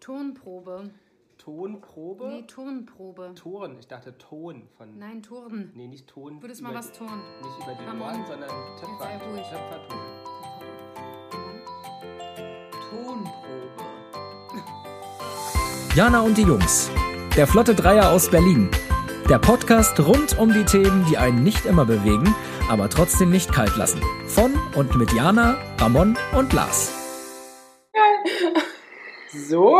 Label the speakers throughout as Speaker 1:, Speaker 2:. Speaker 1: Tonprobe.
Speaker 2: Tonprobe?
Speaker 1: Nee, Turnprobe.
Speaker 2: Ton. Ich dachte Ton von.
Speaker 1: Nein, Turnen.
Speaker 2: Nee, nicht Ton.
Speaker 1: Würdest mal
Speaker 2: über-
Speaker 1: was turnen?
Speaker 2: Nicht über die
Speaker 1: Ramon,
Speaker 2: Ohren, sondern
Speaker 1: jetzt sei
Speaker 2: Töpfer.
Speaker 1: ruhig.
Speaker 2: Töpferton.
Speaker 3: Tonprobe.
Speaker 4: Jana und die Jungs. Der Flotte Dreier aus Berlin. Der Podcast rund um die Themen, die einen nicht immer bewegen, aber trotzdem nicht kalt lassen. Von und mit Jana, Ramon und Lars.
Speaker 2: So.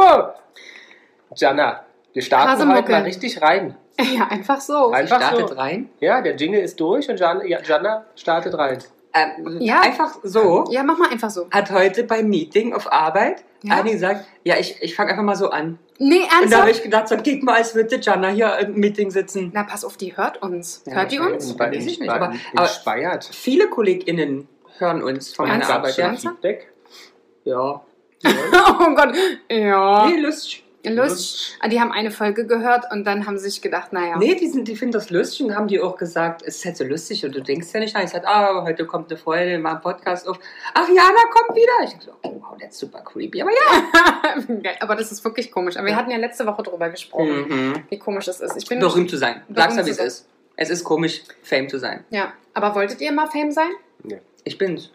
Speaker 2: Jana, wir starten
Speaker 1: Krasse
Speaker 2: heute
Speaker 1: Mucke.
Speaker 2: mal richtig rein.
Speaker 1: Ja, einfach so.
Speaker 2: Ein- Einfach
Speaker 3: Startet
Speaker 2: so.
Speaker 3: rein.
Speaker 2: Ja, der Jingle ist durch und Jana, ja, Jana startet rein.
Speaker 3: Ähm,
Speaker 1: Ja.
Speaker 3: Einfach so.
Speaker 1: Ja, mach mal einfach so.
Speaker 3: Hat heute beim Meeting auf Arbeit
Speaker 1: Ja.
Speaker 3: Ani gesagt, ja, ich, ich fange einfach mal so an.
Speaker 1: Nee,
Speaker 3: Und da habe
Speaker 1: ernsthaft?
Speaker 3: ich gedacht, so geht mal, als würde Jana hier im Meeting sitzen.
Speaker 1: Na, pass auf, die hört uns.
Speaker 3: Ja,
Speaker 1: hört die
Speaker 3: wahrscheinlich.
Speaker 1: uns?
Speaker 3: Weiß ich nicht, aber- aber-
Speaker 2: Inspeiert.
Speaker 3: Viele KollegInnen hören uns von meiner
Speaker 1: Ernsthaft?
Speaker 3: Arbeit.
Speaker 1: Ja.
Speaker 3: Ja.
Speaker 1: Ernsthaft?
Speaker 2: Feedback.
Speaker 3: ja.
Speaker 1: Oh Gott. Ja.
Speaker 3: Nee, lustig.
Speaker 1: Lust. Ah, Die haben eine Folge gehört und dann haben sie sich gedacht, naja.
Speaker 3: Nee, die, sind, die finden das lustig und haben die auch gesagt, es ist halt so lustig und du denkst ja nicht dran. Ich sag, ah, heute kommt eine Freundin, mach einen Podcast auf. Ach, Jana kommt wieder. Ich so, oh, wow, das ist super creepy. Aber ja.
Speaker 1: Geil, aber das ist wirklich komisch. Aber wir hatten ja letzte Woche drüber gesprochen,
Speaker 3: Mhm.
Speaker 1: wie komisch das ist. Ich bin.
Speaker 3: Berühmt zu sein.
Speaker 1: Berühmt
Speaker 3: Sag's ja, wie es
Speaker 1: zu
Speaker 3: ist. Es ist komisch, Fame zu sein.
Speaker 1: Ja. Aber wolltet ihr mal Fame sein?
Speaker 3: Ich bin's.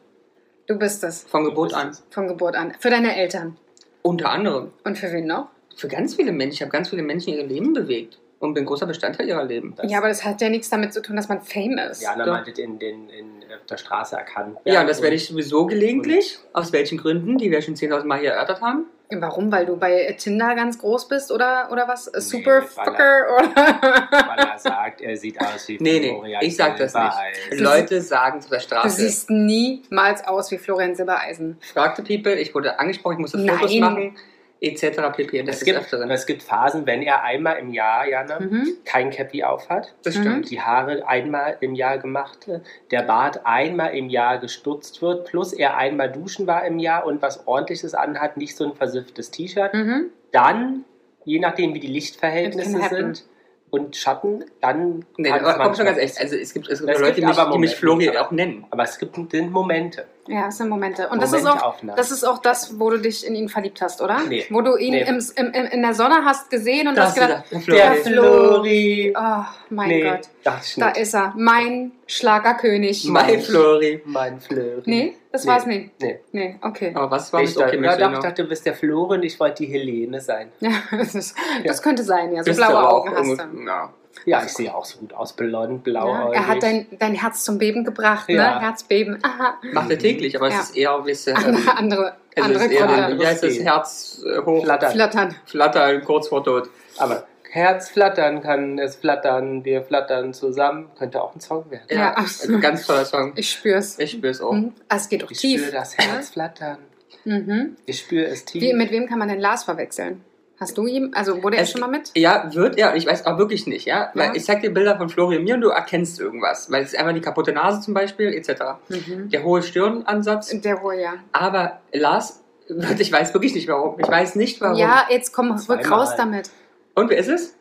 Speaker 1: Du bist es.
Speaker 3: Von Geburt an.
Speaker 1: Von Geburt an. Für deine Eltern.
Speaker 3: Unter anderem.
Speaker 1: Und für wen noch?
Speaker 3: Für ganz viele Menschen. Ich habe ganz viele Menschen ihr Leben bewegt. Und bin großer Bestandteil ihrer Leben.
Speaker 2: Das-
Speaker 1: Ja, aber das hat ja nichts damit zu tun, dass man Fame ist.
Speaker 2: Jana
Speaker 3: Doch.
Speaker 2: meinte, in, in, in, auf der Straße erkannt.
Speaker 3: Ja, und das werde ich sowieso gelegentlich. Aus welchen Gründen, die wir schon 10.000 Mal hier erörtert haben.
Speaker 1: Warum? Weil du bei Tinder ganz groß bist oder, oder was?
Speaker 2: Nee,
Speaker 1: Super Fucker oder.
Speaker 2: Weil er sagt, er sieht aus wie
Speaker 3: Nee, nee, ich sag das
Speaker 2: Silbereisen.
Speaker 3: nicht. Leute sagen es auf der
Speaker 1: Du
Speaker 3: Straße.
Speaker 1: siehst niemals aus wie Florian Silbereisen.
Speaker 3: fragte People, ich wurde angesprochen, ich musste
Speaker 1: Nein.
Speaker 3: Fotos machen, etc. pp. Und das
Speaker 2: Es
Speaker 3: ist
Speaker 2: gibt,
Speaker 3: öfteren.
Speaker 2: es gibt Phasen, wenn er einmal im Jahr, Jana,
Speaker 1: Mhm.
Speaker 2: kein Cappy aufhat,
Speaker 3: das
Speaker 1: Mhm.
Speaker 3: stimmt.
Speaker 2: die Haare einmal im Jahr gemacht, der Bart einmal im Jahr gestutzt wird, plus er einmal duschen war im Jahr und was ordentliches anhat, nicht so ein versifftes T-Shirt,
Speaker 1: Mhm.
Speaker 2: dann, je nachdem wie die
Speaker 1: It
Speaker 2: Lichtverhältnisse
Speaker 1: can happen.
Speaker 2: sind und Schatten, dann
Speaker 3: Nee,
Speaker 2: kann
Speaker 3: aber
Speaker 2: es
Speaker 3: komm schon ganz
Speaker 2: manchmal-
Speaker 3: echt. Also es gibt, es gibt
Speaker 2: Es
Speaker 3: Leute,
Speaker 2: gibt
Speaker 3: die mich,
Speaker 2: aber
Speaker 3: die mich
Speaker 2: Momente.
Speaker 3: Flori auch nennen.
Speaker 2: Aber es gibt den Momente.
Speaker 1: Ja, das sind Momente. Und das ist auch.
Speaker 2: Momentaufnahmen.
Speaker 1: Das ist auch das, wo du dich in ihn verliebt hast, oder?
Speaker 2: Nee.
Speaker 1: Wo du ihn
Speaker 2: Nee.
Speaker 1: im, im, im, in der Sonne hast gesehen und hast gedacht,
Speaker 3: gesagt, Flori.
Speaker 2: der
Speaker 1: Ja,
Speaker 2: Flori.
Speaker 1: oh mein
Speaker 2: nee,
Speaker 1: Gott,
Speaker 2: dachte ich
Speaker 1: da
Speaker 2: nicht.
Speaker 1: ist er, mein Schlagerkönig.
Speaker 3: Mein Flori.
Speaker 2: mein Flori.
Speaker 1: Nee, das
Speaker 2: Nee.
Speaker 1: war's nicht.
Speaker 2: Nee. Oh.
Speaker 1: Nee, okay.
Speaker 3: Aber was war
Speaker 2: ich
Speaker 3: mit okay,
Speaker 2: dachte, ja, doch, ich
Speaker 3: Michelle?
Speaker 2: dachte, du bist der Florian, ich wollte die Helene sein.
Speaker 1: Ja, das, ist,
Speaker 2: Ja.
Speaker 1: das könnte sein, ja. So
Speaker 3: Bist du
Speaker 1: blaue
Speaker 3: aber
Speaker 1: Augen
Speaker 3: auch
Speaker 1: hast du.
Speaker 3: irgendwie- Ja.
Speaker 2: Ja, ich sehe auch so gut aus, blond, blau.
Speaker 1: Ja, er hat dein, dein Herz zum Beben gebracht,
Speaker 2: Ja.
Speaker 1: ne? Herzbeben. Aha.
Speaker 3: Macht er täglich, aber
Speaker 1: Ja.
Speaker 3: es ist eher ein bisschen... ähm,
Speaker 1: Andere, andere,
Speaker 3: Es ist
Speaker 1: andere
Speaker 3: eher,
Speaker 1: Gründe.
Speaker 2: andere-
Speaker 3: wie heißt das, Herz äh, hoch,
Speaker 2: Flattern.
Speaker 1: Flattern.
Speaker 3: flattern, kurz vor Tod.
Speaker 2: Aber Herz flattern kann, es flattern, wir flattern zusammen. Könnte auch ein Song werden.
Speaker 1: Ja, absolut.
Speaker 3: Ganz toller Song.
Speaker 1: Ich spür's.
Speaker 3: Ich spür's auch.
Speaker 1: Hm? Ah, es geht auch
Speaker 2: Ich spüre
Speaker 1: tief.
Speaker 2: das Herz flattern.
Speaker 1: Mhm.
Speaker 2: Ich spüre es tief.
Speaker 1: Wie, mit wem kann man denn Lars verwechseln? Hast du ihm, also wurde er
Speaker 3: Es-
Speaker 1: schon mal mit?
Speaker 3: Ja, wird er. Ich weiß aber wirklich nicht, ja. Weil
Speaker 1: Ja.
Speaker 3: ich zeig dir Bilder von Florian mir und du erkennst irgendwas. Weil es ist einmal die kaputte Nase zum Beispiel, etc.
Speaker 1: Mhm.
Speaker 3: Der hohe Stirnansatz.
Speaker 1: Der Ruhe, ja.
Speaker 3: Aber Lars, wird- ich weiß wirklich nicht warum. Ich weiß nicht warum.
Speaker 1: Ja, jetzt komm rück
Speaker 2: Zweimal.
Speaker 1: raus damit.
Speaker 3: Und wer ist es?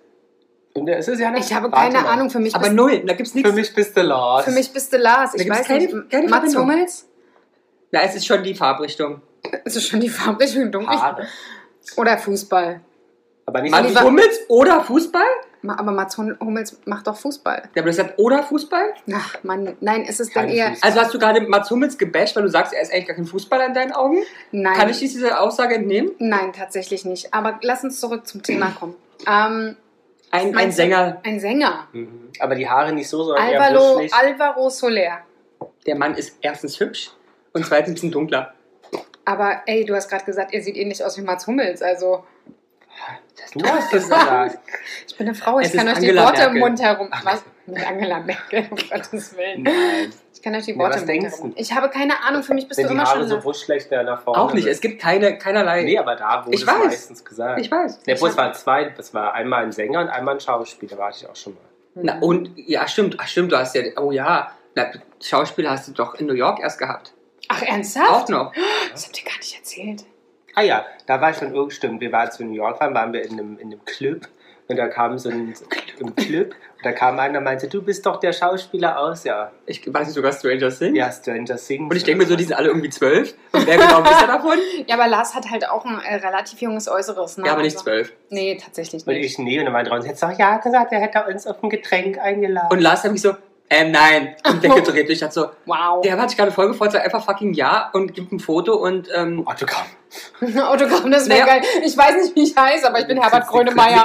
Speaker 2: Und es ist ja eine-
Speaker 1: Ich habe
Speaker 2: Warte
Speaker 1: keine
Speaker 2: mal.
Speaker 1: Ahnung, für mich,
Speaker 3: aber
Speaker 1: bist,
Speaker 3: null, da gibt's nichts.
Speaker 2: Für mich bist du lost.
Speaker 1: für mich bist du Lars.
Speaker 3: Da
Speaker 1: Ich
Speaker 3: gibt's
Speaker 1: weiß
Speaker 3: keine-
Speaker 1: nicht.
Speaker 3: keine
Speaker 1: Mats
Speaker 3: Verbindung.
Speaker 1: Hummels?
Speaker 3: Na, es ist schon die Farbrichtung.
Speaker 1: Das ist schon die Farbrichtung dunkel.
Speaker 2: Haare.
Speaker 1: Oder Fußball.
Speaker 2: Aber nicht
Speaker 3: Mats
Speaker 1: lieber-
Speaker 3: Hummels oder Fußball?
Speaker 1: Ma- Aber Mats Hum- Hummels macht doch Fußball.
Speaker 3: Ja, aber das hat oder Fußball?
Speaker 1: Ach Mann, nein, ist es
Speaker 2: Kein
Speaker 1: denn eher.
Speaker 2: Fußball.
Speaker 3: Also hast du gerade Mats Hummels gebasht, weil du sagst, er ist eigentlich gar kein Fußballer in deinen Augen?
Speaker 1: Nein.
Speaker 3: Kann ich diese Aussage entnehmen?
Speaker 1: Nein, tatsächlich nicht. Aber lass uns zurück zum Thema kommen. Ähm,
Speaker 3: Ein, ein
Speaker 1: Meinst du?
Speaker 3: Sänger.
Speaker 1: ein Sänger.
Speaker 2: Mhm. Aber die Haare nicht so, sondern eher
Speaker 1: Alvaro,
Speaker 2: buschlich.
Speaker 1: Alvaro Soler.
Speaker 3: Der Mann ist erstens hübsch und zweitens ein bisschen dunkler.
Speaker 1: Aber ey, du hast gerade gesagt, ihr sieht ähnlich aus wie Mats Hummels. Also,
Speaker 2: du hast es gesagt.
Speaker 1: ich bin eine Frau, ich
Speaker 3: Es
Speaker 1: kann
Speaker 3: ist
Speaker 1: euch
Speaker 3: Angela
Speaker 1: die Worte im
Speaker 3: Merkel.
Speaker 1: Mund herum. Was? Mit Angela Merkel, um Gottes Willen.
Speaker 2: Nein.
Speaker 1: Ich kann euch die
Speaker 2: Na,
Speaker 1: Worte
Speaker 2: was
Speaker 1: im
Speaker 2: denkst
Speaker 1: Mund herum.
Speaker 2: du?
Speaker 1: Ich habe keine Ahnung, für mich bist
Speaker 2: Wenn
Speaker 1: du
Speaker 2: die
Speaker 1: immer
Speaker 2: Haare
Speaker 1: schon.
Speaker 2: so wuschelig da nach vorne.
Speaker 3: Auch nicht,
Speaker 2: sind.
Speaker 3: es gibt keine, keinerlei.
Speaker 2: Nee, aber da wurde
Speaker 3: Ich
Speaker 2: es
Speaker 3: weiß.
Speaker 2: meistens gesagt.
Speaker 3: ich weiß.
Speaker 2: Der Bus war zwei, das war einmal ein Sänger und einmal ein Schauspieler, warte ich auch schon mal.
Speaker 3: Na, und ja, stimmt, ach, stimmt, du hast ja, oh ja, na, Schauspieler hast du doch in New York erst gehabt.
Speaker 1: Ach, ernsthaft?
Speaker 3: Auch noch.
Speaker 1: Das habt ihr gar nicht erzählt.
Speaker 2: Ah ja, da war ich schon irgendwie, stimmt, wir waren zu New York, waren, waren wir in einem, in einem Club Und da kam so ein, ein Clip und da kam einer und meinte, du bist doch der Schauspieler aus, ja,
Speaker 3: Ich weiß nicht, sogar Stranger Things.
Speaker 2: ja Stranger Things.
Speaker 3: Und ich denke mir so, die sind alle irgendwie zwölf. Und wer genau ist er davon?
Speaker 1: Ja, aber Lars hat halt auch ein äh, relativ junges Äußeres. Ne?
Speaker 3: Ja, aber nicht
Speaker 1: Also-
Speaker 3: zwölf.
Speaker 1: Nee, tatsächlich
Speaker 2: Und
Speaker 1: nicht.
Speaker 2: ich, nee, und dann meinte Ron, jetzt doch ja gesagt, er hätte uns auf ein Getränk eingeladen.
Speaker 3: Und Lars hat mich so, ähm, nein. Und weggedreht. Und ich dachte so,
Speaker 1: Wow.
Speaker 3: der hat sich gerade voll gefreut, sagt einfach fucking ja und gibt ein Foto und, ähm,
Speaker 2: Autogramm.
Speaker 1: Autogramm, oh, das wäre
Speaker 3: Naja.
Speaker 1: geil. Ich weiß nicht, wie ich heiße, aber ich bin Herbert Grönemeyer.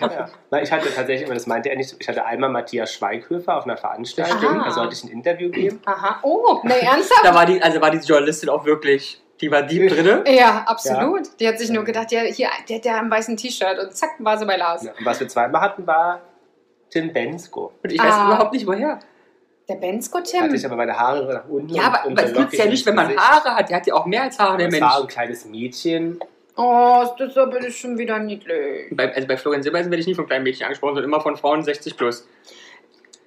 Speaker 2: Ja. Weil ich hatte tatsächlich, aber das meinte er nicht, ich hatte einmal Matthias Schweighöfer auf einer Veranstaltung,
Speaker 1: Aha.
Speaker 2: da sollte ich ein Interview geben.
Speaker 1: Aha. Oh, nee, ernsthaft?
Speaker 3: Da war die, also war die Journalistin auch wirklich, die war deep drinne.
Speaker 1: Ja, absolut. Die hat sich nur gedacht, ja, hier, der hat ja ein weißen T-Shirt und zack, war sie bei Lars.
Speaker 2: Ja. Und was wir zweimal hatten, war Tim Bensko.
Speaker 3: Und ich weiß
Speaker 1: Ah.
Speaker 3: überhaupt nicht woher.
Speaker 1: Der
Speaker 2: Da
Speaker 1: Bensko-Tim?
Speaker 2: hatte ich aber meine Haare nach unten.
Speaker 3: Ja, aber
Speaker 2: und
Speaker 3: aber es
Speaker 2: so
Speaker 3: nützt
Speaker 2: lockig
Speaker 3: ja nicht,
Speaker 2: ins
Speaker 3: wenn man
Speaker 2: Gesicht.
Speaker 3: Haare hat. Der hat ja auch mehr als Haare, der
Speaker 2: Es war ein
Speaker 3: Mensch.
Speaker 2: kleines Mädchen.
Speaker 1: Oh, ist das aber das schon wieder niedlich.
Speaker 3: Bei, also bei Florian Silbereisen werde ich nie von kleinen Mädchen angesprochen, sondern immer von Frauen 60 plus.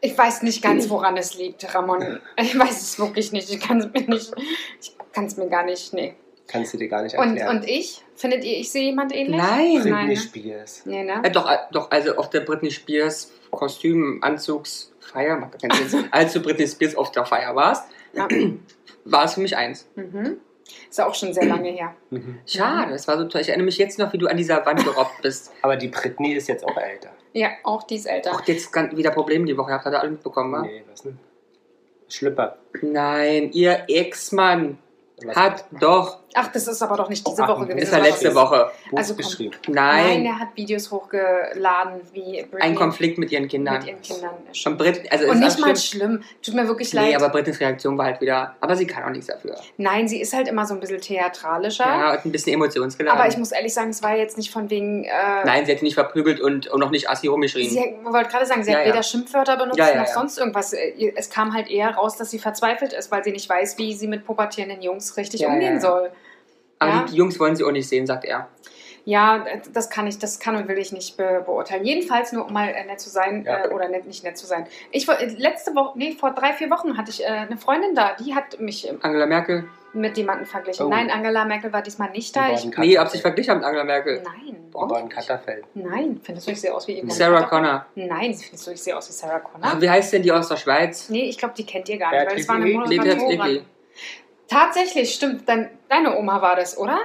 Speaker 1: Ich weiß nicht ganz, woran es liegt, Ramon. Ich weiß es wirklich nicht. Ich kann es mir nicht. Ich kann es mir gar nicht. Nee.
Speaker 2: Kannst du dir gar nicht
Speaker 1: Und,
Speaker 2: erklären.
Speaker 1: und ich? Findet ihr, ich sehe jemand ähnlich?
Speaker 3: Nein.
Speaker 1: Nein.
Speaker 2: Britney
Speaker 1: ne?
Speaker 2: Spears.
Speaker 1: Nee, ne?
Speaker 3: Äh, doch, äh, doch, also auf der Britney Spears Kostüm, Anzugs, Feier, macht keinen Sinn. als du Britney Spears auf der Feier warst,
Speaker 1: Ja.
Speaker 3: war es für mich eins.
Speaker 1: Mhm. Ist auch schon sehr lange her.
Speaker 2: Mhm.
Speaker 3: Schade, es war so toll. Ich erinnere mich jetzt noch, wie du an dieser Wand gerobbt bist.
Speaker 2: Aber die Britney ist jetzt auch älter.
Speaker 1: Ja, auch die ist älter.
Speaker 3: Auch jetzt ganz- wieder Probleme die Woche gehabt, hat er alle mitbekommen, wa?
Speaker 2: Nee, was denn? Schlüpper.
Speaker 3: Nein, ihr Ex-Mann
Speaker 2: Was?
Speaker 3: hat doch,
Speaker 1: Ach, das ist aber doch nicht diese
Speaker 2: Ach,
Speaker 1: Woche gewesen.
Speaker 3: ist
Speaker 2: Das
Speaker 3: ja
Speaker 2: war
Speaker 3: letzte
Speaker 2: doch-
Speaker 3: Woche.
Speaker 2: Buch
Speaker 1: Also komm.
Speaker 2: geschrieben.
Speaker 1: Nein,
Speaker 3: Nein,
Speaker 1: der hat Videos hochgeladen, wie Britney
Speaker 3: ein Konflikt mit ihren Kindern.
Speaker 1: mit ihren Kindern ist.
Speaker 3: Und Brit, also
Speaker 1: Und
Speaker 3: ist
Speaker 1: nicht
Speaker 3: auch
Speaker 1: mal
Speaker 3: schlimm.
Speaker 1: schlimm. Tut mir wirklich
Speaker 3: Nee,
Speaker 1: leid.
Speaker 3: aber Britneys Reaktion war halt wieder, aber sie kann auch nichts dafür.
Speaker 1: Nein, sie ist halt immer so ein bisschen theatralischer.
Speaker 3: Ja, und ein bisschen emotionsgeladen.
Speaker 1: aber ich muss ehrlich sagen, es war jetzt nicht von wegen. Äh,
Speaker 3: Nein, sie hätte nicht verprügelt und, und noch nicht assi rumgeschrien.
Speaker 1: Sie hat- wollte gerade sagen, sie
Speaker 3: Ja,
Speaker 1: hat
Speaker 3: ja.
Speaker 1: weder Schimpfwörter benutzt
Speaker 3: Ja, ja,
Speaker 1: noch
Speaker 3: ja.
Speaker 1: sonst irgendwas. Äh, Es kam halt eher raus, dass sie verzweifelt ist, weil sie nicht weiß, wie sie mit pubertierenden Jungs richtig
Speaker 3: Ja, ja,
Speaker 1: umgehen
Speaker 3: ja.
Speaker 1: soll.
Speaker 3: aber
Speaker 1: ja.
Speaker 3: die Jungs wollen sie auch nicht sehen, sagt er.
Speaker 1: Ja, das kann ich, das kann und will ich nicht be beurteilen. Jedenfalls nur, um mal äh, nett zu sein
Speaker 2: Ja.
Speaker 1: äh, oder nett, nicht nett zu sein. Ich war- äh, letzte Woche, nee, vor drei, vier Wochen hatte ich äh, eine Freundin da, die hat mich äh,
Speaker 3: Angela Merkel?
Speaker 1: mit jemandem verglichen.
Speaker 2: Oh.
Speaker 1: Nein, Angela Merkel war diesmal nicht da. Ich,
Speaker 3: Nee, ob sie sich verglichen hat mit Angela Merkel.
Speaker 1: nein,
Speaker 2: Ron Katterfeld.
Speaker 1: nein, findest du ich sehe aus wie Yvonne
Speaker 3: Sarah
Speaker 1: Carter?
Speaker 3: Connor.
Speaker 1: Nein, findest du ich sehe aus wie Sarah Connor?
Speaker 3: Ach, wie heißt denn die aus der Schweiz?
Speaker 1: Nee, ich glaube, die kennt ihr gar nicht, weil es war eine
Speaker 2: Beatrice Egli.
Speaker 3: Beatrice Egli.
Speaker 1: Moderatorin. Tatsächlich, stimmt, dein, deine Oma war das, oder?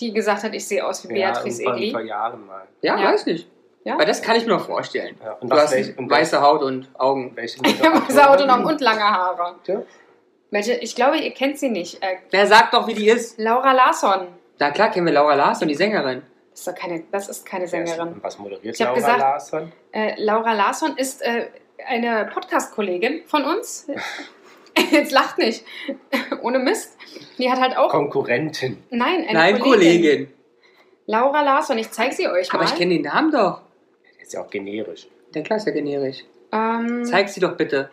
Speaker 1: Die gesagt hat, ich sehe aus wie Beatrice E.
Speaker 2: ja,
Speaker 1: Egli.
Speaker 2: Vor Jahren mal.
Speaker 3: Ja,
Speaker 1: Ja.
Speaker 3: weiß nicht.
Speaker 1: Ja.
Speaker 3: Aber das kann ich mir noch vorstellen.
Speaker 2: Ja. Und
Speaker 3: Du
Speaker 2: was
Speaker 3: hast
Speaker 2: welche, und
Speaker 3: weiße Haut und Augen.
Speaker 2: welche
Speaker 1: Ja,
Speaker 2: Moderatorin?
Speaker 1: Sau und, und lange Haare.
Speaker 2: Ja.
Speaker 1: Welche, ich glaube, ihr kennt sie nicht. Äh,
Speaker 3: Na, sag doch, wie die ist.
Speaker 1: Laura Larsson.
Speaker 3: Na klar, kennen wir Laura Larsson, die Sängerin.
Speaker 1: Das ist, doch keine, das ist keine Sängerin.
Speaker 2: Und was moderiert
Speaker 1: Ich hab
Speaker 2: Laura
Speaker 1: gesagt-
Speaker 2: Larsson?
Speaker 1: Äh, Laura Larsson ist äh, eine Podcast-Kollegin von uns. Jetzt lacht nicht. Ohne Mist. Die hat halt auch.
Speaker 2: Konkurrentin.
Speaker 1: Nein, eine
Speaker 3: Nein,
Speaker 1: Kollegin.
Speaker 3: Kollegin.
Speaker 1: Laura Larsson, ich zeige sie euch
Speaker 3: Aber
Speaker 1: mal.
Speaker 3: ich kenne den Namen doch.
Speaker 2: Ist ja auch generisch.
Speaker 3: Der klar ist ja generisch.
Speaker 1: ähm,
Speaker 3: Zeig sie doch bitte.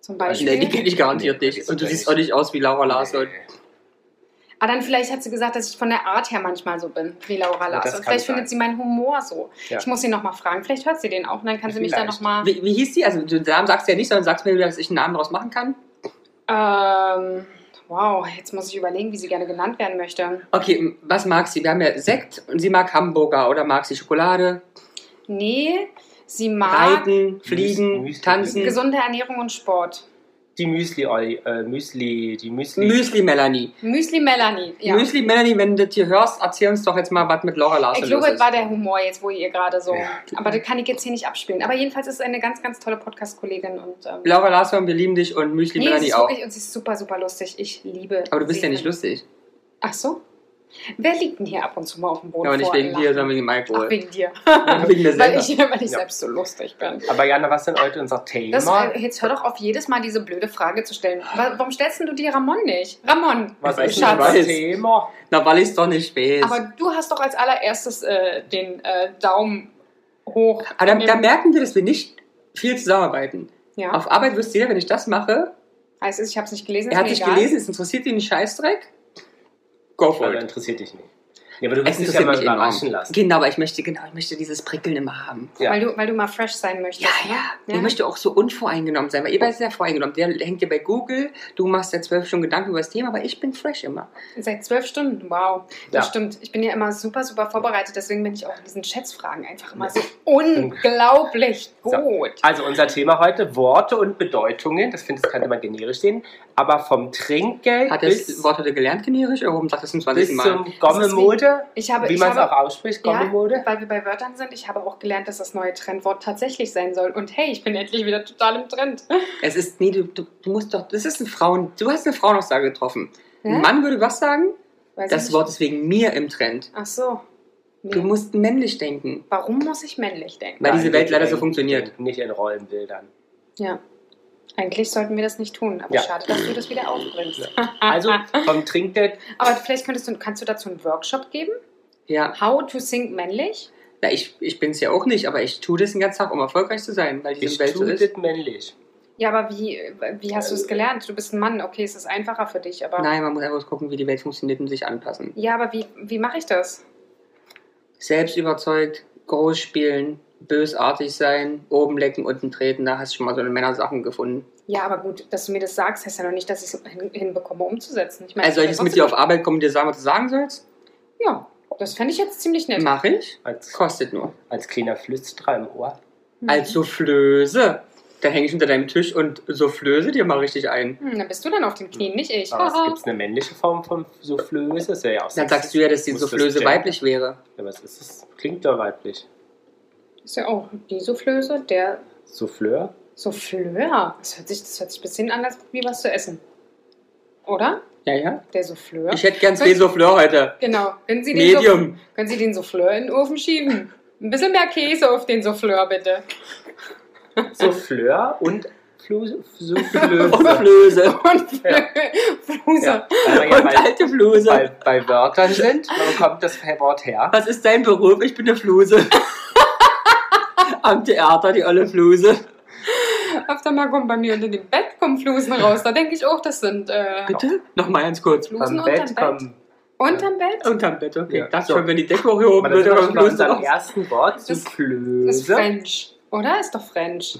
Speaker 1: Zum
Speaker 3: Nee,
Speaker 1: Beispiel.
Speaker 3: die kenne ich garantiert
Speaker 2: Nee,
Speaker 3: nicht.
Speaker 2: das
Speaker 3: Und du
Speaker 2: kenn
Speaker 3: siehst
Speaker 2: ich.
Speaker 3: auch nicht aus wie Laura Larsson.
Speaker 2: Nee.
Speaker 1: Ah, dann vielleicht hat sie gesagt, dass ich von der Art her manchmal so bin, wie Laura
Speaker 2: das
Speaker 1: Larsson.
Speaker 2: kann
Speaker 1: Vielleicht
Speaker 2: sein.
Speaker 1: findet sie meinen Humor so.
Speaker 2: Ja.
Speaker 1: Ich muss sie nochmal fragen. Vielleicht hört sie den auch und dann kann sie mich da
Speaker 2: Vielleicht.
Speaker 1: nochmal.
Speaker 3: Wie, wie hieß die? Also den Namen sagst du ja nicht, sondern sagst mir, dass ich einen Namen daraus machen kann.
Speaker 1: Ähm, wow, jetzt muss ich überlegen, wie sie gerne genannt werden möchte.
Speaker 3: Okay, m- was mag sie? Wir haben ja Sekt und sie mag Hamburger oder mag sie Schokolade,
Speaker 1: Nee, sie mag
Speaker 3: Reiten, Fliegen,
Speaker 2: Müsli-
Speaker 3: Tanzen.
Speaker 1: gesunde Ernährung und Sport.
Speaker 2: Die Müsli, Oli- äh, Müsli, die Müsli.
Speaker 3: Müsli Melanie.
Speaker 1: Müsli Melanie. Ja.
Speaker 3: Müsli Melanie, wenn du das hier hörst, erzähl uns doch jetzt mal, was mit Laura
Speaker 1: ich
Speaker 3: Larsson los
Speaker 1: glaube, das
Speaker 3: ist.
Speaker 1: war der Humor jetzt, wo ihr gerade so.
Speaker 2: Ja.
Speaker 1: Aber das kann ich jetzt hier nicht abspielen. Aber jedenfalls ist sie eine ganz, ganz tolle Podcast-Kollegin und. Ähm,
Speaker 3: Laura Larsson, wir lieben dich und Müsli
Speaker 1: Nee, sie
Speaker 3: Melanie
Speaker 1: ist
Speaker 3: auch.
Speaker 1: wirklich und sie ist super, super lustig. Ich liebe.
Speaker 3: Aber du bist
Speaker 1: sie.
Speaker 3: ja nicht lustig.
Speaker 1: Ach so? Wer liegt denn hier ab und zu mal auf dem Boden?
Speaker 3: Ja, aber nicht
Speaker 1: vor
Speaker 3: wegen
Speaker 1: einem
Speaker 3: dir,
Speaker 1: Lachen?
Speaker 3: sondern wegen dem
Speaker 1: Ach,
Speaker 3: Alkohol.
Speaker 1: wegen dir.
Speaker 3: Wegen der
Speaker 1: Weil
Speaker 3: Sender.
Speaker 1: ich, weil ich
Speaker 2: Ja.
Speaker 1: selbst so lustig bin.
Speaker 2: Aber Jana, was denn heute unser Thema?
Speaker 1: Das, äh, jetzt hör doch auf, jedes Mal diese blöde Frage zu stellen. Wa- Warum stellst denn du die Ramon nicht? Ramon,
Speaker 2: was
Speaker 3: weiß
Speaker 2: ist
Speaker 3: nicht,
Speaker 2: denn unser
Speaker 3: weiß.
Speaker 2: Thema?
Speaker 3: Na, weil ich es doch nicht weiß.
Speaker 1: aber du hast doch als allererstes äh, den äh, Daumen hoch.
Speaker 3: Aber da,
Speaker 1: von dem-
Speaker 3: da merken wir, dass wir nicht viel zusammenarbeiten.
Speaker 1: ja,
Speaker 3: Auf Arbeit wüsste jeder, wenn ich das mache,
Speaker 1: heißt es, ich habe es nicht gelesen.
Speaker 3: er hat
Speaker 1: ist
Speaker 3: sich
Speaker 1: mir egal.
Speaker 3: gelesen, es interessiert ihn einen Scheißdreck. Go for
Speaker 2: Oder
Speaker 3: it.
Speaker 2: interessiert dich nicht. Ja, aber du willst
Speaker 3: Es
Speaker 2: Also, dich
Speaker 3: interessiert
Speaker 2: ja mal
Speaker 3: mich enorm.
Speaker 2: überraschen lassen.
Speaker 3: Genau, aber ich möchte, genau, ich möchte dieses Prickeln immer haben.
Speaker 2: Ja.
Speaker 1: Weil, du, weil du mal fresh sein
Speaker 3: Ja,
Speaker 1: möchtest. ne?
Speaker 3: ja. Ich möchte auch so unvoreingenommen sein, weil ihr seid ja voreingenommen. Der hängt ja bei Google, du machst ja zwölf Stunden Gedanken über das Thema, aber ich bin fresh immer.
Speaker 1: Seit zwölf Stunden, wow. Das
Speaker 2: Ja.
Speaker 1: stimmt. Ich bin ja immer super, super vorbereitet, deswegen bin ich auch in diesen Schätzfragen einfach immer so unglaublich
Speaker 2: So.
Speaker 1: gut.
Speaker 2: Also unser Thema heute, Worte und Bedeutungen. Das finde ich, kann immer generisch stehen. Aber vom Trinkgeld
Speaker 3: Hat
Speaker 2: bis,
Speaker 3: das Wort heute gelernt, generisch? Oder warum sagt das zum 20.
Speaker 2: bis
Speaker 3: Mal?
Speaker 2: zum Gommemode,
Speaker 1: Ich habe,
Speaker 2: wie
Speaker 1: ich
Speaker 2: man es
Speaker 1: habe
Speaker 2: auch ausspricht, Gommemode.
Speaker 1: Ja, weil wir bei Wörtern sind, ich habe auch gelernt, dass das neue Trendwort tatsächlich sein soll. Und hey, ich bin endlich wieder total im Trend.
Speaker 3: Es ist, nee, du, du, du musst doch, das ist ein Frauen, du hast eine Frauenaussage getroffen.
Speaker 1: Hä?
Speaker 3: Ein Mann würde was sagen?
Speaker 1: Weiß ich
Speaker 3: Das
Speaker 1: nicht.
Speaker 3: Wort ist wegen mir im Trend.
Speaker 1: Ach so.
Speaker 3: Du
Speaker 1: Nee.
Speaker 3: musst männlich denken.
Speaker 1: Warum muss ich männlich denken?
Speaker 3: Weil diese
Speaker 2: Nein,
Speaker 3: Welt leider so
Speaker 2: nicht-
Speaker 3: funktioniert.
Speaker 2: Nicht in Rollenbildern.
Speaker 1: Ja. Eigentlich sollten wir das nicht tun, aber
Speaker 2: Ja.
Speaker 1: schade, dass du das wieder aufbringst.
Speaker 2: Also
Speaker 1: ah.
Speaker 2: vom Trinkgeld,
Speaker 1: Aber vielleicht könntest du, kannst du dazu einen Workshop geben?
Speaker 3: Ja,
Speaker 1: How to sing männlich?
Speaker 3: na, ich, ich bin es ja auch nicht, aber ich tue das den ganzen Tag, um erfolgreich zu sein, weil diese
Speaker 2: ich
Speaker 3: Welt so
Speaker 2: tue
Speaker 3: ist.
Speaker 2: das männlich.
Speaker 1: Ja, aber wie, wie hast du es gelernt? Du bist ein Mann, okay, es ist einfacher für dich, aber.
Speaker 3: Nein, man muss einfach gucken, wie die Welt funktioniert und sich anpassen.
Speaker 1: Ja, aber wie, wie mache ich das?
Speaker 3: Selbst überzeugt, groß spielen, bösartig sein, oben lecken, unten treten, da hast du schon mal so eine Männersachen gefunden.
Speaker 1: Ja, aber gut, dass du mir das sagst, heißt ja noch nicht, dass ich es hin, hinbekomme, umzusetzen. Ich meine,
Speaker 3: Also soll ich jetzt mit dir auf Arbeit kommen und dir sagen, was du sagen sollst?
Speaker 1: Ja, das fände ich jetzt ziemlich nett.
Speaker 3: Mach ich.
Speaker 2: Als,
Speaker 3: Kostet nur.
Speaker 2: als kleiner Flüsterer im Ohr.
Speaker 1: Hm.
Speaker 3: Als Soufflöse. Da hänge ich unter deinem Tisch und Soufflöse dir mal richtig ein.
Speaker 1: Hm, dann bist du dann auf den Knien, nicht ich.
Speaker 3: Ah,
Speaker 2: Aber es
Speaker 1: Haha.
Speaker 2: gibt eine männliche Form von Soufflöse. Das wäre ja auch
Speaker 3: Dann sagst du ja, dass die
Speaker 2: Muss das
Speaker 3: Soufflöse
Speaker 2: Gender-
Speaker 3: weiblich wäre.
Speaker 2: Ja, Aber es ist, es klingt doch weiblich.
Speaker 1: Ist ja auch die Soufflöse, der
Speaker 2: Souffleur?
Speaker 1: Souffleur. Das hört sich, das hört sich ein bisschen an, als wie was zu essen. Oder?
Speaker 3: Ja, ja.
Speaker 1: Der Souffleur.
Speaker 3: Ich hätte gern zwei Souffleur heute.
Speaker 1: Genau. Können Sie, den Souff-
Speaker 3: Medium.
Speaker 1: können Sie den Souffleur in den Ofen schieben? Ein bisschen mehr Käse auf den Souffleur, bitte.
Speaker 2: Souffleur und Flu- Soufflöse.
Speaker 3: Soufflöse.
Speaker 1: Und
Speaker 2: Ja.
Speaker 1: Fluse.
Speaker 2: ja, weil wir ja
Speaker 3: Und also-
Speaker 2: bei,
Speaker 3: alte Fluse.
Speaker 2: bei, bei Wörtern sind, wo kommt das Wort her?
Speaker 3: Was ist dein Beruf? Ich bin eine Fluse. Am Theater, die olle Fluse.
Speaker 1: Öfter mal kommen bei mir unter dem Bett kommen Flusen raus. Da denke ich auch, das sind äh,
Speaker 3: Bitte? Nochmal ganz kurz.
Speaker 1: Flusen
Speaker 2: Am
Speaker 1: unterm
Speaker 2: Bett
Speaker 1: Bett.
Speaker 2: kommen.
Speaker 1: Unterm Bett?
Speaker 3: Unterm Bett, okay.
Speaker 2: Ja.
Speaker 3: Ich dachte
Speaker 2: So.
Speaker 3: schon, wenn die Decke hochgehoben
Speaker 2: Aber das
Speaker 3: wird,
Speaker 2: ist
Speaker 3: aber
Speaker 2: schon bei
Speaker 3: Fluse
Speaker 2: unserem
Speaker 3: raus.
Speaker 2: ersten Wort,
Speaker 1: Das- Das ist
Speaker 2: Soufflöse.
Speaker 1: French, oder? Ist doch French.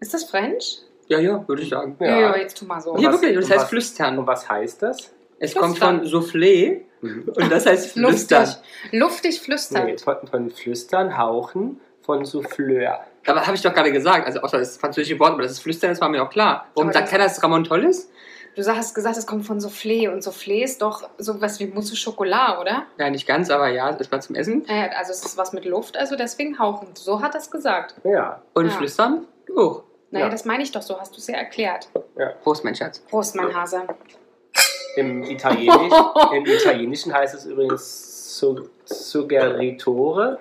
Speaker 1: Ist das French?
Speaker 3: Ja, ja, würde ich sagen.
Speaker 1: Ja,
Speaker 2: Ja.
Speaker 1: jetzt tu mal so.
Speaker 2: Und
Speaker 3: Ja,
Speaker 2: was-
Speaker 3: wirklich.
Speaker 2: und
Speaker 3: Und das heißt
Speaker 2: was-
Speaker 3: Flüstern.
Speaker 2: Und was Mhm. heißt das?
Speaker 3: Es
Speaker 1: Flüstern.
Speaker 3: kommt von Soufflé und das heißt
Speaker 1: Luftig.
Speaker 3: Flüstern.
Speaker 1: Luftig flüstern.
Speaker 2: Nee, von, von Flüstern, Hauchen, von Souffleur.
Speaker 3: Aber habe ich doch gerade gesagt. Also außer das französische Wort, aber das ist Flüstern, das war mir auch klar. Warum
Speaker 1: Aber
Speaker 3: sagt
Speaker 1: das-
Speaker 3: keiner, das ist Ramon Tolles?
Speaker 1: Du hast gesagt, es kommt von Soufflé und Soufflé ist doch sowas wie Mousse au Chocolat, oder?
Speaker 3: Nein, nicht ganz, aber ja, es war zum Essen.
Speaker 1: Äh, Also es ist was mit Luft, also deswegen hauchend. So hat er es gesagt.
Speaker 2: Ja,
Speaker 3: Und
Speaker 1: Ja.
Speaker 3: Flüstern? Oh,
Speaker 1: Naja,
Speaker 2: Ja.
Speaker 1: das meine ich doch, so hast du es ja erklärt.
Speaker 3: Prost, mein Schatz.
Speaker 1: Prost, mein Hase.
Speaker 2: im, Italienisch, im Italienischen heißt es übrigens Su- Suggeritore.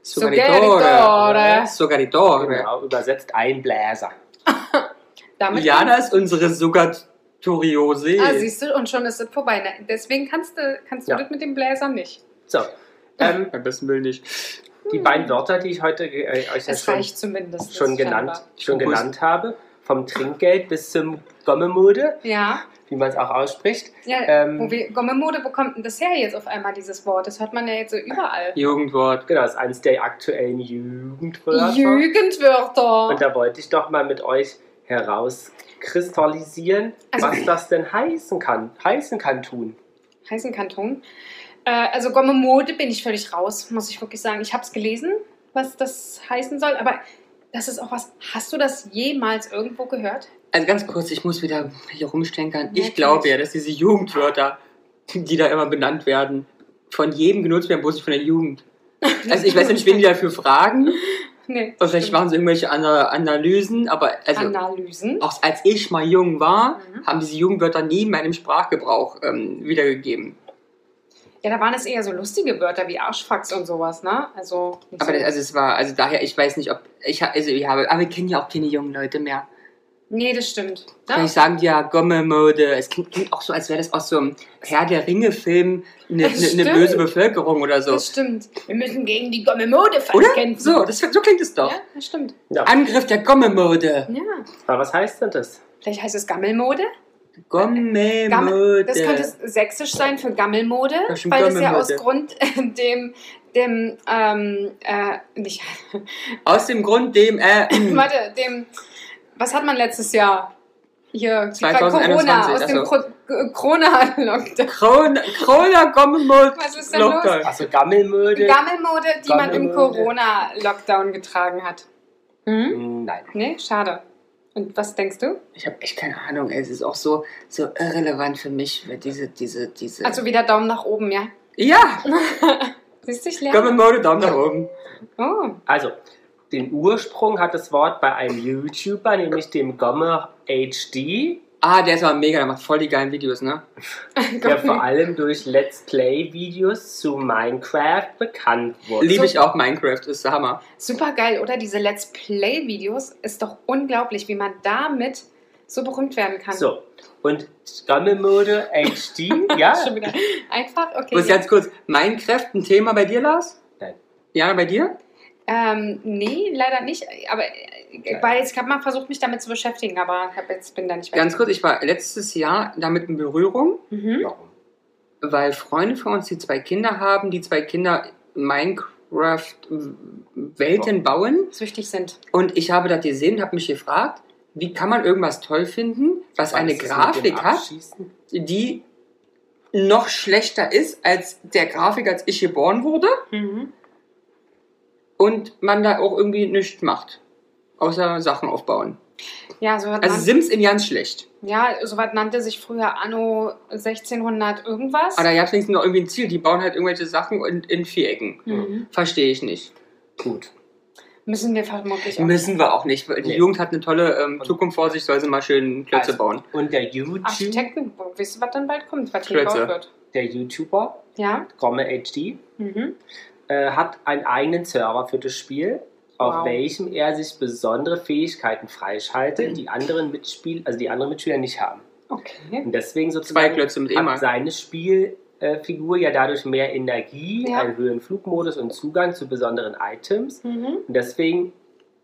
Speaker 1: Suggeritore.
Speaker 3: Sugaritore.
Speaker 2: Genau, übersetzt Einbläser.
Speaker 1: Damit
Speaker 3: Jana ist unsere Sugatoriose.
Speaker 1: Ah, siehst du, und schon ist es vorbei. Na, Deswegen kannst du, kannst du
Speaker 2: Ja.
Speaker 1: das mit dem Bläser nicht.
Speaker 2: So, ähm,
Speaker 3: Am besten will nicht.
Speaker 2: die beiden Wörter, die ich heute äh, euch ja
Speaker 1: Es
Speaker 2: schon,
Speaker 1: reicht zumindest.
Speaker 2: schon,
Speaker 1: das
Speaker 2: genannt,
Speaker 1: scheinbar.
Speaker 2: schon
Speaker 3: Prost.
Speaker 2: genannt habe, vom Trinkgeld bis zum Gommemode,
Speaker 1: Ja,
Speaker 2: wie man es auch ausspricht.
Speaker 1: ja
Speaker 2: Ähm,
Speaker 1: wo wir, Gommemode, wo kommt denn das her jetzt auf einmal, dieses Wort? Das hört man ja jetzt so überall.
Speaker 3: Jugendwort.
Speaker 2: Genau, das ist eines der aktuellen Jugendwörter.
Speaker 1: Jugendwörter.
Speaker 2: Und da wollte ich doch mal mit euch herauskristallisieren,
Speaker 1: Also-
Speaker 2: was das denn heißen kann, heißen kann tun.
Speaker 1: heißen Kanton. Äh, also Gomme Mode bin ich völlig raus, muss ich wirklich sagen. Ich habe es gelesen, was das heißen soll, aber das ist auch was. Hast du das jemals irgendwo gehört?
Speaker 3: Also ganz kurz, ich muss wieder hier rumstenkern.
Speaker 1: Ja,
Speaker 3: Ich glaube
Speaker 1: klar.
Speaker 3: ja, dass diese Jugendwörter, die da immer benannt werden, von jedem genutzt werden, bloß nicht von der Jugend. Also ich weiß nicht, wen die dafür fragen.
Speaker 1: Nee.
Speaker 3: Oder vielleicht machen sie irgendwelche andere Analysen, aber also
Speaker 1: Analysen.
Speaker 3: auch als ich mal jung war,
Speaker 1: Mhm.
Speaker 3: haben diese Jugendwörter nie in meinem Sprachgebrauch ähm, wiedergegeben.
Speaker 1: Ja, da waren es eher so lustige Wörter wie Arschfax und sowas, ne? Also, nicht
Speaker 3: Aber
Speaker 1: so.
Speaker 3: das, also es war, also daher, ich weiß nicht, ob ich ha- also ich habe, aber wir kennen ja auch keine jungen Leute mehr.
Speaker 1: nee, das stimmt.
Speaker 3: Kann
Speaker 1: Ne?
Speaker 3: ich sagen, ja, Gomme-Mode. Es klingt, klingt auch so, als wäre das aus so einem Herr der Ringe-Film eine,
Speaker 1: Das
Speaker 3: eine, eine
Speaker 1: stimmt.
Speaker 3: böse Bevölkerung oder so.
Speaker 1: Das stimmt. Wir müssen gegen die Gomme Mode
Speaker 3: Oder?
Speaker 1: verkämpfen.
Speaker 3: So, das, so klingt es doch.
Speaker 1: Ja, das stimmt.
Speaker 2: Ja.
Speaker 3: Angriff der Gomme-Mode.
Speaker 1: Ja.
Speaker 2: Aber was heißt denn das?
Speaker 1: Vielleicht heißt es Gammelmode?
Speaker 3: Gommelmöde.
Speaker 1: Das könnte sächsisch sein für Gammelmode,
Speaker 3: Das stimmt,
Speaker 1: weil das ja aus
Speaker 3: Gammelmode.
Speaker 1: Grund äh, dem, dem, ähm, äh, nicht,
Speaker 3: Aus dem Grund, dem, äh,
Speaker 1: warte, dem, was hat man letztes Jahr? Hier, wie war
Speaker 3: 2021,
Speaker 1: Corona, aus dem
Speaker 3: also.
Speaker 1: Pro- Corona-Lockdown.
Speaker 3: Krone, Krone, Gommelmöde.
Speaker 1: Was ist denn los?
Speaker 2: Also Gammelmöde?
Speaker 1: Äh, Gammelmode, die man im
Speaker 2: Gammelmode.
Speaker 1: Corona-Lockdown getragen hat.
Speaker 3: Mhm.
Speaker 2: Hm, Nein.
Speaker 1: Nee, schade. Und was denkst du?
Speaker 3: Ich habe echt keine Ahnung. ey. Es ist auch so, so irrelevant für mich, weil diese, diese, diese.
Speaker 1: Also wieder Daumen nach oben, ja?
Speaker 3: ja,
Speaker 1: Siehst du, ich
Speaker 3: komm
Speaker 1: lerne.
Speaker 3: mit Mode Daumen nach oben.
Speaker 1: Oh,
Speaker 2: Also, den Ursprung hat das Wort bei einem YouTuber, nämlich dem Gomme HD,
Speaker 3: Ah, der ist aber mega, der macht voll die geilen Videos, ne?
Speaker 2: der vor allem durch Let's Play-Videos zu Minecraft bekannt wurde.
Speaker 3: Liebe ich auch Minecraft, ist der Hammer.
Speaker 1: Super geil, oder? Diese Let's Play-Videos ist doch unglaublich, wie man damit so berühmt werden kann.
Speaker 2: So, und Gammelmode HD, ja?
Speaker 1: Schon wieder. Einfach, okay.
Speaker 3: Bloß ganz kurz, Minecraft ein Thema bei dir, Lars?
Speaker 2: Nein.
Speaker 3: Ja, bei dir?
Speaker 1: Ähm, nee, leider nicht. Aber äh, weil ich habe mal versucht, mich damit zu beschäftigen, aber hab jetzt bin da nicht
Speaker 3: Ganz kurz, ich war letztes Jahr damit in Berührung,
Speaker 1: Mhm.
Speaker 2: Warum?
Speaker 3: weil Freunde von uns, die zwei Kinder haben, die zwei Kinder Minecraft-Welten bauen.
Speaker 1: Süchtig sind.
Speaker 3: Und ich habe das gesehen und habe mich gefragt, wie kann man irgendwas toll finden, was eine
Speaker 2: ist das
Speaker 3: Grafik
Speaker 2: mit dem
Speaker 3: hat,
Speaker 2: Abschießen?
Speaker 3: die noch schlechter ist als der Grafik, als ich geboren wurde
Speaker 1: Mhm.
Speaker 3: und man da auch irgendwie nichts macht, außer Sachen aufbauen.
Speaker 1: Ja, so was
Speaker 3: Also Sims in ganz schlecht.
Speaker 1: nan- ja, so was nannte sich früher Anno 1600 irgendwas.
Speaker 3: Aber da gab es wenigstens noch irgendwie ein Ziel, die bauen halt irgendwelche Sachen in, in Vierecken.
Speaker 1: mhm.
Speaker 3: Verstehe ich nicht.
Speaker 2: Gut.
Speaker 1: Müssen wir vermutlich auch.
Speaker 3: Müssen wir auch nicht, weil die
Speaker 2: Nee.
Speaker 3: Jugend hat eine tolle ähm, Zukunft vor sich, soll sie mal schön Klötze
Speaker 2: Also,
Speaker 3: bauen.
Speaker 2: Und der, YouTube,
Speaker 1: Architekten, weißt du, was dann bald kommt, was hier
Speaker 3: Klötze.
Speaker 1: gebaut wird?
Speaker 2: der YouTuber,
Speaker 1: Ja.
Speaker 2: Gomme HD,
Speaker 1: Mhm.
Speaker 2: äh, hat einen eigenen Server für das Spiel, auf
Speaker 1: Wow.
Speaker 2: welchem er sich besondere Fähigkeiten freischaltet, die anderen Mitspiel, also die anderen Mitspieler nicht haben.
Speaker 1: Okay.
Speaker 3: Mhm.
Speaker 2: Und deswegen
Speaker 3: Zwei
Speaker 2: sozusagen
Speaker 3: Klötze mit
Speaker 2: hat
Speaker 3: E-Mark.
Speaker 2: seine Spielfigur ja dadurch mehr Energie,
Speaker 1: Ja.
Speaker 2: einen höheren Flugmodus und Zugang zu besonderen Items.
Speaker 1: Mhm.
Speaker 2: Und deswegen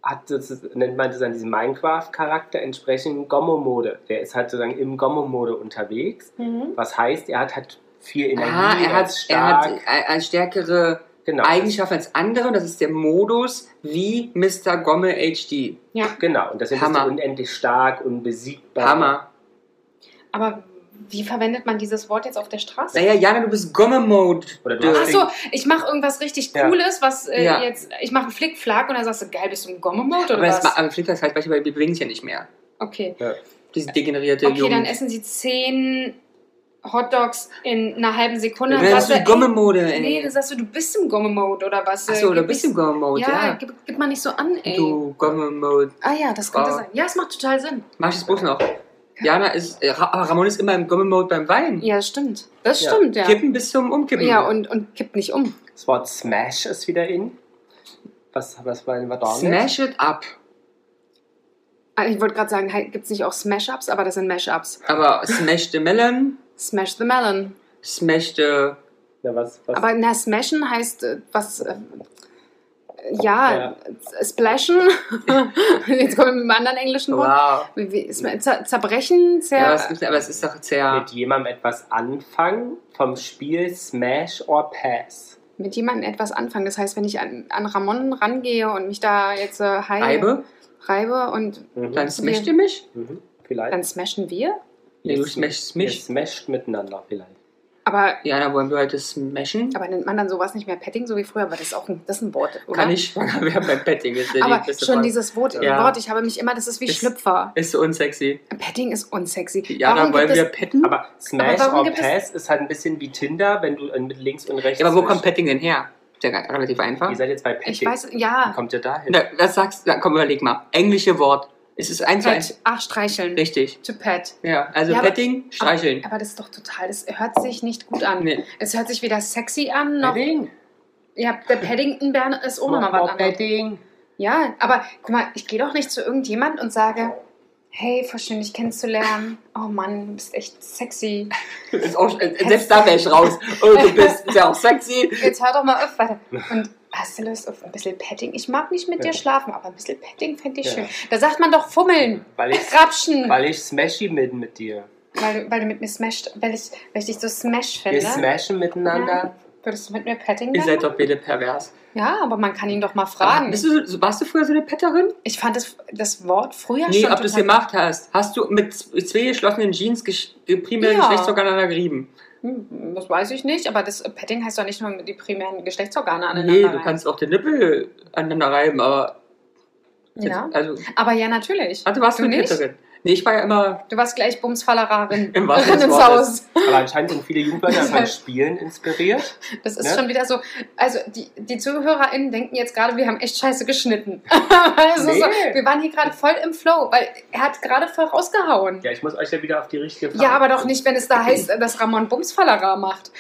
Speaker 2: hat, das- nennt man das an diesem Minecraft-Charakter entsprechend Gommo-Mode. Der ist halt sozusagen im Gommo-Mode unterwegs.
Speaker 1: Mhm.
Speaker 2: Was heißt, er hat halt viel Energie,
Speaker 3: Ah, er hat,
Speaker 2: ist
Speaker 3: er
Speaker 2: stark.
Speaker 3: hat äh, eine stärkere
Speaker 2: genau,
Speaker 3: Eigenschaft als andere und das ist der Modus wie Mr. Gomme HD.
Speaker 2: genau. Und deswegen ist
Speaker 3: Hammer.
Speaker 2: er unendlich stark, unbesiegbar.
Speaker 3: Hammer.
Speaker 1: Aber wie verwendet man dieses Wort jetzt auf der Straße?
Speaker 3: Naja, Jana, du bist Gomme-Mode.
Speaker 2: Oder du hast-
Speaker 1: Ach so, ich mache irgendwas richtig
Speaker 2: Ja.
Speaker 1: Cooles, was äh,
Speaker 3: Ja.
Speaker 1: jetzt, ich mache einen Flickflack und dann sagst du, geil, bist du im Gomme-Mode oder
Speaker 3: Aber, das,
Speaker 1: was?
Speaker 3: ma- aber Flickflacks halt, weil wir bewegen es ja nicht mehr.
Speaker 1: Okay,
Speaker 3: Diese degenerierte
Speaker 1: okay dann
Speaker 3: Jugend.
Speaker 1: essen sie zehn Hotdogs in einer halben Sekunde.
Speaker 3: Dann bist du
Speaker 1: ey,
Speaker 3: Gomme-Mode,
Speaker 1: Nee,
Speaker 3: ey.
Speaker 1: dann sagst du, du bist im Gomme-Mode oder was?
Speaker 3: Achso,
Speaker 1: Äh,
Speaker 3: du
Speaker 1: gib
Speaker 3: bist
Speaker 1: ich-
Speaker 3: im Gomme-Mode,
Speaker 1: Ja,
Speaker 3: ja.
Speaker 1: gib, gib mal nicht so an, ey.
Speaker 3: Du Gomme-Mode.
Speaker 1: Ah ja, das könnte
Speaker 3: Ah.
Speaker 1: sein. Ja, es macht total Sinn.
Speaker 3: Mach ich das bloß noch. Jana ist, äh, Ra aber Ramon ist immer im Gomme-Mode beim Wein.
Speaker 1: Ja, das stimmt. Das
Speaker 2: Ja.
Speaker 1: stimmt, ja.
Speaker 3: Kippen bis zum Umkippen.
Speaker 1: Ja, und, und kippt nicht um.
Speaker 2: Das Wort Smash ist wieder in. Was, was war denn da?
Speaker 3: Smash it up.
Speaker 1: Ah, Ich wollte gerade sagen, gibt es nicht auch Smash-Ups, aber das sind Mash-Ups.
Speaker 3: Aber smash the melon,
Speaker 1: Smash the Melon.
Speaker 3: smash the...
Speaker 2: Ja, was, was?
Speaker 1: Aber na, smashen heißt äh, was. Äh, ja,
Speaker 2: Ja.
Speaker 1: s- splashen. Jetzt kommen wir mit einem anderen englischen Wort.
Speaker 3: Wow.
Speaker 1: Wie- wie- sma- zer- zerbrechen, zer.
Speaker 3: Ja, es gibt, aber es ist doch sehr...
Speaker 2: mit jemandem etwas anfangen vom Spiel Smash or Pass.
Speaker 1: mit jemandem etwas anfangen. Das heißt, wenn ich an, an Ramon rangehe und mich da jetzt äh, hei-
Speaker 3: Reibe?
Speaker 1: reibe und
Speaker 2: Mhm.
Speaker 3: Dann smasht ihr mich?
Speaker 2: mhm. Vielleicht.
Speaker 1: dann smashen wir.
Speaker 3: Nee, du
Speaker 2: Ihr sm-
Speaker 3: smashst
Speaker 2: ihr
Speaker 3: mich.
Speaker 2: smasht miteinander vielleicht.
Speaker 1: Aber,
Speaker 3: Ja, dann wollen wir heute smashen.
Speaker 1: aber nennt man dann sowas nicht mehr Petting, so wie früher? Aber das ist auch ein, das ist ein Wort. Oder?
Speaker 3: Kann ich schwanger werden beim Petting? Ist ja die
Speaker 1: Aber
Speaker 3: beste
Speaker 1: schon
Speaker 3: Frage.
Speaker 1: dieses Wort,
Speaker 3: Ja.
Speaker 1: Wort, ich habe mich immer, das ist wie
Speaker 3: Ist-
Speaker 1: Schlüpfer.
Speaker 3: Ist so unsexy.
Speaker 1: Petting ist unsexy.
Speaker 3: Ja, dann
Speaker 1: Warum
Speaker 3: wollen
Speaker 1: gibt
Speaker 3: wir
Speaker 1: es-
Speaker 3: petten. Aber,
Speaker 2: Aber Smash
Speaker 1: warum
Speaker 2: or
Speaker 1: gibt es-
Speaker 2: Pass ist halt ein bisschen wie Tinder, wenn du mit links und rechts.
Speaker 3: ja, aber wo kommt
Speaker 2: Petting?
Speaker 3: Petting denn her? Ist ja gar- relativ einfach.
Speaker 2: Ihr seid jetzt bei Petting.
Speaker 1: Ich weiß,
Speaker 2: Wie
Speaker 1: ja.
Speaker 2: kommt ihr dahin?
Speaker 3: Na, was sagst du? Komm, überleg mal. Englische Wort. Es ist eins zu eins.
Speaker 1: Pet. Halt. Ach, streicheln.
Speaker 3: Richtig.
Speaker 1: To pet.
Speaker 3: Ja, also
Speaker 1: Ja, aber-
Speaker 3: Petting, streicheln.
Speaker 1: Aber das ist doch total, das hört sich nicht gut an.
Speaker 3: nee.
Speaker 1: Es hört sich weder sexy an, noch.
Speaker 2: Petting.
Speaker 1: Ja, der Paddington-Bär ist auch nochmal was
Speaker 2: More
Speaker 1: anderes.
Speaker 2: Petting.
Speaker 1: Ja, aber guck mal, ich gehe doch nicht zu irgendjemand und sage, hey, voll schön, dich kennenzulernen. Oh Mann, du bist echt sexy.
Speaker 3: Ist auch, äh, selbst da wäre ich raus. Oh, du bist ist ja auch sexy.
Speaker 1: Jetzt hör doch mal auf, warte. Und hast du Lust auf ein bisschen Petting? Ich mag nicht mit
Speaker 2: Ja.
Speaker 1: dir schlafen, aber ein bisschen Petting fände ich
Speaker 2: Ja.
Speaker 1: schön. Da sagt man doch fummeln,
Speaker 2: Weil ich,
Speaker 1: rapschen.
Speaker 2: weil ich smashy bin mit dir.
Speaker 1: Weil, du- weil du mit mir smashed, weil ich, weil ich dich so smash finde.
Speaker 2: Wir smashen miteinander.
Speaker 1: Würdest du mit mir petting
Speaker 3: Ihr seid
Speaker 1: werden?
Speaker 3: doch beide pervers.
Speaker 1: Ja, aber man kann ihn doch mal fragen.
Speaker 3: Bist du, so- warst du früher so eine Petterin?
Speaker 1: Ich fand das, das Wort früher
Speaker 3: nee,
Speaker 1: schon
Speaker 3: ob du es
Speaker 1: total-
Speaker 3: gemacht hast. Hast du mit z- zwei geschlossenen Jeans gesch die primäre
Speaker 1: Ja.
Speaker 3: Geschlechtsorgane gerieben?
Speaker 1: Hm, Das weiß ich nicht, aber das äh, Petting heißt doch nicht nur die primären Geschlechtsorgane aneinander.
Speaker 3: Nee, du
Speaker 1: reiben.
Speaker 3: kannst auch den Nippel aneinander reiben, aber.
Speaker 1: Ja.
Speaker 3: Also,
Speaker 1: Aber ja, natürlich.
Speaker 3: also warst du,
Speaker 1: Du
Speaker 3: eine
Speaker 1: nicht?
Speaker 3: Petterin? Nee, ich war ja immer
Speaker 1: Du warst gleich Bumsfallerin
Speaker 3: im wahrsten
Speaker 1: ins
Speaker 3: Wortes.
Speaker 1: Haus.
Speaker 2: Aber anscheinend sind viele Jugendwörter von Spielen inspiriert.
Speaker 1: Das ist
Speaker 2: Ne?
Speaker 1: schon wieder so. Also, die, die ZuhörerInnen denken jetzt gerade, wir haben echt scheiße geschnitten. also
Speaker 2: Nee.
Speaker 1: so, wir waren hier gerade voll im Flow, weil er hat gerade voll rausgehauen. Ja,
Speaker 2: Ja, ich muss euch ja wieder auf die richtige Frage.
Speaker 1: aber doch nicht, wenn es da heißt, dass Ramon Bumsfallerer macht.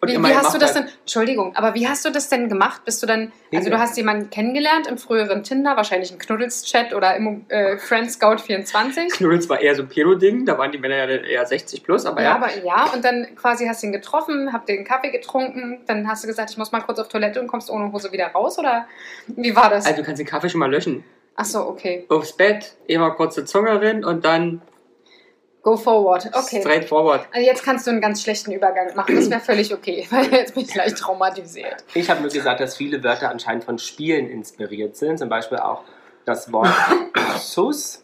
Speaker 3: Und
Speaker 1: Wie,
Speaker 3: immer
Speaker 1: wie hast du
Speaker 3: gemacht
Speaker 1: das denn, Entschuldigung, aber wie hast du das denn gemacht? Bist du dann, also
Speaker 2: Tinder.
Speaker 1: du hast jemanden kennengelernt im früheren Tinder, wahrscheinlich im Knuddels-Chat oder im äh, Friend Scout 24?
Speaker 3: Knuddels war eher so ein Pedo-Ding, da waren die Männer ja dann eher 60 plus, aber
Speaker 1: Ja,
Speaker 3: ja.
Speaker 1: aber ja, und dann quasi hast du ihn getroffen, habt den Kaffee getrunken, dann hast du gesagt, ich muss mal kurz auf Toilette und kommst ohne Hose wieder raus, oder wie war das?
Speaker 3: also du kannst den Kaffee schon mal löschen.
Speaker 1: Ach so, okay.
Speaker 3: Aufs Bett, immer kurze Zunge rein und dann
Speaker 1: Go forward, okay.
Speaker 3: straight forward.
Speaker 1: Also jetzt kannst du einen ganz schlechten Übergang machen, das wäre völlig okay, weil jetzt bin ich gleich traumatisiert.
Speaker 2: Ich habe nur gesagt, dass viele Wörter anscheinend von Spielen inspiriert sind. Zum Beispiel auch das Wort Sus.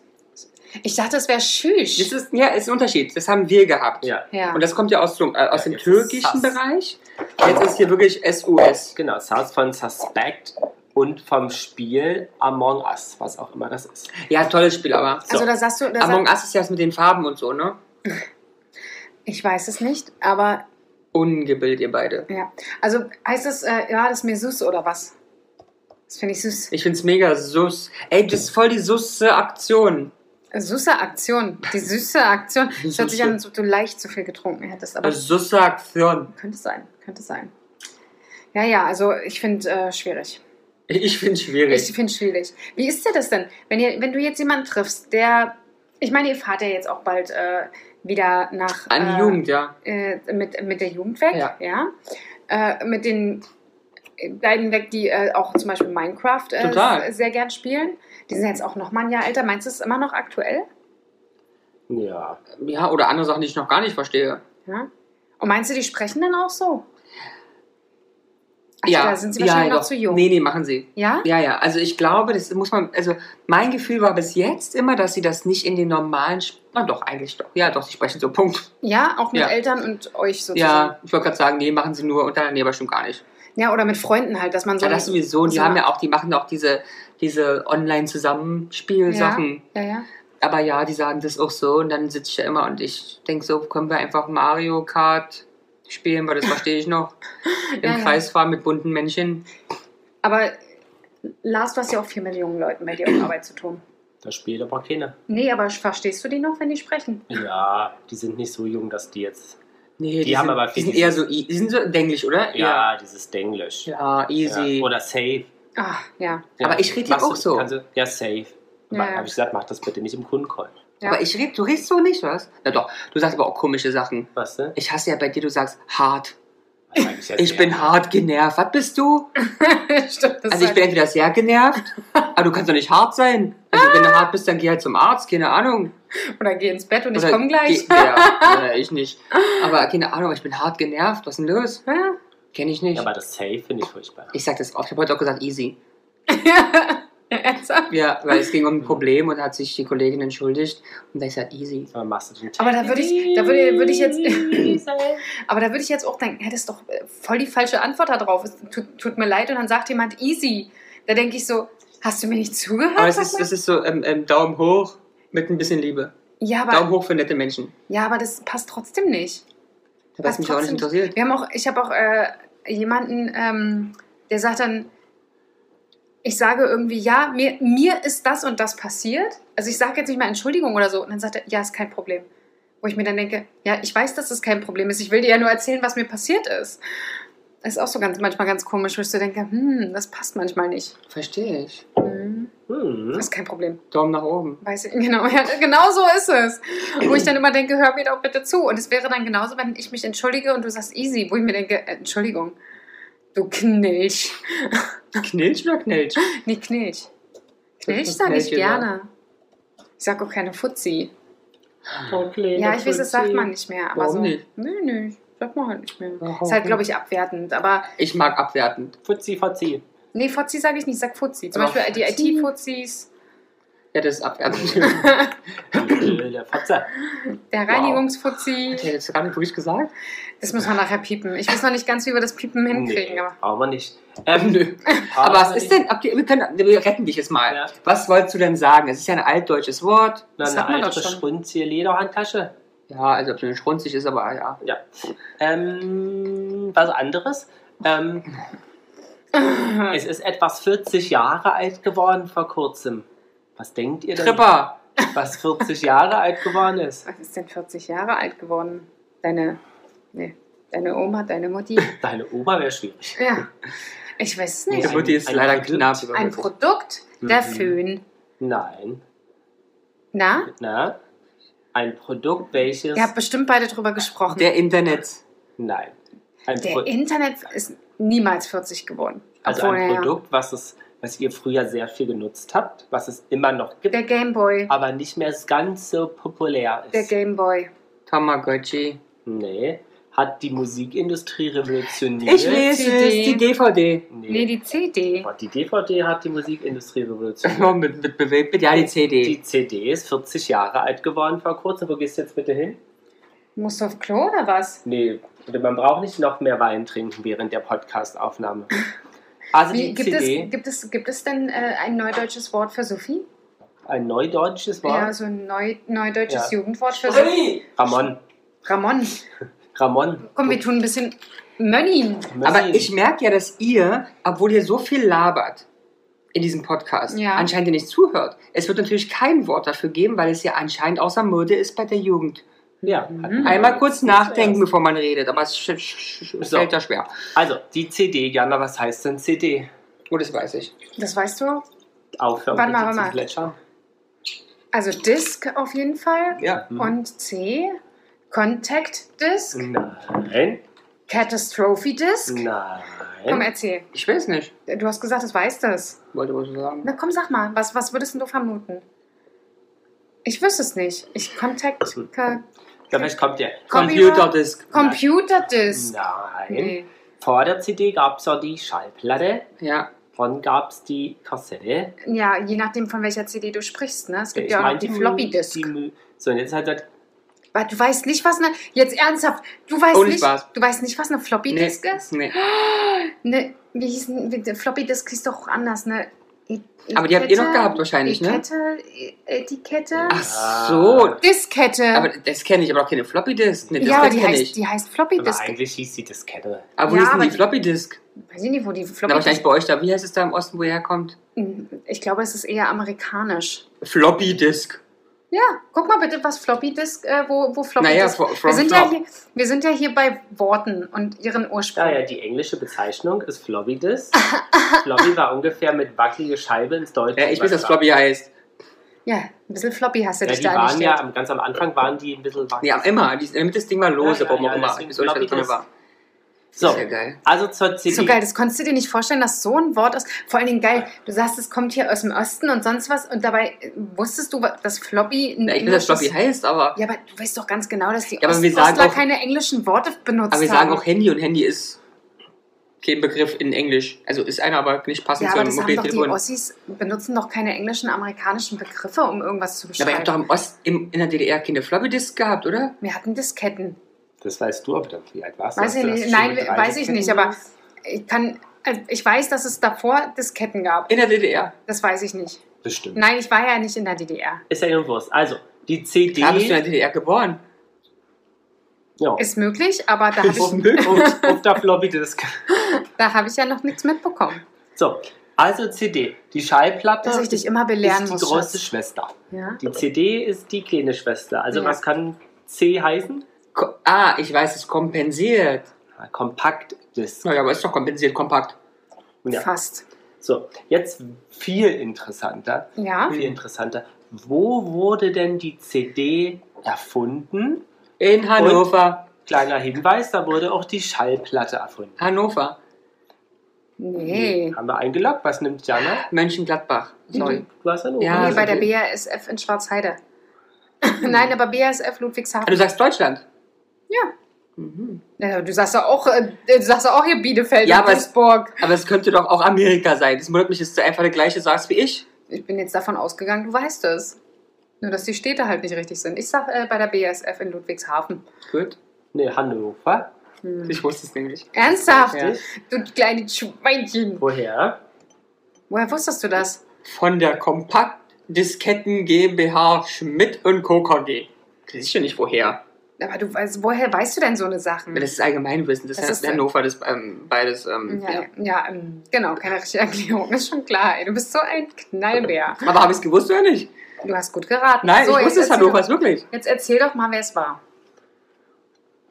Speaker 1: Ich dachte, es wäre
Speaker 3: Das
Speaker 1: schüch.
Speaker 3: ist, ja, ist ein Unterschied. Das haben wir gehabt.
Speaker 2: Ja,
Speaker 1: Ja.
Speaker 3: Und das kommt ja aus, dem- äh,
Speaker 2: Ja,
Speaker 3: aus dem
Speaker 2: jetzt ist
Speaker 3: türkischen
Speaker 2: Sass.
Speaker 3: Bereich. Jetzt ist hier wirklich SUS.
Speaker 2: genau. Sus von Suspect und vom Spiel Among Us, was auch immer das ist.
Speaker 3: Ja, tolles Spiel, aber.
Speaker 1: also da sagst du, da
Speaker 3: Among
Speaker 1: sag,
Speaker 3: Us ist ja das mit den Farben und so, ne?
Speaker 1: ich weiß es nicht, aber
Speaker 3: Ungebildet, ihr beide.
Speaker 1: ja. Also heißt das, äh, ja, das ist mir süß oder was? Das finde ich süß.
Speaker 3: Ich find's mega sus. Ey, das ist voll die susse Aktion.
Speaker 1: Äh, Süße Aktion. Die süße Aktion. Es hört sich an, als ob du leicht zu viel getrunken hättest. Aber
Speaker 3: Also susse Aktion.
Speaker 1: könnte sein. Könnte sein. Ja, ja, also ich finde äh, schwierig.
Speaker 3: Ich find's
Speaker 1: Ich
Speaker 3: schwierig.
Speaker 1: finde schwierig. Wie ist dir das denn? Wenn, ihr, wenn du jetzt jemanden triffst, der. Ich meine, ihr fahrt ja jetzt auch bald äh, wieder nach.
Speaker 3: An die
Speaker 1: äh,
Speaker 3: Jugend, ja.
Speaker 1: Äh, mit, mit der Jugend weg.
Speaker 3: Ja.
Speaker 1: Ja. Äh, mit den beiden weg, die äh, auch zum Beispiel Minecraft
Speaker 3: Total.
Speaker 1: äh, sehr gern spielen. Die sind jetzt auch nochmal ein Jahr älter. Meinst du, es ist immer noch aktuell?
Speaker 2: Ja.
Speaker 3: Ja, oder andere Sachen, die ich noch gar nicht verstehe.
Speaker 1: Ja. Und meinst du, die sprechen dann auch so? Ach,
Speaker 3: ja.
Speaker 1: Da sind sie wahrscheinlich
Speaker 3: ja,
Speaker 1: noch zu jung.
Speaker 3: Nee, nee, machen sie.
Speaker 1: Ja?
Speaker 3: Ja, ja, also ich glaube, das muss man, also mein Gefühl war bis jetzt immer, dass sie das nicht in den normalen, Sp- na doch, eigentlich doch, ja doch, sie sprechen so, Punkt.
Speaker 1: Ja, auch mit
Speaker 3: Ja.
Speaker 1: Eltern und euch sozusagen.
Speaker 3: Ja, ich wollte gerade sagen, nee, machen sie nur unter, nee, aber stimmt gar nicht.
Speaker 1: Ja. oder mit Freunden halt, dass man so.
Speaker 3: Ja, das sowieso, die
Speaker 1: so-
Speaker 3: haben ja auch, die machen auch diese, diese Online-Zusammenspielsachen.
Speaker 1: Ja, ja.
Speaker 3: Aber ja, die sagen das auch so und dann sitze ich da immer und ich denke so, können wir einfach Mario Kart spielen, weil das verstehe ich noch. Im
Speaker 1: Ja, ja.
Speaker 3: Kreis fahren mit bunten Männchen.
Speaker 1: Aber Lars, du hast ja auch viel mit jungen Leuten bei dir auf Arbeit zu tun.
Speaker 2: Das Spiel aber keine.
Speaker 1: Nee, aber verstehst du die noch, wenn die sprechen?
Speaker 2: Ja, die sind nicht so jung, dass die jetzt.
Speaker 3: Nee,
Speaker 2: Die haben
Speaker 3: sind,
Speaker 2: aber
Speaker 3: die
Speaker 2: viel
Speaker 3: sind eher
Speaker 2: dieses-
Speaker 3: so, i- die sind so denklich, oder?
Speaker 2: Ja, dieses Denglisch.
Speaker 3: Ja, easy.
Speaker 2: Ja. Oder safe.
Speaker 1: Ah, ja.
Speaker 2: Ja.
Speaker 3: Aber ich rede ja
Speaker 2: Machst du-
Speaker 3: auch so.
Speaker 2: kannst Du, ja, safe.
Speaker 1: Ja, ja.
Speaker 2: Habe ich gesagt, mach das bitte nicht im Kundencall.
Speaker 1: Ja.
Speaker 3: Aber ich rede, du redest so nicht, was? Na doch, du sagst aber auch komische Sachen.
Speaker 2: Weißt du?
Speaker 3: Ich hasse ja bei dir, du sagst hart.
Speaker 2: Das sag ja
Speaker 3: Ich
Speaker 2: sehr.
Speaker 3: bin hart genervt. Was bist du?
Speaker 1: Stimmt, das
Speaker 3: Also ich
Speaker 1: sagt-
Speaker 3: bin entweder sehr genervt, aber du kannst doch nicht hart sein. Also wenn du hart bist, dann geh halt zum Arzt, keine Ahnung.
Speaker 1: halt, Oder geh ins Bett und ich
Speaker 3: Oder
Speaker 1: komme gleich.
Speaker 3: Geh, ja, oder ich nicht. Aber keine Ahnung, ich bin hart genervt. Was ist denn los?
Speaker 1: Ja.
Speaker 3: Kenn ich nicht.
Speaker 2: Ja, aber das safe finde ich furchtbar.
Speaker 3: ich sag das oft. Ich habe heute auch gesagt, easy.
Speaker 1: Ernsthaft?
Speaker 3: Ja, weil es ging
Speaker 2: Mhm.
Speaker 3: um ein Problem und hat sich die Kollegin entschuldigt. Und da ich gesagt, easy.
Speaker 2: Aber machst du den
Speaker 1: Aber da würde ich, da würde, würde ich jetzt, aber da würde ich jetzt auch denken, ja, das ist doch äh, voll die falsche Antwort darauf. Es tut, tut mir leid und dann sagt jemand easy. Da denke ich so, hast du mir nicht zugehört?
Speaker 3: Aber es
Speaker 1: sag
Speaker 3: ist,
Speaker 1: mal?
Speaker 3: es ist so ähm, ähm, Daumen hoch mit ein bisschen Liebe.
Speaker 1: ja,
Speaker 3: Daumen
Speaker 1: aber,
Speaker 3: hoch für nette Menschen.
Speaker 1: ja, aber das passt trotzdem nicht.
Speaker 3: Was mich auch nicht
Speaker 1: trotzdem-
Speaker 3: interessiert.
Speaker 1: Wir haben auch, ich habe auch äh, jemanden, ähm, der sagt dann, ich sage irgendwie, ja, mir, mir ist das und das passiert. Also ich sage jetzt nicht mal Entschuldigung oder so. Und dann sagt er, ja, ist kein Problem. Wo ich mir dann denke, ja, ich weiß, dass es kein Problem ist. Ich will dir ja nur erzählen, was mir passiert ist. Das ist auch so ganz, manchmal ganz komisch, wo ich so denke, hm, das passt manchmal nicht.
Speaker 3: Verstehe ich.
Speaker 1: Hm,
Speaker 2: Hm.
Speaker 1: das ist kein Problem.
Speaker 3: Daumen nach oben.
Speaker 1: Weiß ich, genau, ja, genau so ist es. Wo ich dann immer denke, hör mir doch bitte zu. Und es wäre dann genauso, wenn ich mich entschuldige und du sagst easy, wo ich mir denke, äh, Entschuldigung, du Knilch.
Speaker 3: Knilch oder Knilch?
Speaker 1: Nee, Knilch. Knilch
Speaker 3: hab
Speaker 1: sage ich
Speaker 3: Knilch gesagt.
Speaker 1: gerne. Ich sage auch keine Fuzzi.
Speaker 2: Oh, kleine
Speaker 1: Ja, ich weiß, das sagt
Speaker 2: Pfützi.
Speaker 1: man nicht mehr. Aber
Speaker 3: Warum
Speaker 1: so,
Speaker 3: nicht?
Speaker 1: Nö, nö, sagt man halt nicht mehr.
Speaker 2: Warum?
Speaker 1: Ist halt, glaube ich, abwertend. Aber
Speaker 3: Ich mag abwertend.
Speaker 2: Futzi, Fotzi.
Speaker 1: nee, Fuzzi sage ich nicht, ich sag Fuzzi. Zum
Speaker 3: Aber
Speaker 1: Beispiel die
Speaker 3: Fuzzi?
Speaker 1: IT-Fuzzis,
Speaker 3: Ja, das ist abwertend.
Speaker 2: Äh, Der Fotze.
Speaker 1: der Reinigungsfuzzi.
Speaker 3: Hat er jetzt gar nicht wirklich gesagt?
Speaker 1: Das muss man nachher piepen. Ich weiß noch nicht ganz, wie wir das Piepen hinkriegen.
Speaker 2: Nee,
Speaker 1: Aber
Speaker 2: brauchen wir nicht.
Speaker 3: Nö. Aber was ist denn? Habt ihr, wir, können, wir retten dich jetzt mal.
Speaker 2: Ja.
Speaker 3: Was wolltest du denn sagen? Es ist ja ein altdeutsches Wort.
Speaker 2: Na,
Speaker 1: Das
Speaker 2: eine
Speaker 1: hat man doch
Speaker 2: alte
Speaker 1: schon.
Speaker 2: Schrunzie Lederhandtasche.
Speaker 3: Ja, also ob es schrunzig ist, aber ja.
Speaker 2: Ähm, was anderes? Ähm, es ist etwas 40 Jahre alt geworden vor kurzem. Was denkt ihr denn,
Speaker 3: Tripper.
Speaker 2: was 40 Jahre alt geworden ist?
Speaker 1: was ist denn 40 Jahre alt geworden? Deine, nee, deine Oma, deine Mutti.
Speaker 2: Deine Oma wäre schwierig.
Speaker 1: Ja, ich weiß es nicht.
Speaker 3: Die Mutti ist
Speaker 2: Ein-
Speaker 3: leider
Speaker 2: ein
Speaker 3: knapp.
Speaker 1: Ein Produkt, der
Speaker 2: Mhm.
Speaker 1: Föhn.
Speaker 2: Nein.
Speaker 1: Na?
Speaker 2: Na? Ein Produkt, welches.
Speaker 1: Ihr habt bestimmt beide drüber gesprochen.
Speaker 3: Der Internet.
Speaker 2: Nein. Ein Pro-
Speaker 1: Der Internet ist niemals 40 geworden.
Speaker 2: also
Speaker 1: Obwohl,
Speaker 2: ein
Speaker 1: naja,
Speaker 2: Produkt, was, es, was ihr früher sehr viel genutzt habt, was es immer noch gibt,
Speaker 1: Der Gameboy.
Speaker 2: aber nicht mehr ganz so populär
Speaker 1: Der
Speaker 2: ist.
Speaker 1: Gameboy.
Speaker 3: Tamagotchi.
Speaker 2: Nee. Hat die Musikindustrie revolutioniert?
Speaker 3: Ich lese es, die DVD.
Speaker 1: Nee,
Speaker 2: Nee.
Speaker 1: die CD.
Speaker 2: Die DVD hat die Musikindustrie revolutioniert.
Speaker 3: mit, mit, mit, mit, ja, die CD.
Speaker 2: Die CD ist 40 Jahre alt geworden vor kurzem. Wo gehst du jetzt bitte hin?
Speaker 1: Musst du auf Klo oder was?
Speaker 2: Nee, man braucht nicht noch mehr Wein trinken während der Podcastaufnahme. Also
Speaker 1: Wie,
Speaker 2: die
Speaker 1: gibt,
Speaker 2: CD,
Speaker 1: es, gibt, es, gibt es denn äh, ein neudeutsches Wort für Sophie?
Speaker 2: ein neudeutsches Wort.
Speaker 1: Ja, so ein neu, neudeutsches
Speaker 2: Ja.
Speaker 1: Jugendwort für Sophie.
Speaker 2: Ramon.
Speaker 1: Ramon.
Speaker 2: Ramon.
Speaker 1: Komm, wir tun ein bisschen Mönnin.
Speaker 2: Müssen-
Speaker 3: Aber ich merke ja, dass ihr, obwohl ihr so viel labert in diesem Podcast,
Speaker 1: Ja.
Speaker 3: anscheinend ihr nicht zuhört. Es wird natürlich kein Wort dafür geben, weil es ja anscheinend außer Mode ist bei der Jugend.
Speaker 2: Ja,
Speaker 1: Mhm.
Speaker 2: hatten wir
Speaker 3: Einmal
Speaker 2: jetzt
Speaker 3: kurz
Speaker 2: zuerst.
Speaker 3: nachdenken, bevor man redet, aber es sch- sch- sch-
Speaker 2: So.
Speaker 3: fällt ja schwer.
Speaker 2: Also, die CD, Jana, was heißt denn CD?
Speaker 3: Oh, das weiß ich.
Speaker 1: Das weißt du auch.
Speaker 2: Aufhören
Speaker 1: Warte mal,
Speaker 2: bitte
Speaker 1: warte
Speaker 2: zu
Speaker 1: mal.
Speaker 2: plätschern.
Speaker 1: Also Disk auf jeden Fall.
Speaker 3: Ja.
Speaker 2: Mhm.
Speaker 1: Und C. Contact Disk.
Speaker 2: Nein,
Speaker 1: Catastrophe Disk.
Speaker 2: Mhm.
Speaker 1: Komm,
Speaker 2: nein.
Speaker 1: erzähl.
Speaker 3: Ich weiß nicht.
Speaker 1: Du hast gesagt, das weißt das.
Speaker 3: Wollte wohl so sagen.
Speaker 1: Na komm, sag mal, was, was würdest denn du vermuten? Ich wüsste es nicht. Ich Contact. Ka-
Speaker 2: Ja, vielleicht kommt der.
Speaker 3: Computerdisk.
Speaker 1: Computer Disk.
Speaker 2: Nein.
Speaker 1: Nee.
Speaker 2: Vor der CD gab es ja die Schallplatte,
Speaker 3: Ja.
Speaker 2: dann gab es die Kassette.
Speaker 1: Ja, je nachdem, von welcher CD du sprichst. Ne? Es gibt
Speaker 2: Ich
Speaker 1: ja auch
Speaker 2: mein,
Speaker 1: noch die Floppy Disk.
Speaker 2: die Mü- So, und jetzt hat er.
Speaker 1: Weil du weißt nicht, was eine. Jetzt ernsthaft, du weißt,
Speaker 3: Ohne
Speaker 1: nicht,
Speaker 3: Spaß.
Speaker 1: du weißt nicht, was eine Floppy Disk ist?
Speaker 3: Nee.
Speaker 1: Ne, wie hieß denn, wie- Floppy Disk hieß doch auch anders, ne? E-
Speaker 3: Aber die habt ihr
Speaker 1: Etikette,
Speaker 3: noch gehabt wahrscheinlich, ne?
Speaker 1: Etikette, E- Etikette,
Speaker 3: Ach
Speaker 1: Ah.
Speaker 3: so.
Speaker 1: Diskette.
Speaker 3: Aber das kenne ich, aber auch keine Floppy Disk. Nee, das
Speaker 1: ja, aber die
Speaker 3: kenne ich.
Speaker 1: heißt, die heißt Floppy
Speaker 2: Aber
Speaker 1: Disk.
Speaker 2: eigentlich hieß die Diskette.
Speaker 3: aber wo
Speaker 1: Ja,
Speaker 3: ist denn
Speaker 1: aber
Speaker 3: die
Speaker 1: die-
Speaker 3: Floppy Disk?
Speaker 1: Weiß ich nicht, wo die
Speaker 3: Na,
Speaker 1: Floppy Disk.
Speaker 3: wahrscheinlich
Speaker 1: Hm,
Speaker 3: bei euch da. Wie heißt es da im Osten, wo ihr herkommt?
Speaker 1: Ich glaube, es ist eher amerikanisch.
Speaker 3: Floppy Disk.
Speaker 1: Ja, guck mal bitte, was Floppy Disk, äh, wo, wo Floppy
Speaker 3: Naja,
Speaker 1: Disk.
Speaker 3: fro-
Speaker 1: Wir
Speaker 3: from
Speaker 1: sind,
Speaker 3: flop.
Speaker 1: ja hier, wir sind ja hier bei Worten und ihren Ursprung.
Speaker 2: Ja, ja, die englische Bezeichnung ist Floppy Disk. Floppy war ungefähr mit wackelige Scheibe ins Deutsche.
Speaker 3: Ja, ich weiß, dass
Speaker 2: übertragen.
Speaker 3: Floppy heißt.
Speaker 1: Ja, ein bisschen Floppy hast du
Speaker 2: Ja,
Speaker 1: dich
Speaker 2: die
Speaker 1: da
Speaker 2: waren
Speaker 1: angestellt.
Speaker 2: ja am- ganz am Anfang waren die ein bisschen wackelig.
Speaker 3: Nee, am immer. Die, damit das Ding mal lose,
Speaker 2: Ja, ja,
Speaker 3: warum
Speaker 2: ja,
Speaker 3: auch immer.
Speaker 2: deswegen
Speaker 3: Bis euch
Speaker 2: Floppy
Speaker 3: drin
Speaker 2: Disk.
Speaker 3: war.
Speaker 2: So,
Speaker 3: Ist ja geil.
Speaker 2: also zur CD.
Speaker 1: So geil, das konntest du dir nicht vorstellen, dass so ein Wort aus. Vor allen Dingen geil, du sagst, es kommt hier aus dem Osten und sonst was und dabei äh, wusstest du, wa- dass Floppy. ein
Speaker 3: Ja, ich weiß, dass Floppy
Speaker 1: englisches-
Speaker 3: heißt, aber,
Speaker 1: Ja, aber du weißt doch ganz genau, dass die
Speaker 3: Ja, aber wir
Speaker 1: Ostler
Speaker 3: sagen auch-
Speaker 1: keine englischen Worte benutzt
Speaker 3: aber wir
Speaker 1: haben.
Speaker 3: sagen auch Handy und Handy ist kein Begriff in Englisch. Also ist einer, aber nicht
Speaker 1: ja,
Speaker 3: passend zu
Speaker 1: aber
Speaker 3: einem
Speaker 1: das haben doch die
Speaker 3: Mobiltelefon.
Speaker 1: Ossis benutzen doch keine englischen, amerikanischen Begriffe, um irgendwas zu
Speaker 3: Aber ihr
Speaker 1: beschreiben.
Speaker 3: habt doch im Ost, im, in der DDR keine Floppy Disk gehabt, oder?
Speaker 1: wir hatten Disketten.
Speaker 2: Das weißt du, aber dann wie alt warst
Speaker 1: Weiß
Speaker 2: du?
Speaker 1: ich
Speaker 2: Hast du
Speaker 1: nicht.
Speaker 2: das schon
Speaker 1: Nein,
Speaker 2: mit
Speaker 1: we-
Speaker 2: drei
Speaker 1: weiß ich
Speaker 2: Disketten
Speaker 1: nicht, aber
Speaker 2: benutzt?
Speaker 1: ich kann. also Ich weiß, dass es davor Disketten gab.
Speaker 3: In der DDR.
Speaker 1: Das weiß ich nicht.
Speaker 2: Bestimmt.
Speaker 1: Nein, ich war ja nicht in der DDR.
Speaker 2: Ist ja ihre Wurst. Also, die CD.
Speaker 3: Da bist du in der DDR geboren.
Speaker 2: ja.
Speaker 1: Ist möglich, aber da habe ich
Speaker 2: auf, auf, auf der Floppy Disk.
Speaker 1: Da habe ich ja noch nichts mitbekommen.
Speaker 2: So, also CD. Die Schallplatte
Speaker 1: Dass ich
Speaker 2: Ähm, ist
Speaker 1: dich immer
Speaker 2: die
Speaker 1: belehren muss.
Speaker 2: große
Speaker 1: Schatz.
Speaker 2: Schwester.
Speaker 1: ja?
Speaker 2: Die CD ist die kleine Schwester. Also,
Speaker 1: Ja.
Speaker 2: was kann C heißen? Ah,
Speaker 3: Ko ah, ich weiß, es kompensiert.
Speaker 2: Kompakt Disk.
Speaker 3: Naja, aber ist doch kompensiert, kompakt.
Speaker 2: Ja.
Speaker 1: Fast.
Speaker 2: So, jetzt viel interessanter.
Speaker 1: Ja?
Speaker 2: Viel interessanter. Wo wurde denn die CD erfunden?
Speaker 3: In Hannover.
Speaker 2: Kleiner Hinweis, da wurde auch die Schallplatte erfunden.
Speaker 3: Hannover.
Speaker 1: Nee.
Speaker 2: Haben wir eingeloggt? Was nimmt Jana?
Speaker 3: Mönchengladbach. Sorry.
Speaker 2: Du hast einen
Speaker 3: Ja,
Speaker 1: nee,
Speaker 3: also
Speaker 1: bei der
Speaker 3: die-
Speaker 1: BASF in Schwarzheide. Nein, aber BASF Ludwigshafen.
Speaker 3: Ah, Du sagst Deutschland.
Speaker 1: Ja.
Speaker 3: Mhm.
Speaker 1: Ja, du sagst ja auch, äh, du sagst ja auch hier Bielefeld ja,
Speaker 3: Ja,
Speaker 1: und
Speaker 3: aber-
Speaker 1: Duisburg.
Speaker 3: Aber es könnte doch auch Amerika sein. Das wundert mich, dass du einfach der gleiche sagst wie ich.
Speaker 1: Ich bin jetzt davon ausgegangen, du weißt es. Nur, dass die Städte halt nicht richtig sind. Ich sag äh, bei der BASF in Ludwigshafen.
Speaker 3: Gut.
Speaker 2: Nee, Hannover.
Speaker 1: Hm.
Speaker 3: Ich wusste es nämlich.
Speaker 1: Ernsthaft?
Speaker 3: Ja.
Speaker 1: Du kleine Schweinchen.
Speaker 2: Woher?
Speaker 1: Woher wusstest du das?
Speaker 3: Von der Kompakt-Disketten GmbH Schmidt und Co. KG. Das ist ja nicht woher.
Speaker 1: Aber du weißt, woher weißt du denn so eine Sachen?
Speaker 3: Das ist Allgemeinwissen. Das,
Speaker 1: Das
Speaker 3: heißt
Speaker 1: ist-
Speaker 3: Hannover, das ähm, beides. Ähm,
Speaker 1: ja,
Speaker 3: ja.
Speaker 1: ja. ähm, genau, keine richtige Erklärung. Ist schon klar, ey. Du bist so ein Knallbär.
Speaker 3: Aber habe ich es gewusst oder nicht?
Speaker 1: Du hast gut geraten.
Speaker 3: Nein,
Speaker 1: so,
Speaker 3: ich
Speaker 1: jetzt
Speaker 3: wusste es
Speaker 1: erzähl
Speaker 3: Hannover,
Speaker 1: doch-
Speaker 3: ist wirklich.
Speaker 1: Jetzt erzähl doch mal, wer es war.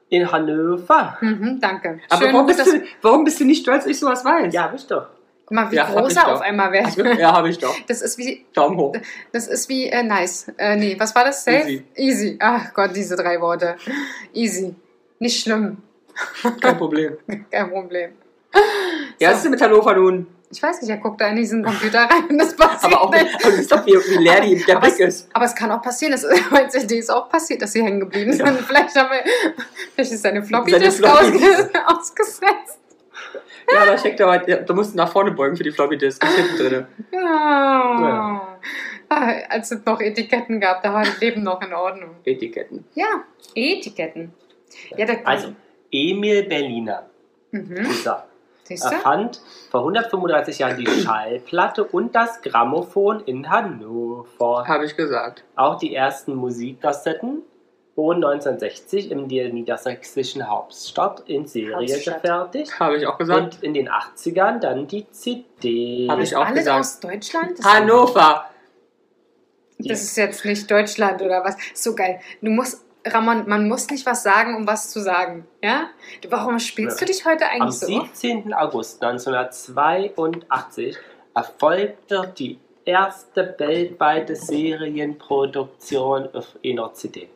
Speaker 2: In Hannover.
Speaker 1: Mhm, danke.
Speaker 3: Aber
Speaker 1: Schön,
Speaker 3: warum,
Speaker 1: gut,
Speaker 3: bist
Speaker 1: dass-
Speaker 3: du, warum bist du nicht stolz, dass ich sowas weiß?
Speaker 2: Ja, hab ich doch.
Speaker 1: Guck mal, wie
Speaker 3: Ja, hab
Speaker 1: groß
Speaker 3: ich
Speaker 1: er
Speaker 3: doch.
Speaker 1: auf einmal wird.
Speaker 3: Ach, wirklich? Ja, habe ich doch.
Speaker 1: Das ist wie,
Speaker 3: Daumen hoch.
Speaker 1: das ist wie äh, nice. Äh, nee, was war das? Safe?
Speaker 3: Easy.
Speaker 1: Easy. Ach Gott, diese drei Worte. Easy. Nicht schlimm.
Speaker 3: Kein Problem.
Speaker 1: Kein Problem.
Speaker 3: Ja, was ist denn mit Hannover nun?
Speaker 1: Ich weiß nicht, er guckt da in diesen Computer rein. Das passiert
Speaker 3: Aber auch mit,
Speaker 1: nicht.
Speaker 3: aber siehst doch, wie, wie leer die, der
Speaker 1: Aber
Speaker 3: Blick ist.
Speaker 1: Aber es kann auch passieren, dass bei CD ist auch passiert, dass sie hängen geblieben sind. Vielleicht, haben wir, vielleicht ist seine Floppy
Speaker 3: Seine
Speaker 1: Disk
Speaker 3: Floppy
Speaker 1: ausges ausgesetzt.
Speaker 3: Ja, da steckt aber, ja, da musst du nach vorne beugen für die Floppy Disk. Ist hinten drin.
Speaker 1: Ja. Ah, als es noch Etiketten gab, da war das Leben noch in Ordnung.
Speaker 3: Etiketten.
Speaker 1: Ja, Etiketten. Ja, da,
Speaker 2: Also, Emil Berliner,
Speaker 1: Mhm.
Speaker 2: dieser,
Speaker 1: Siehst du?
Speaker 2: erfand vor 135 Jahren die Schallplatte und das Grammophon in Hannover.
Speaker 3: Habe ich gesagt.
Speaker 2: Auch die ersten Musikkassetten wurden 1960 in der niedersächsischen Hauptstadt in Serie
Speaker 1: Hauptstadt.
Speaker 2: gefertigt.
Speaker 3: Habe ich auch gesagt.
Speaker 2: Und in den 80ern dann die CD.
Speaker 3: Hab ich
Speaker 1: Das
Speaker 3: auch
Speaker 1: alles
Speaker 3: gesagt.
Speaker 1: aus Deutschland? Das,
Speaker 3: Hannover.
Speaker 1: das ist jetzt nicht Deutschland oder was. Ist So geil. Du musst, Ramon, man muss nicht was sagen, um was zu sagen. Ja? Du- Warum spielst
Speaker 2: Ja.
Speaker 1: du dich heute
Speaker 2: Am
Speaker 1: eigentlich so? auf?
Speaker 2: 17. August 1982 erfolgte die erste weltweite Serienproduktion auf einer CD.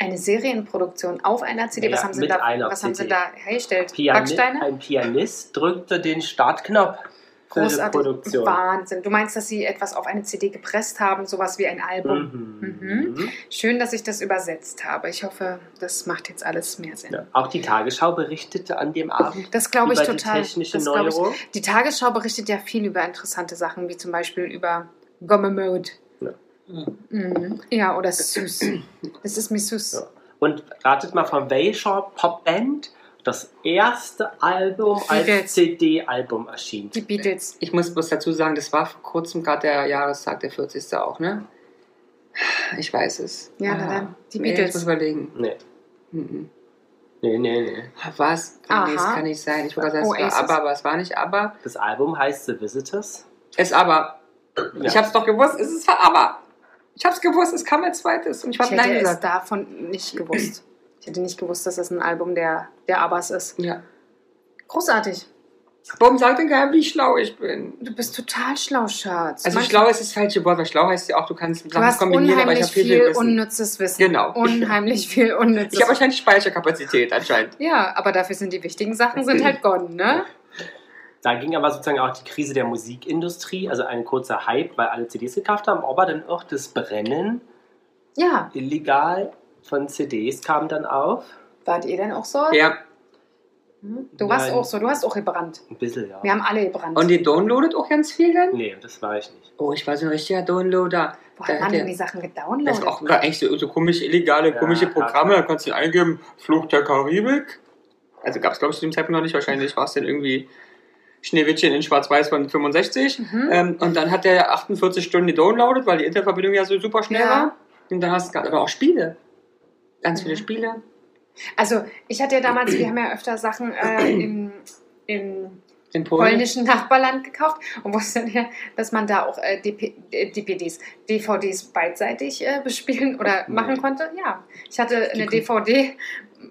Speaker 1: Eine Serienproduktion auf einer CD.
Speaker 2: Ja,
Speaker 1: was haben sie
Speaker 2: mit
Speaker 1: da,
Speaker 2: einer
Speaker 1: was haben sie
Speaker 2: CD.
Speaker 1: da hergestellt?
Speaker 2: Piani
Speaker 1: Backsteine?
Speaker 2: ein Pianist drückte den Startknopf für die
Speaker 1: Großartig.
Speaker 2: Produktion.
Speaker 1: Wahnsinn. Du meinst, dass sie etwas auf eine CD gepresst haben, sowas wie ein Album.
Speaker 2: Mhm.
Speaker 1: Schön, dass ich das übersetzt habe. Ich hoffe, das macht jetzt alles mehr Sinn.
Speaker 2: Ja. Auch die Tagesschau berichtete an dem Abend
Speaker 1: Das glaube ich
Speaker 2: über
Speaker 1: total.
Speaker 2: die technische
Speaker 1: das glaube ich.
Speaker 2: Neuerung.
Speaker 1: Die Tagesschau berichtet ja viel über interessante Sachen, wie zum Beispiel über Gomme Mode.
Speaker 2: Ja.
Speaker 1: Mhm. Ja, oder Süß. Das ist mir süß.
Speaker 2: Ja. Und ratet mal von welcher Popband das erste Album als
Speaker 1: Beatles.
Speaker 2: CD-Album erschien.
Speaker 1: Die Beatles.
Speaker 3: Ich muss bloß dazu sagen, das war vor kurzem gerade der Jahrestag, der 40. auch, ne? Ich weiß es.
Speaker 1: Ja,
Speaker 3: Ah.
Speaker 1: na dann. Die
Speaker 3: Nee, Ich muss
Speaker 1: Beatles.
Speaker 3: überlegen.
Speaker 2: Nee,
Speaker 3: Mhm. Ah,
Speaker 2: nee, nee, nee.
Speaker 3: Was?
Speaker 1: Aha.
Speaker 3: Nee, das kann nicht sein. Ich wollte gerade sagen, es
Speaker 1: Oasis.
Speaker 3: war aber, aber es war nicht aber.
Speaker 2: Das Album heißt The Visitors.
Speaker 3: Es aber.
Speaker 2: Ja.
Speaker 3: Ich hab's doch gewusst, es ist aber. Ich hab's gewusst, es kam als zweites und
Speaker 1: Ich
Speaker 3: ich hab Nein
Speaker 1: hätte es
Speaker 3: gesagt.
Speaker 1: davon nicht gewusst. Ich hätte nicht gewusst, dass das ein Album der, der Abbas ist.
Speaker 3: Ja.
Speaker 1: Großartig.
Speaker 3: Warum sagt denn keiner, wie schlau ich bin?
Speaker 1: Du bist total schlau, Schatz.
Speaker 3: Also
Speaker 1: Manchmal-
Speaker 3: schlau ist das falsche Wort, weil schlau heißt ja auch, du kannst
Speaker 1: Du hast unheimlich
Speaker 3: hab
Speaker 1: viel,
Speaker 3: Wissen.
Speaker 1: unnützes Wissen.
Speaker 3: Genau.
Speaker 1: Unheimlich viel unnützes
Speaker 3: Ich
Speaker 1: Wissen.
Speaker 3: habe wahrscheinlich Speicherkapazität anscheinend.
Speaker 1: Ja, aber dafür sind die wichtigen Sachen sind halt gone, ne?
Speaker 2: Da ging aber sozusagen auch die Krise der Musikindustrie, also ein kurzer Hype, weil alle CDs gekauft haben, aber dann auch das Brennen
Speaker 1: Ja.
Speaker 2: illegal von CDs kam dann auf.
Speaker 1: Wart ihr denn auch so? Hm?
Speaker 3: Ja.
Speaker 1: Du warst
Speaker 2: Nein.
Speaker 1: auch so, du hast auch gebrannt.
Speaker 2: Ein bisschen, ja.
Speaker 1: Wir haben alle gebrannt.
Speaker 3: Und ihr downloadet auch ganz viel dann?
Speaker 2: Nee, das war ich nicht.
Speaker 3: Oh, ich war so ein richtiger Downloader.
Speaker 1: Wo
Speaker 3: Da
Speaker 1: hat man
Speaker 3: hätte-
Speaker 1: denn die Sachen
Speaker 3: Das ist
Speaker 1: gedownloadet?
Speaker 3: auch gar echt so, so komisch illegale,
Speaker 2: Ja,
Speaker 3: komische
Speaker 2: ja.
Speaker 3: Programme. Da kannst du eingeben, Fluch der Karibik. Also gab es, glaube ich, zu dem Zeitpunkt noch nicht. Wahrscheinlich war es dann irgendwie Schneewittchen in Schwarz-Weiß von 65.
Speaker 1: Mhm.
Speaker 3: Ähm, und dann hat der 48 Stunden gedownloadet, weil die Internetverbindung ja so super schnell
Speaker 1: Ja.
Speaker 3: war. Und dann hast du gerade aber auch Spiele. Ganz viele
Speaker 1: Mhm.
Speaker 3: Spiele.
Speaker 1: Also, ich hatte ja damals, wir haben ja öfter Sachen äh, im, im
Speaker 3: In Polen.
Speaker 1: polnischen Nachbarland gekauft und wusste dann ja, dass man da auch äh, DP, äh, DPDs, DVDs beidseitig äh, bespielen oder
Speaker 2: Nee.
Speaker 1: machen konnte. Ja, ich hatte eine
Speaker 3: kon-
Speaker 1: DVD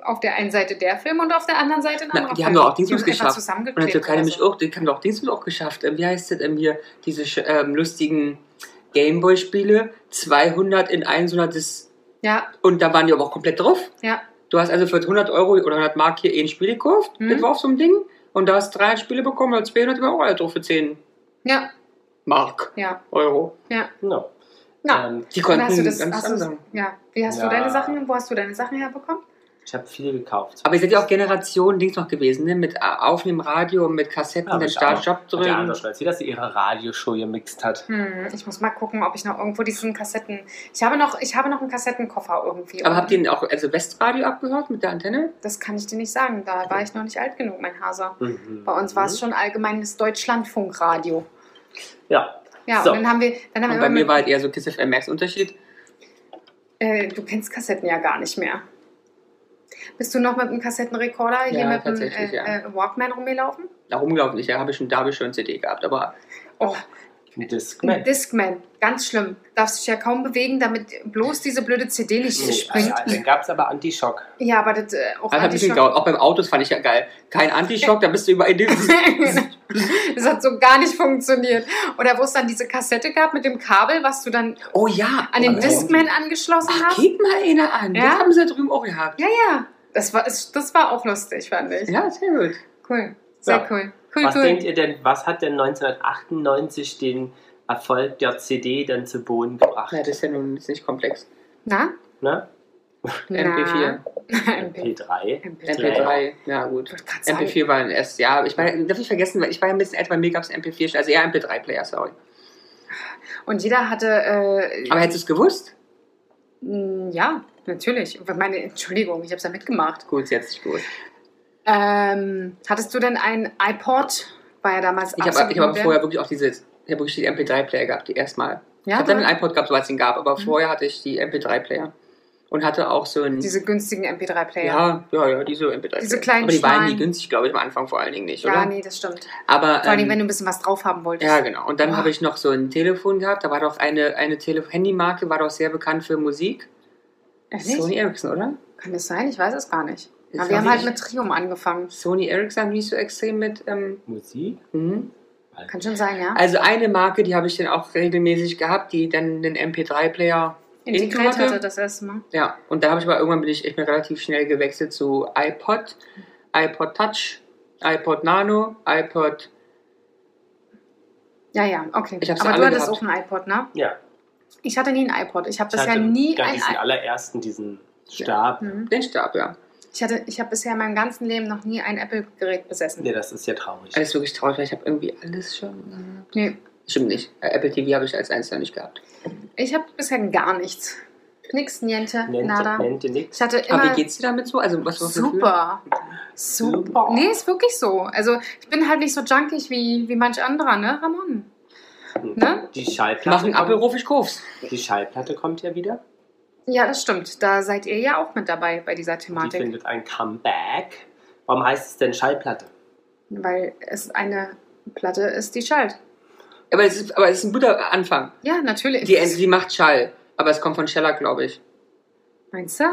Speaker 1: auf der einen Seite der Film und auf der anderen Seite ein
Speaker 3: Na,
Speaker 1: anderer
Speaker 3: die
Speaker 1: Film.
Speaker 3: haben doch auch Dingsbums
Speaker 1: Die einfach
Speaker 3: geschafft. Und in
Speaker 1: zusammengeklebt
Speaker 3: der Türkei
Speaker 1: oder
Speaker 3: nämlich
Speaker 1: so.
Speaker 3: auch, die haben doch Dienstag auch geschafft. Ähm, Wie heißt das denn hier? Diese sch- ähm, lustigen Gameboy-Spiele. 200 in 100 ist.
Speaker 1: Ja,
Speaker 3: Und da waren die aber auch komplett drauf.
Speaker 1: ja.
Speaker 3: Du hast also für 100 Euro oder 100 Mark hier ein Spiel gekauft.
Speaker 1: Mhm.
Speaker 3: Das war auf so einem Ding. Und da hast du 300 Spiele bekommen also und 200 war auch alle drauf für 10
Speaker 1: Ja,
Speaker 3: Mark,
Speaker 1: ja,
Speaker 3: Euro.
Speaker 1: ja.
Speaker 2: No.
Speaker 1: Na,
Speaker 2: Ähm,
Speaker 3: Die
Speaker 1: dann
Speaker 3: konnten
Speaker 1: hast du das.
Speaker 3: ganz
Speaker 1: Hast du's-
Speaker 3: anders.
Speaker 1: ja. Wie hast
Speaker 2: Ja.
Speaker 1: du deine Sachen? Wo hast du deine Sachen herbekommen?
Speaker 2: ich habe viel gekauft.
Speaker 3: Aber ihr seid ja auch Generation Dings noch gewesen, ne? Mit A- Aufnehmen Radio, mit Kassetten,
Speaker 2: Ja,
Speaker 3: den
Speaker 2: ich auch.
Speaker 3: Startjob
Speaker 2: Hat der
Speaker 3: drin.
Speaker 2: andere schon erzählt, dass sie ihre Radioshow gemixt hat.
Speaker 1: Hm, ich muss mal gucken, ob ich noch irgendwo diesen Kassetten. Ich habe noch, ich habe noch einen Kassettenkoffer irgendwie.
Speaker 3: Aber habt ihr denn auch also Westradio abgehört mit der Antenne?
Speaker 1: Das kann ich dir nicht sagen. Da war ich noch nicht alt genug, mein Hase.
Speaker 2: Mhm.
Speaker 1: Bei uns war es schon allgemeines Deutschlandfunkradio.
Speaker 2: Ja,
Speaker 1: Ja,
Speaker 2: So.
Speaker 1: und dann haben wir, dann haben
Speaker 3: Und
Speaker 1: wir
Speaker 3: bei mir
Speaker 1: immer
Speaker 3: war halt eher so Kiss FM, merkst du den Unterschied?
Speaker 1: Äh, du kennst Kassetten ja gar nicht mehr. Bist du noch mit einem Kassettenrekorder hier
Speaker 3: Ja,
Speaker 1: mit einem
Speaker 3: tatsächlich,
Speaker 1: äh,
Speaker 3: ja.
Speaker 1: äh, Walkman rumgelaufen?
Speaker 3: Da rumgelaufen ich, da habe ich schon, da habe ich schon CD gehabt, aber
Speaker 1: Oh,
Speaker 2: ein
Speaker 1: ein
Speaker 2: Discman.
Speaker 1: Discman, ganz schlimm. Darfst dich ja kaum bewegen, damit bloß diese blöde CD nicht
Speaker 2: Nee,
Speaker 1: springt.
Speaker 2: also, dann gab es aber Antischock.
Speaker 1: Ja, aber das äh, auch
Speaker 3: das hat ein bisschen
Speaker 1: Antischock,
Speaker 3: gedauert. Auch beim Autos fand ich ja geil. Kein Antischock, da bist du überall in dem.
Speaker 1: das hat so gar nicht funktioniert. Oder wo es dann diese Kassette gab mit dem Kabel, was du dann
Speaker 3: Oh ja,
Speaker 1: an den
Speaker 2: Oh.
Speaker 1: Discman angeschlossen
Speaker 3: Ach,
Speaker 1: hast.
Speaker 3: geht mal einer an.
Speaker 1: Ja?
Speaker 3: Das haben sie da drüben auch gehabt.
Speaker 1: Ja, ja. Das war, ist- das war auch lustig, fand ich.
Speaker 3: Ja, sehr gut.
Speaker 1: Cool. Sehr
Speaker 2: Ja.
Speaker 1: cool. Cool,
Speaker 2: was
Speaker 1: cool.
Speaker 2: denkt ihr denn, was hat denn 1998 den Erfolg der CD dann zu Boden gebracht?
Speaker 3: Ja, das ist ja nun ist nicht komplex.
Speaker 1: Na?
Speaker 2: Ne?
Speaker 1: Na?
Speaker 3: MP4,
Speaker 2: MP3.
Speaker 3: MP3, ja gut.
Speaker 1: wollte gerade sagen.
Speaker 3: MP4 war ein S, ja, ich meine, darf ich vergessen, weil ich war ja ein bisschen älter, bei mir gab es MP4, schon, also eher MP3-Player, sorry.
Speaker 1: Und jeder hatte. Äh,
Speaker 3: Aber hättest du es gewusst?
Speaker 1: mh, ja, natürlich. Ich Meine, Entschuldigung, ich habe es ja mitgemacht.
Speaker 3: Gut, jetzt nicht gewusst.
Speaker 1: Ähm, hattest du denn ein iPod? War ja damals
Speaker 3: Ich habe
Speaker 1: absolut
Speaker 3: ich hab aber
Speaker 1: modern.
Speaker 3: vorher wirklich auch diese, ich habe wirklich die MP3-Player gehabt, die erstmal. ich
Speaker 1: ja,
Speaker 3: habe dann
Speaker 1: dann
Speaker 3: einen iPod gehabt, soweit es ihn gab, aber
Speaker 1: Mhm.
Speaker 3: vorher hatte ich die MP3-Player. Und hatte auch so ein.
Speaker 1: diese günstigen MP3-Player.
Speaker 3: ja, ja, ja, diese MP3-Player.
Speaker 1: Diese kleinen,
Speaker 3: aber die waren nie
Speaker 1: schmalen.
Speaker 3: günstig, glaube ich, am Anfang vor allen Dingen nicht,
Speaker 1: Ja,
Speaker 3: oder?
Speaker 1: nee, das stimmt.
Speaker 3: Aber,
Speaker 1: Vor allem, wenn
Speaker 3: ähm,
Speaker 1: du Ah. ein bisschen was drauf haben wolltest.
Speaker 3: Ja, genau. Und dann
Speaker 1: Boah.
Speaker 3: habe ich noch so ein Telefon gehabt. Da war doch eine, eine Tele Handymarke, war doch sehr bekannt für Musik. genau.
Speaker 1: Ehrlich?
Speaker 3: Sony Ericsson, oder?
Speaker 1: Kann das sein? Ich weiß es gar nicht.
Speaker 3: Ist
Speaker 1: Aber wir
Speaker 3: auch
Speaker 1: haben halt
Speaker 3: nicht-
Speaker 1: mit Trium angefangen.
Speaker 3: Sony Ericsson nicht so extrem mit. Ähm,
Speaker 2: Musik?
Speaker 3: mhm.
Speaker 1: Kann schon sein, ja.
Speaker 3: also eine Marke, die habe ich dann auch regelmäßig gehabt, die dann den MP3-Player.
Speaker 1: Integriert
Speaker 3: Intro hatte-
Speaker 1: hatte das erste Mal.
Speaker 3: Ja, und da habe ich aber irgendwann bin ich echt mal relativ schnell gewechselt zu iPod, iPod Touch, iPod Nano, iPod.
Speaker 1: Ja, ja, okay.
Speaker 3: Ich hab's
Speaker 1: Aber du
Speaker 3: alle
Speaker 1: hattest
Speaker 3: gehabt.
Speaker 1: auch einen iPod, ne?
Speaker 2: Ja.
Speaker 1: Ich hatte nie einen iPod. Ich habe
Speaker 2: Ich
Speaker 1: bisher
Speaker 2: hatte
Speaker 1: nie
Speaker 2: gar
Speaker 1: einen
Speaker 2: diesen
Speaker 1: iPod.
Speaker 2: allerersten, diesen Stab.
Speaker 1: Mhm.
Speaker 3: Den Stab, ja.
Speaker 1: Ich, hatte- ich habe bisher in meinem ganzen Leben noch nie ein Apple-Gerät besessen.
Speaker 2: Nee, das ist ja traurig.
Speaker 3: Alles wirklich traurig, weil ich habe irgendwie alles schon. gehabt.
Speaker 1: Nee,
Speaker 3: Stimmt nicht. Äh, Apple TV habe ich als einzelner nicht gehabt.
Speaker 1: ich habe bisher gar nichts. Nix, niente,
Speaker 2: Nennt,
Speaker 1: nada.
Speaker 2: nennt ihr nichts.
Speaker 1: Ich hatte
Speaker 3: Aber wie
Speaker 1: immer
Speaker 3: geht's dir damit so? Also, was was-
Speaker 1: super.
Speaker 2: Super.
Speaker 1: Super. Nee, ist wirklich so. Also ich bin halt nicht so junkig wie, wie manch anderer, ne, Ramon? Ne?
Speaker 2: Die Schallplatte,
Speaker 3: Machen Apple
Speaker 2: kommt,
Speaker 3: ruf ich Kofs.
Speaker 2: die Schallplatte kommt ja wieder.
Speaker 1: Ja, das stimmt. Da seid ihr ja auch mit dabei bei dieser
Speaker 2: Die
Speaker 1: Thematik.
Speaker 2: findet ein Comeback. Warum heißt es denn Schallplatte?
Speaker 1: Weil es eine Platte ist, die schallt.
Speaker 3: Aber es ist, aber es ist ein guter Anfang.
Speaker 1: Ja, natürlich.
Speaker 3: Die, die macht Schall. Aber es kommt von Scheller, glaube ich.
Speaker 1: Meinst du?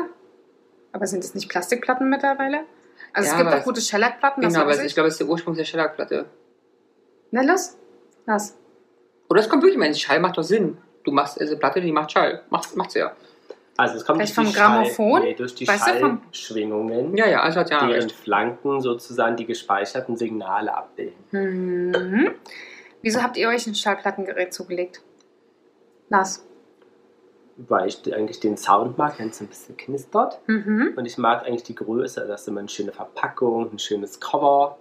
Speaker 1: Aber sind es nicht Plastikplatten mittlerweile? Also
Speaker 3: Ja,
Speaker 1: es gibt
Speaker 3: aber
Speaker 1: auch
Speaker 3: es-
Speaker 1: gute Schellackplatten, das
Speaker 3: Genau, aber
Speaker 1: weiß
Speaker 3: es- ich
Speaker 1: ich.
Speaker 3: glaube, es ist der Ursprung der Scheller-Platte.
Speaker 1: Na los, lass.
Speaker 3: Oder es kommt wirklich, ich meine, Schall macht doch Sinn. Du machst diese Platte, die macht Schall. Macht, macht's ja.
Speaker 2: Also es kommt
Speaker 1: Vielleicht
Speaker 2: durch die
Speaker 1: vom Grammophon?
Speaker 2: Schall, nee, durch die
Speaker 1: Weißt du, vom-
Speaker 2: Schallschwingungen,
Speaker 3: Ja, ja, also hat ja
Speaker 2: deren
Speaker 3: recht.
Speaker 2: Flanken sozusagen die gespeicherten Signale abbilden.
Speaker 1: Mhm. Wieso habt ihr euch ein Schallplattengerät zugelegt? Lars.
Speaker 2: Weil ich eigentlich den Sound mag, wenn es ein bisschen knistert.
Speaker 1: Mhm.
Speaker 2: Und ich mag eigentlich die Größe, also das ist immer eine schöne Verpackung, ein schönes Cover.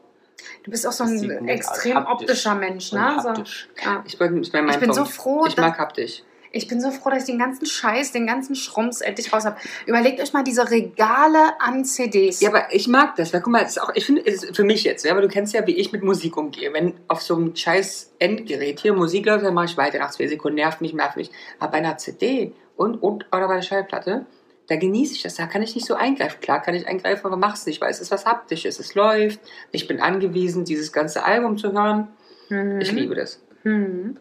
Speaker 1: Du bist auch so
Speaker 2: Das
Speaker 1: ein
Speaker 2: sieht nett
Speaker 1: extrem
Speaker 2: aus, haptisch.
Speaker 1: optischer Mensch,
Speaker 2: Und
Speaker 1: ne? So,
Speaker 2: haptisch.
Speaker 1: ja.
Speaker 3: Ich bin, ich, mein, mein
Speaker 1: Ich bin so
Speaker 3: Punkt.
Speaker 1: froh,
Speaker 3: Ich
Speaker 1: dass-
Speaker 3: mag haptisch.
Speaker 1: Ich bin so froh, dass ich den ganzen Scheiß, den ganzen Schrums endlich raus habe. Überlegt euch mal diese Regale an CDs.
Speaker 3: Ja, aber ich mag das. Weil, guck mal, es ist auch, ich finde, es ist für mich jetzt, ja, aber du kennst ja, wie ich mit Musik umgehe. Wenn auf so einem scheiß Endgerät hier Musik läuft, dann mache ich weiter nach zwei Sekunden, nervt mich, nervt mich. Aber bei einer CD und, und oder bei einer Schallplatte, da genieße ich das. Da kann ich nicht so eingreifen. Klar kann ich eingreifen, aber mach's nicht, weil es ist was Haptisches. Es läuft. Ich bin angewiesen, dieses ganze Album zu hören.
Speaker 1: mhm.
Speaker 3: Ich liebe das.
Speaker 1: Mhm.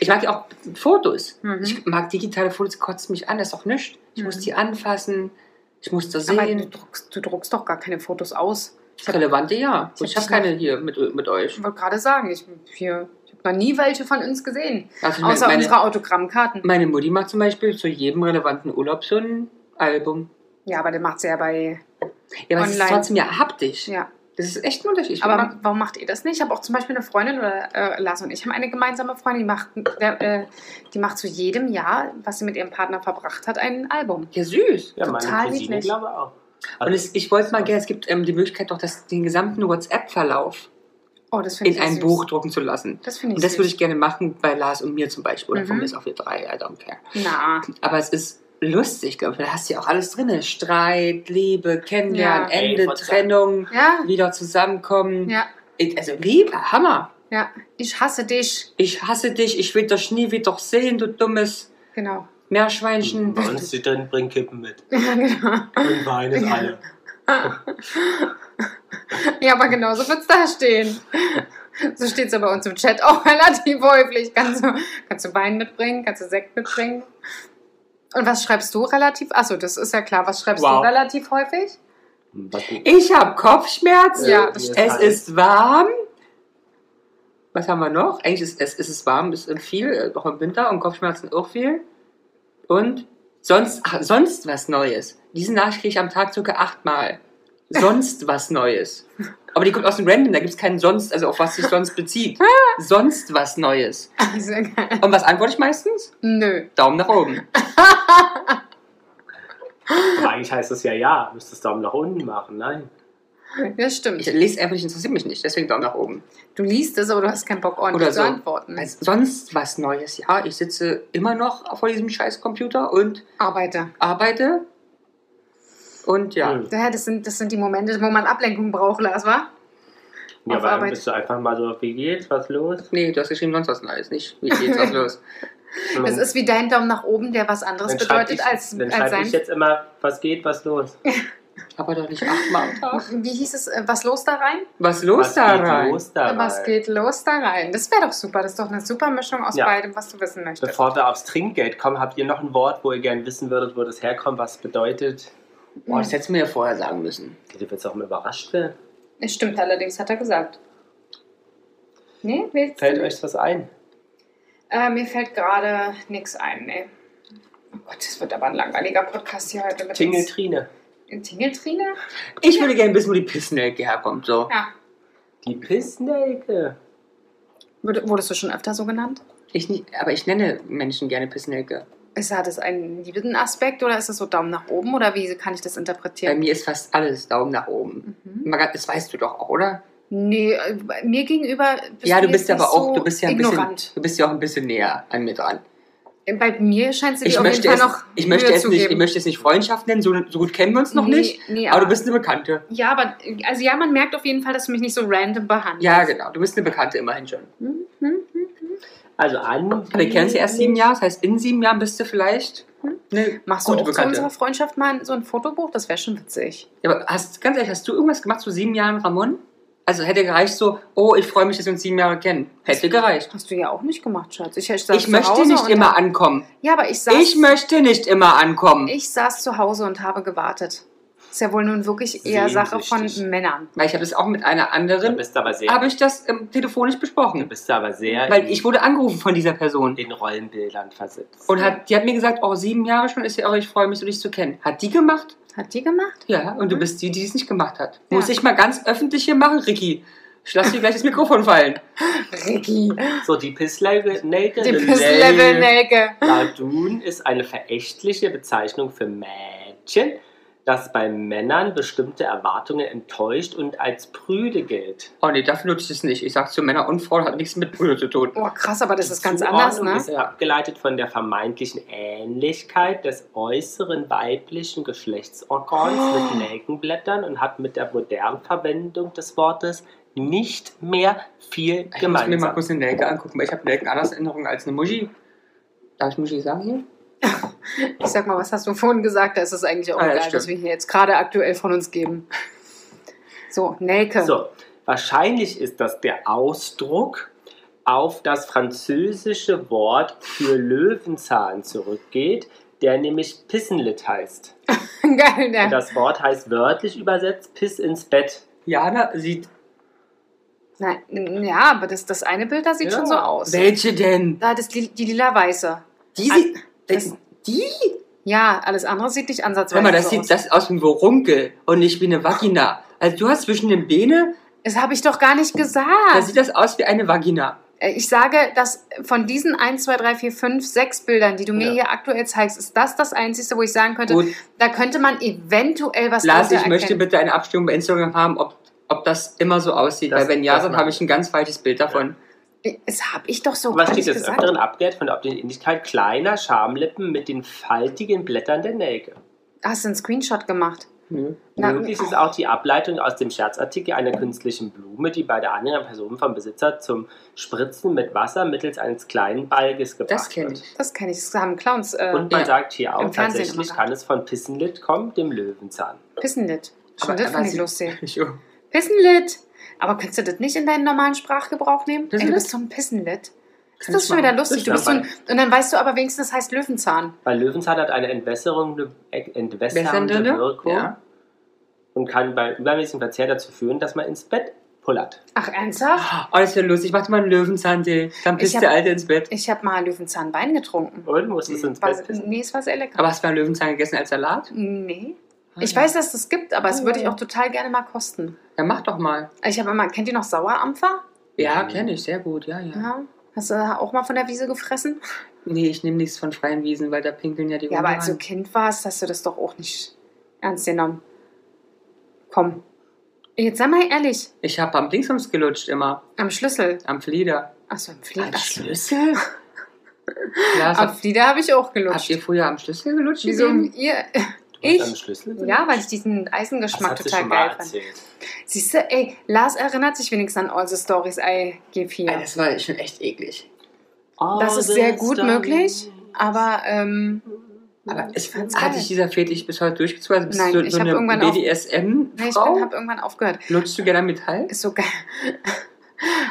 Speaker 3: Ich mag ja auch Fotos.
Speaker 1: Mhm.
Speaker 3: Ich mag digitale Fotos, kotzt mich an, das ist doch nichts. Ich muss
Speaker 1: Mhm.
Speaker 3: die anfassen, ich muss das
Speaker 1: Aber du
Speaker 3: sehen.
Speaker 1: druckst, du druckst doch gar keine Fotos aus.
Speaker 3: Das Relevante ja. Und ich
Speaker 1: hab
Speaker 3: habe keine hier mit, mit euch.
Speaker 1: Ich wollte gerade sagen, ich, hier- ich habe noch nie welche von uns gesehen.
Speaker 3: Also ich
Speaker 1: Außer
Speaker 3: meine, meine,
Speaker 1: unsere Autogrammkarten.
Speaker 3: meine Mutti macht zum Beispiel zu jedem relevanten Urlaub so ein Album.
Speaker 1: Ja, aber der macht sie ja bei.
Speaker 3: Ja, aber es ist
Speaker 1: Online.
Speaker 3: trotzdem ja haptisch.
Speaker 1: Ja.
Speaker 3: Das ist echt ein Unterschied. Ich mag-
Speaker 1: Aber warum macht ihr das nicht? Ich habe auch zum Beispiel eine Freundin oder äh, Lars und ich haben eine gemeinsame Freundin, die macht, der, äh, die macht zu jedem Jahr, was sie mit ihrem Partner verbracht hat, ein Album.
Speaker 3: ja, süß.
Speaker 2: Ja,
Speaker 1: Total
Speaker 2: meine Cousine
Speaker 1: niedlich.
Speaker 2: glaube auch. Also
Speaker 3: Und es, ich wollte mal gerne, es gibt ähm, die Möglichkeit doch, das, den gesamten WhatsApp-Verlauf
Speaker 1: Oh, das finde ich
Speaker 3: in
Speaker 1: sehr
Speaker 3: ein
Speaker 1: süß.
Speaker 3: Buch drucken zu lassen.
Speaker 1: Das finde ich
Speaker 3: Und das
Speaker 1: süß.
Speaker 3: würde ich gerne machen bei Lars und mir zum Beispiel. Oder von
Speaker 1: Mhm.
Speaker 3: mir ist auch wir drei, I don't care.
Speaker 1: Na,
Speaker 3: Aber es ist lustig, glaube ich. weil Da hast du ja auch alles drin. Streit, Liebe, Kennenlernen,
Speaker 1: Ja.
Speaker 2: Ey,
Speaker 3: Ende,
Speaker 2: WhatsApp.
Speaker 3: Trennung,
Speaker 1: ja,
Speaker 3: wieder zusammenkommen.
Speaker 1: ja,
Speaker 3: Ich- Also Liebe, Hammer.
Speaker 1: ja. Ich hasse dich.
Speaker 3: Ich hasse dich, ich will dich nie wieder sehen, du dummes
Speaker 1: Genau.
Speaker 3: Meerschweinchen.
Speaker 2: Bei uns steht drin, bring Kippen mit.
Speaker 1: Ja, genau.
Speaker 2: Und Wein ist alle.
Speaker 1: Ja, aber genau so wird es da stehen. So steht es ja bei uns im Chat auch relativ häufig. Kannst du, kannst du Wein mitbringen, kannst du Sekt mitbringen. Und was schreibst du relativ? Achso, das ist ja klar. Was schreibst
Speaker 2: Wow.
Speaker 1: du relativ häufig?
Speaker 2: Was denn?
Speaker 3: Ich habe Kopfschmerzen.
Speaker 1: Ja, das
Speaker 2: Mir
Speaker 1: stimmt.
Speaker 3: Es ist warm. Was haben wir noch? Eigentlich ist es, es ist warm, es ist viel, äh, auch im Winter und Kopfschmerzen auch viel. Und sonst, ach, sonst was Neues. Diesen Nachricht kriege ich am Tag circa achtmal. Sonst was Neues. Aber die kommt aus dem Random, da gibt es keinen sonst, also auf was sich sonst bezieht. sonst was Neues.
Speaker 1: Sehr geil.
Speaker 3: Und was antworte ich meistens?
Speaker 1: Nö.
Speaker 3: Daumen nach oben.
Speaker 2: Aber eigentlich heißt es ja ja. Müsstest Daumen nach unten machen. Nein.
Speaker 1: Das stimmt.
Speaker 3: Ich lese einfach nicht, interessiert mich nicht, deswegen Daumen nach oben.
Speaker 1: Du liest es, aber du hast keinen Bock, ordentlich
Speaker 3: Oder
Speaker 1: zu
Speaker 3: so.
Speaker 1: antworten.
Speaker 3: Als sonst was Neues. Ja, ich sitze immer noch vor diesem scheiß Computer und
Speaker 1: Arbeiter.
Speaker 3: arbeite. Und ja,
Speaker 2: Hm.
Speaker 1: Daher, das sind, das sind die Momente, wo man Ablenkung braucht, Lars, wa?
Speaker 2: Ja,
Speaker 1: Auf
Speaker 2: aber dann
Speaker 1: Arbeit.
Speaker 2: bist du einfach mal so, wie geht's, was los?
Speaker 3: nee, du hast geschrieben, sonst was Neues, nicht? Wie geht's was los?
Speaker 2: Und
Speaker 1: Das ist wie dein Daumen nach oben, der was anderes
Speaker 2: Hm. dann schreib
Speaker 1: bedeutet
Speaker 2: ich,
Speaker 1: als,
Speaker 2: Dann
Speaker 1: als
Speaker 2: schreibe
Speaker 1: sein.
Speaker 2: ich jetzt immer, was geht, was los?
Speaker 3: Aber doch nicht achtmal am Tag.
Speaker 1: Wie hieß es? äh, Was los da rein?
Speaker 3: Was los
Speaker 2: was
Speaker 3: da
Speaker 2: geht
Speaker 3: rein?
Speaker 2: los da rein?
Speaker 1: Was geht los da rein? Das wäre doch super. Das ist doch eine super Mischung aus
Speaker 2: Ja.
Speaker 1: beidem, was du wissen möchtest.
Speaker 2: Bevor wir aufs Trinkgeld kommen, habt ihr noch ein Wort, wo ihr gerne wissen würdet, wo das herkommt, was bedeutet?
Speaker 3: Boah,
Speaker 1: Hm.
Speaker 3: das hättest du mir ja vorher sagen müssen.
Speaker 2: Du wirst auch immer überrascht. ne?
Speaker 1: Es stimmt allerdings, hat er gesagt. Nee, willst
Speaker 2: Fällt
Speaker 1: du?
Speaker 2: euch was ein?
Speaker 1: Äh, mir fällt gerade nichts ein, nee. Oh Gott, das wird aber ein langweiliger Podcast hier heute. mit uns.
Speaker 2: Tingeltrine.
Speaker 1: Tingeltrine?
Speaker 3: Ich würde gerne wissen, wo die Pissnelke herkommt. So.
Speaker 1: Ja.
Speaker 2: Die Pissnelke.
Speaker 1: Wurde- Wurdest du schon öfter so genannt?
Speaker 3: Ich, nie- aber ich nenne Menschen gerne Pissnelke.
Speaker 1: Ist, hat es einen liebenden Aspekt oder ist es so Daumen nach oben oder wie kann ich das
Speaker 3: Bei
Speaker 1: interpretieren?
Speaker 3: mir ist fast alles Daumen nach oben.
Speaker 1: Mhm.
Speaker 3: Maga- Das weißt du doch auch, oder?
Speaker 1: Nee, äh, bei mir gegenüber bist
Speaker 3: ja, du
Speaker 1: jetzt
Speaker 3: bist
Speaker 1: nicht
Speaker 3: aber auch,
Speaker 1: so
Speaker 3: du bist ja ein bisschen,
Speaker 1: ignorant.
Speaker 3: du bist ja auch ein bisschen näher an mir dran.
Speaker 1: bisschen. Bei mir scheinst du dich
Speaker 3: Ich
Speaker 1: auf
Speaker 3: möchte,
Speaker 1: jeden
Speaker 3: es,
Speaker 1: Fall noch
Speaker 3: ich, möchte
Speaker 1: Mühe
Speaker 3: es
Speaker 1: zu
Speaker 3: nicht,
Speaker 1: geben.
Speaker 3: ich möchte es nicht Freundschaft nennen, so, so gut kennen wir uns noch
Speaker 1: Nee,
Speaker 3: nicht.
Speaker 1: nee,
Speaker 3: Aber du bist eine Bekannte.
Speaker 1: Ja, aber also ja, man merkt auf jeden Fall, dass du mich nicht so random behandelst.
Speaker 3: Ja, genau. Du bist eine Bekannte immerhin schon.
Speaker 1: Mhm.
Speaker 2: Also an.
Speaker 3: Aber wir kennen sie erst sieben Jahre. Das heißt, in sieben Jahren bist du vielleicht
Speaker 1: Hm?
Speaker 3: eine
Speaker 1: Machst du
Speaker 3: gute
Speaker 1: auch zu
Speaker 3: Bekannte.
Speaker 1: unserer Freundschaft mal so ein Fotobuch? Das wäre schon witzig.
Speaker 3: Ja, aber hast, ganz ehrlich, hast du irgendwas gemacht zu sieben Jahren, Ramon? Also hätte gereicht so, oh, ich freue mich, dass wir uns sieben Jahre kennen. Hätte gereicht.
Speaker 1: Hast du ja auch nicht gemacht, Schatz. Ich, saß
Speaker 3: Ich
Speaker 1: zu
Speaker 3: möchte
Speaker 1: Hause
Speaker 3: nicht
Speaker 1: und
Speaker 3: immer
Speaker 1: hab-
Speaker 3: ankommen.
Speaker 1: Ja, aber ich saß,
Speaker 3: Ich möchte nicht immer ankommen.
Speaker 1: ich saß zu Hause und habe gewartet. Ist ja wohl nun wirklich eher Sache von
Speaker 2: Sehnsüchtig.
Speaker 1: Männern.
Speaker 3: Weil ich habe das auch mit einer
Speaker 2: Du
Speaker 3: anderen,
Speaker 2: bist aber sehr.
Speaker 3: habe ich das ähm, telefonisch
Speaker 2: Du
Speaker 3: besprochen.
Speaker 2: bist aber sehr
Speaker 3: Weil
Speaker 2: in,
Speaker 3: ich wurde angerufen von dieser Person.
Speaker 2: in Rollenbildern versetzt.
Speaker 3: Und hat, die hat mir gesagt, oh, sieben Jahre schon ist ja auch, ich freue mich, so dich zu kennen. Hat die gemacht?
Speaker 1: Hat die gemacht?
Speaker 3: Ja, und du bist die, die es nicht gemacht hat.
Speaker 1: Ja.
Speaker 3: Muss ich mal ganz öffentlich hier machen, Ricky. Ich lasse dir gleich das Mikrofon fallen.
Speaker 1: Ricky.
Speaker 2: So, die Pissnelke. Nelke-
Speaker 1: Die
Speaker 2: Nelke-
Speaker 1: Pisslevel-Nelke.
Speaker 2: Ladun ist eine verächtliche Bezeichnung für Mädchen, das bei Männern bestimmte Erwartungen enttäuscht und als prüde gilt.
Speaker 3: Oh nee, dafür nutze ich es nicht. Ich sag zu Männer und Frauen hat nichts mit Brüder zu tun.
Speaker 1: Oh, krass, aber das ist ganz
Speaker 2: Zuordnung
Speaker 1: anders,
Speaker 2: ist
Speaker 1: ne?
Speaker 2: abgeleitet von der vermeintlichen Ähnlichkeit des äußeren weiblichen Geschlechtsorgans
Speaker 3: Oh.
Speaker 2: mit Nelkenblättern und hat mit der modernen Verwendung des Wortes nicht mehr viel
Speaker 3: Ich muss mir mal
Speaker 2: gemeinsam.
Speaker 3: kurz eine Nelke angucken, weil ich habe Nelken anders in Erinnerung als eine Muschi. Darf ich Muschi sagen hier?
Speaker 1: Ich sag mal, was hast du vorhin gesagt? Da ist es eigentlich auch
Speaker 3: Ah, ja,
Speaker 1: egal,
Speaker 3: stimmt.
Speaker 1: was wir hier jetzt gerade aktuell von uns geben. So, Nelke.
Speaker 2: So, wahrscheinlich ist das der Ausdruck auf das französische Wort für Löwenzahn zurückgeht, der nämlich Pissenlit heißt.
Speaker 1: Geil, ne?
Speaker 2: Und das Wort heißt wörtlich übersetzt Piss ins Bett.
Speaker 3: Jana sieht.
Speaker 1: Nein, n- ja, aber das, das eine Bild da sieht
Speaker 2: Ja.
Speaker 1: schon so aus.
Speaker 3: Welche denn?
Speaker 1: Da das li- die lila weiße.
Speaker 3: Die
Speaker 1: Ah,
Speaker 3: sieht.
Speaker 1: das-
Speaker 3: die?
Speaker 1: Ja, alles andere sieht nicht ansatzweise
Speaker 3: Hör mal, das
Speaker 1: so
Speaker 3: sieht
Speaker 1: aus.
Speaker 3: das aus wie ein Vorunkel und nicht wie eine Vagina. Also du hast zwischen den Beine,
Speaker 1: Das habe ich doch gar nicht
Speaker 3: da
Speaker 1: gesagt.
Speaker 3: sieht das aus wie eine Vagina.
Speaker 1: Äh, Ich sage, dass von diesen 1, 2, 3, 4, 5, 6 Bildern, die du mir
Speaker 3: Ja.
Speaker 1: hier aktuell zeigst, ist das das Einzige, wo ich sagen könnte,
Speaker 3: Gut,
Speaker 1: da könnte man eventuell was
Speaker 3: Lars,
Speaker 1: drunter
Speaker 3: ich möchte
Speaker 1: erkennen.
Speaker 3: bitte eine Abstimmung bei Instagram haben, ob, ob das immer so aussieht.
Speaker 2: Das-
Speaker 3: Weil wenn ja,
Speaker 2: das
Speaker 3: dann
Speaker 2: machen
Speaker 3: habe ich ein ganz falsches Bild davon.
Speaker 1: Äh, Das habe ich doch so
Speaker 2: Was
Speaker 1: gar
Speaker 2: steht
Speaker 1: nicht
Speaker 2: des
Speaker 1: gesagt.
Speaker 2: Öfteren abgeht von der Ähnlichkeit kleiner Schamlippen mit den faltigen Blättern der Nägel.
Speaker 1: Hast du einen Screenshot gemacht?
Speaker 3: Hm.
Speaker 1: Na,
Speaker 2: Möglich ist auch die Ableitung aus dem Scherzartikel einer künstlichen Blume, die bei der anderen Person vom Besitzer zum Spritzen mit Wasser mittels eines kleinen Balges gebracht
Speaker 3: Das kenn
Speaker 2: wird.
Speaker 1: Das kann ich. Das haben Clowns äh,
Speaker 2: Und man
Speaker 3: Ja.
Speaker 2: sagt hier auch,
Speaker 1: Im Fernsehen
Speaker 2: tatsächlich
Speaker 1: immer
Speaker 2: kann es von Pissenlit kommen, dem Löwenzahn.
Speaker 1: Pissenlit. Schon
Speaker 3: Aber-
Speaker 1: das
Speaker 3: aber
Speaker 1: finde ich
Speaker 3: sie-
Speaker 1: lustig.
Speaker 3: Ich- oh.
Speaker 1: Pissenlit. Aber kannst du das nicht in deinen normalen Sprachgebrauch nehmen? Ey,
Speaker 3: Pissenlit?
Speaker 1: du bist so ein Pissenlit. Ist
Speaker 3: Kann
Speaker 1: das
Speaker 3: ich
Speaker 1: schon wieder
Speaker 3: machen.
Speaker 1: lustig?
Speaker 2: Ist
Speaker 1: Du bist so ein, und dann weißt du aber wenigstens, das heißt Löwenzahn.
Speaker 2: Weil Löwenzahn hat eine entwässerende, äh, entwässernde
Speaker 3: Bessernde?
Speaker 2: Wirkung
Speaker 3: Ja.
Speaker 2: und kann bei übermäßigem Verzehr dazu führen, dass man ins Bett pullert.
Speaker 1: Ach, ernsthaft?
Speaker 3: Oh, das wäre lustig. Ich mach dir mal einen Löwenzahntee. Dann pisst
Speaker 1: Ich hab-
Speaker 3: der Alte ins Bett.
Speaker 1: Ich habe mal Löwenzahnwein getrunken.
Speaker 2: Und muss es ins
Speaker 1: Hm, Was,
Speaker 2: Bett pissen.
Speaker 1: nee, es war sehr lecker.
Speaker 3: Aber hast du mal Löwenzahn gegessen als Salat?
Speaker 1: nee.
Speaker 3: Ah,
Speaker 1: Ich
Speaker 3: ja.
Speaker 1: weiß, dass es das gibt, aber es
Speaker 3: Ja,
Speaker 1: würde ich
Speaker 3: ja.
Speaker 1: auch total gerne mal kosten.
Speaker 3: Dann mach doch mal.
Speaker 1: Ich habe immer, kennt ihr noch Sauerampfer?
Speaker 3: Ja,
Speaker 2: Mhm.
Speaker 3: kenne ich. Sehr gut. Ja, ja.
Speaker 1: Ja. Hast du da auch mal von der Wiese gefressen?
Speaker 3: Nee, ich nehme nichts von freien Wiesen, weil da pinkeln ja die
Speaker 1: Ja, aber
Speaker 3: Hunde
Speaker 1: als du
Speaker 3: an.
Speaker 1: Kind warst, hast du das doch auch nicht ernst genommen. Komm. Jetzt sei mal ehrlich.
Speaker 3: Ich habe am Dingsums gelutscht immer.
Speaker 1: Am Schlüssel.
Speaker 3: Am Flieder.
Speaker 1: Achso, im Flieder.
Speaker 3: Am Schlüssel? Lars,
Speaker 1: Am
Speaker 3: hab,
Speaker 1: Flieder habe ich auch
Speaker 3: habt ihr
Speaker 1: gelutscht.
Speaker 3: früher am Schlüssel gelutscht?
Speaker 1: Wieso
Speaker 3: gegeben?
Speaker 1: ihr?
Speaker 2: Du hast
Speaker 1: Ich?
Speaker 2: einen Schlüssel?
Speaker 1: Ja, weil ich diesen
Speaker 2: das
Speaker 1: Eisengeschmack
Speaker 2: hat sie
Speaker 1: total
Speaker 2: schon mal
Speaker 1: geil fand.
Speaker 2: erzählt.
Speaker 1: Siehst du, ey, Lars erinnert sich wenigstens an all the stories I gebe
Speaker 3: Ey,
Speaker 1: hier.
Speaker 3: Das war schon echt eklig.
Speaker 1: Das ist sehr gut möglich, aber ähm,
Speaker 3: Aber ich
Speaker 1: fand's
Speaker 3: hat
Speaker 1: geil.
Speaker 3: dich dieser Fetisch bis heute durchgezogen? Also bist
Speaker 1: Ah, Nein,
Speaker 3: du
Speaker 1: ich
Speaker 3: so
Speaker 1: hab
Speaker 3: eine
Speaker 1: irgendwann auf- nee, ich
Speaker 3: BDSM-Frau?
Speaker 1: habe irgendwann aufgehört.
Speaker 3: Lutschst du gerne Metall?
Speaker 1: Ist so geil.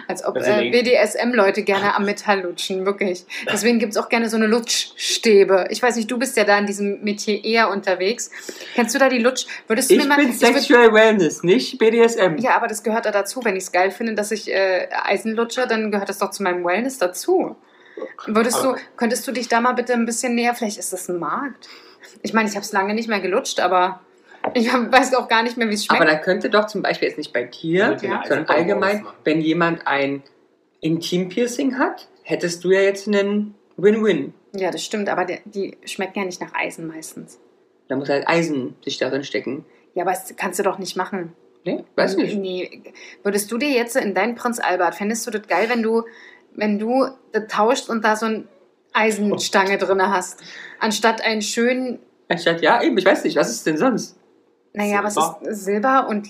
Speaker 1: Als ob
Speaker 2: Also
Speaker 1: äh,
Speaker 2: legen-
Speaker 1: BDSM-Leute gerne am Metall lutschen, wirklich. Deswegen gibt es auch gerne so eine Lutschstäbe. Ich weiß nicht, du bist ja da in diesem Metier eher unterwegs. Kennst du da die Lutsch? Würdest du
Speaker 3: Ich
Speaker 1: mir mal.
Speaker 3: bin
Speaker 1: ich würd-
Speaker 3: Sexual Wellness, nicht BDSM.
Speaker 1: ja, aber das gehört da dazu. Wenn ich es geil finde, dass ich äh, Eisen lutsche, dann gehört das doch zu meinem Wellness dazu. Würdest du,
Speaker 2: Aber-
Speaker 1: könntest du dich da mal bitte ein bisschen näher? Vielleicht ist das ein Markt. Ich meine, ich habe es lange nicht mehr gelutscht, aber ich hab, weiß auch gar nicht mehr, wie es schmeckt.
Speaker 3: Aber da könnte doch zum Beispiel jetzt nicht bei dir,
Speaker 2: Ja, wir können
Speaker 3: sondern
Speaker 2: Eisenbomben
Speaker 3: allgemein,
Speaker 2: ausmachen.
Speaker 3: wenn jemand ein Intim-Piercing hat, hättest du ja jetzt einen Win-Win.
Speaker 1: ja, das stimmt, aber die, die schmecken ja nicht nach Eisen meistens.
Speaker 3: Da muss halt Eisen sich darin stecken.
Speaker 1: Ja, aber das kannst du doch nicht machen.
Speaker 3: Ne?
Speaker 1: Mhm.
Speaker 3: Weiß nicht.
Speaker 1: Nee. Würdest du dir jetzt in deinen Prinz Albert, fändest du das geil, wenn du, wenn du das tauschst und da so eine
Speaker 3: Oh
Speaker 1: Eisenstange drin hast, anstatt einen schönen,
Speaker 3: Anstatt, ja, eben, ich weiß nicht, was ist denn sonst?
Speaker 1: naja,
Speaker 2: Silber.
Speaker 1: was ist Silber und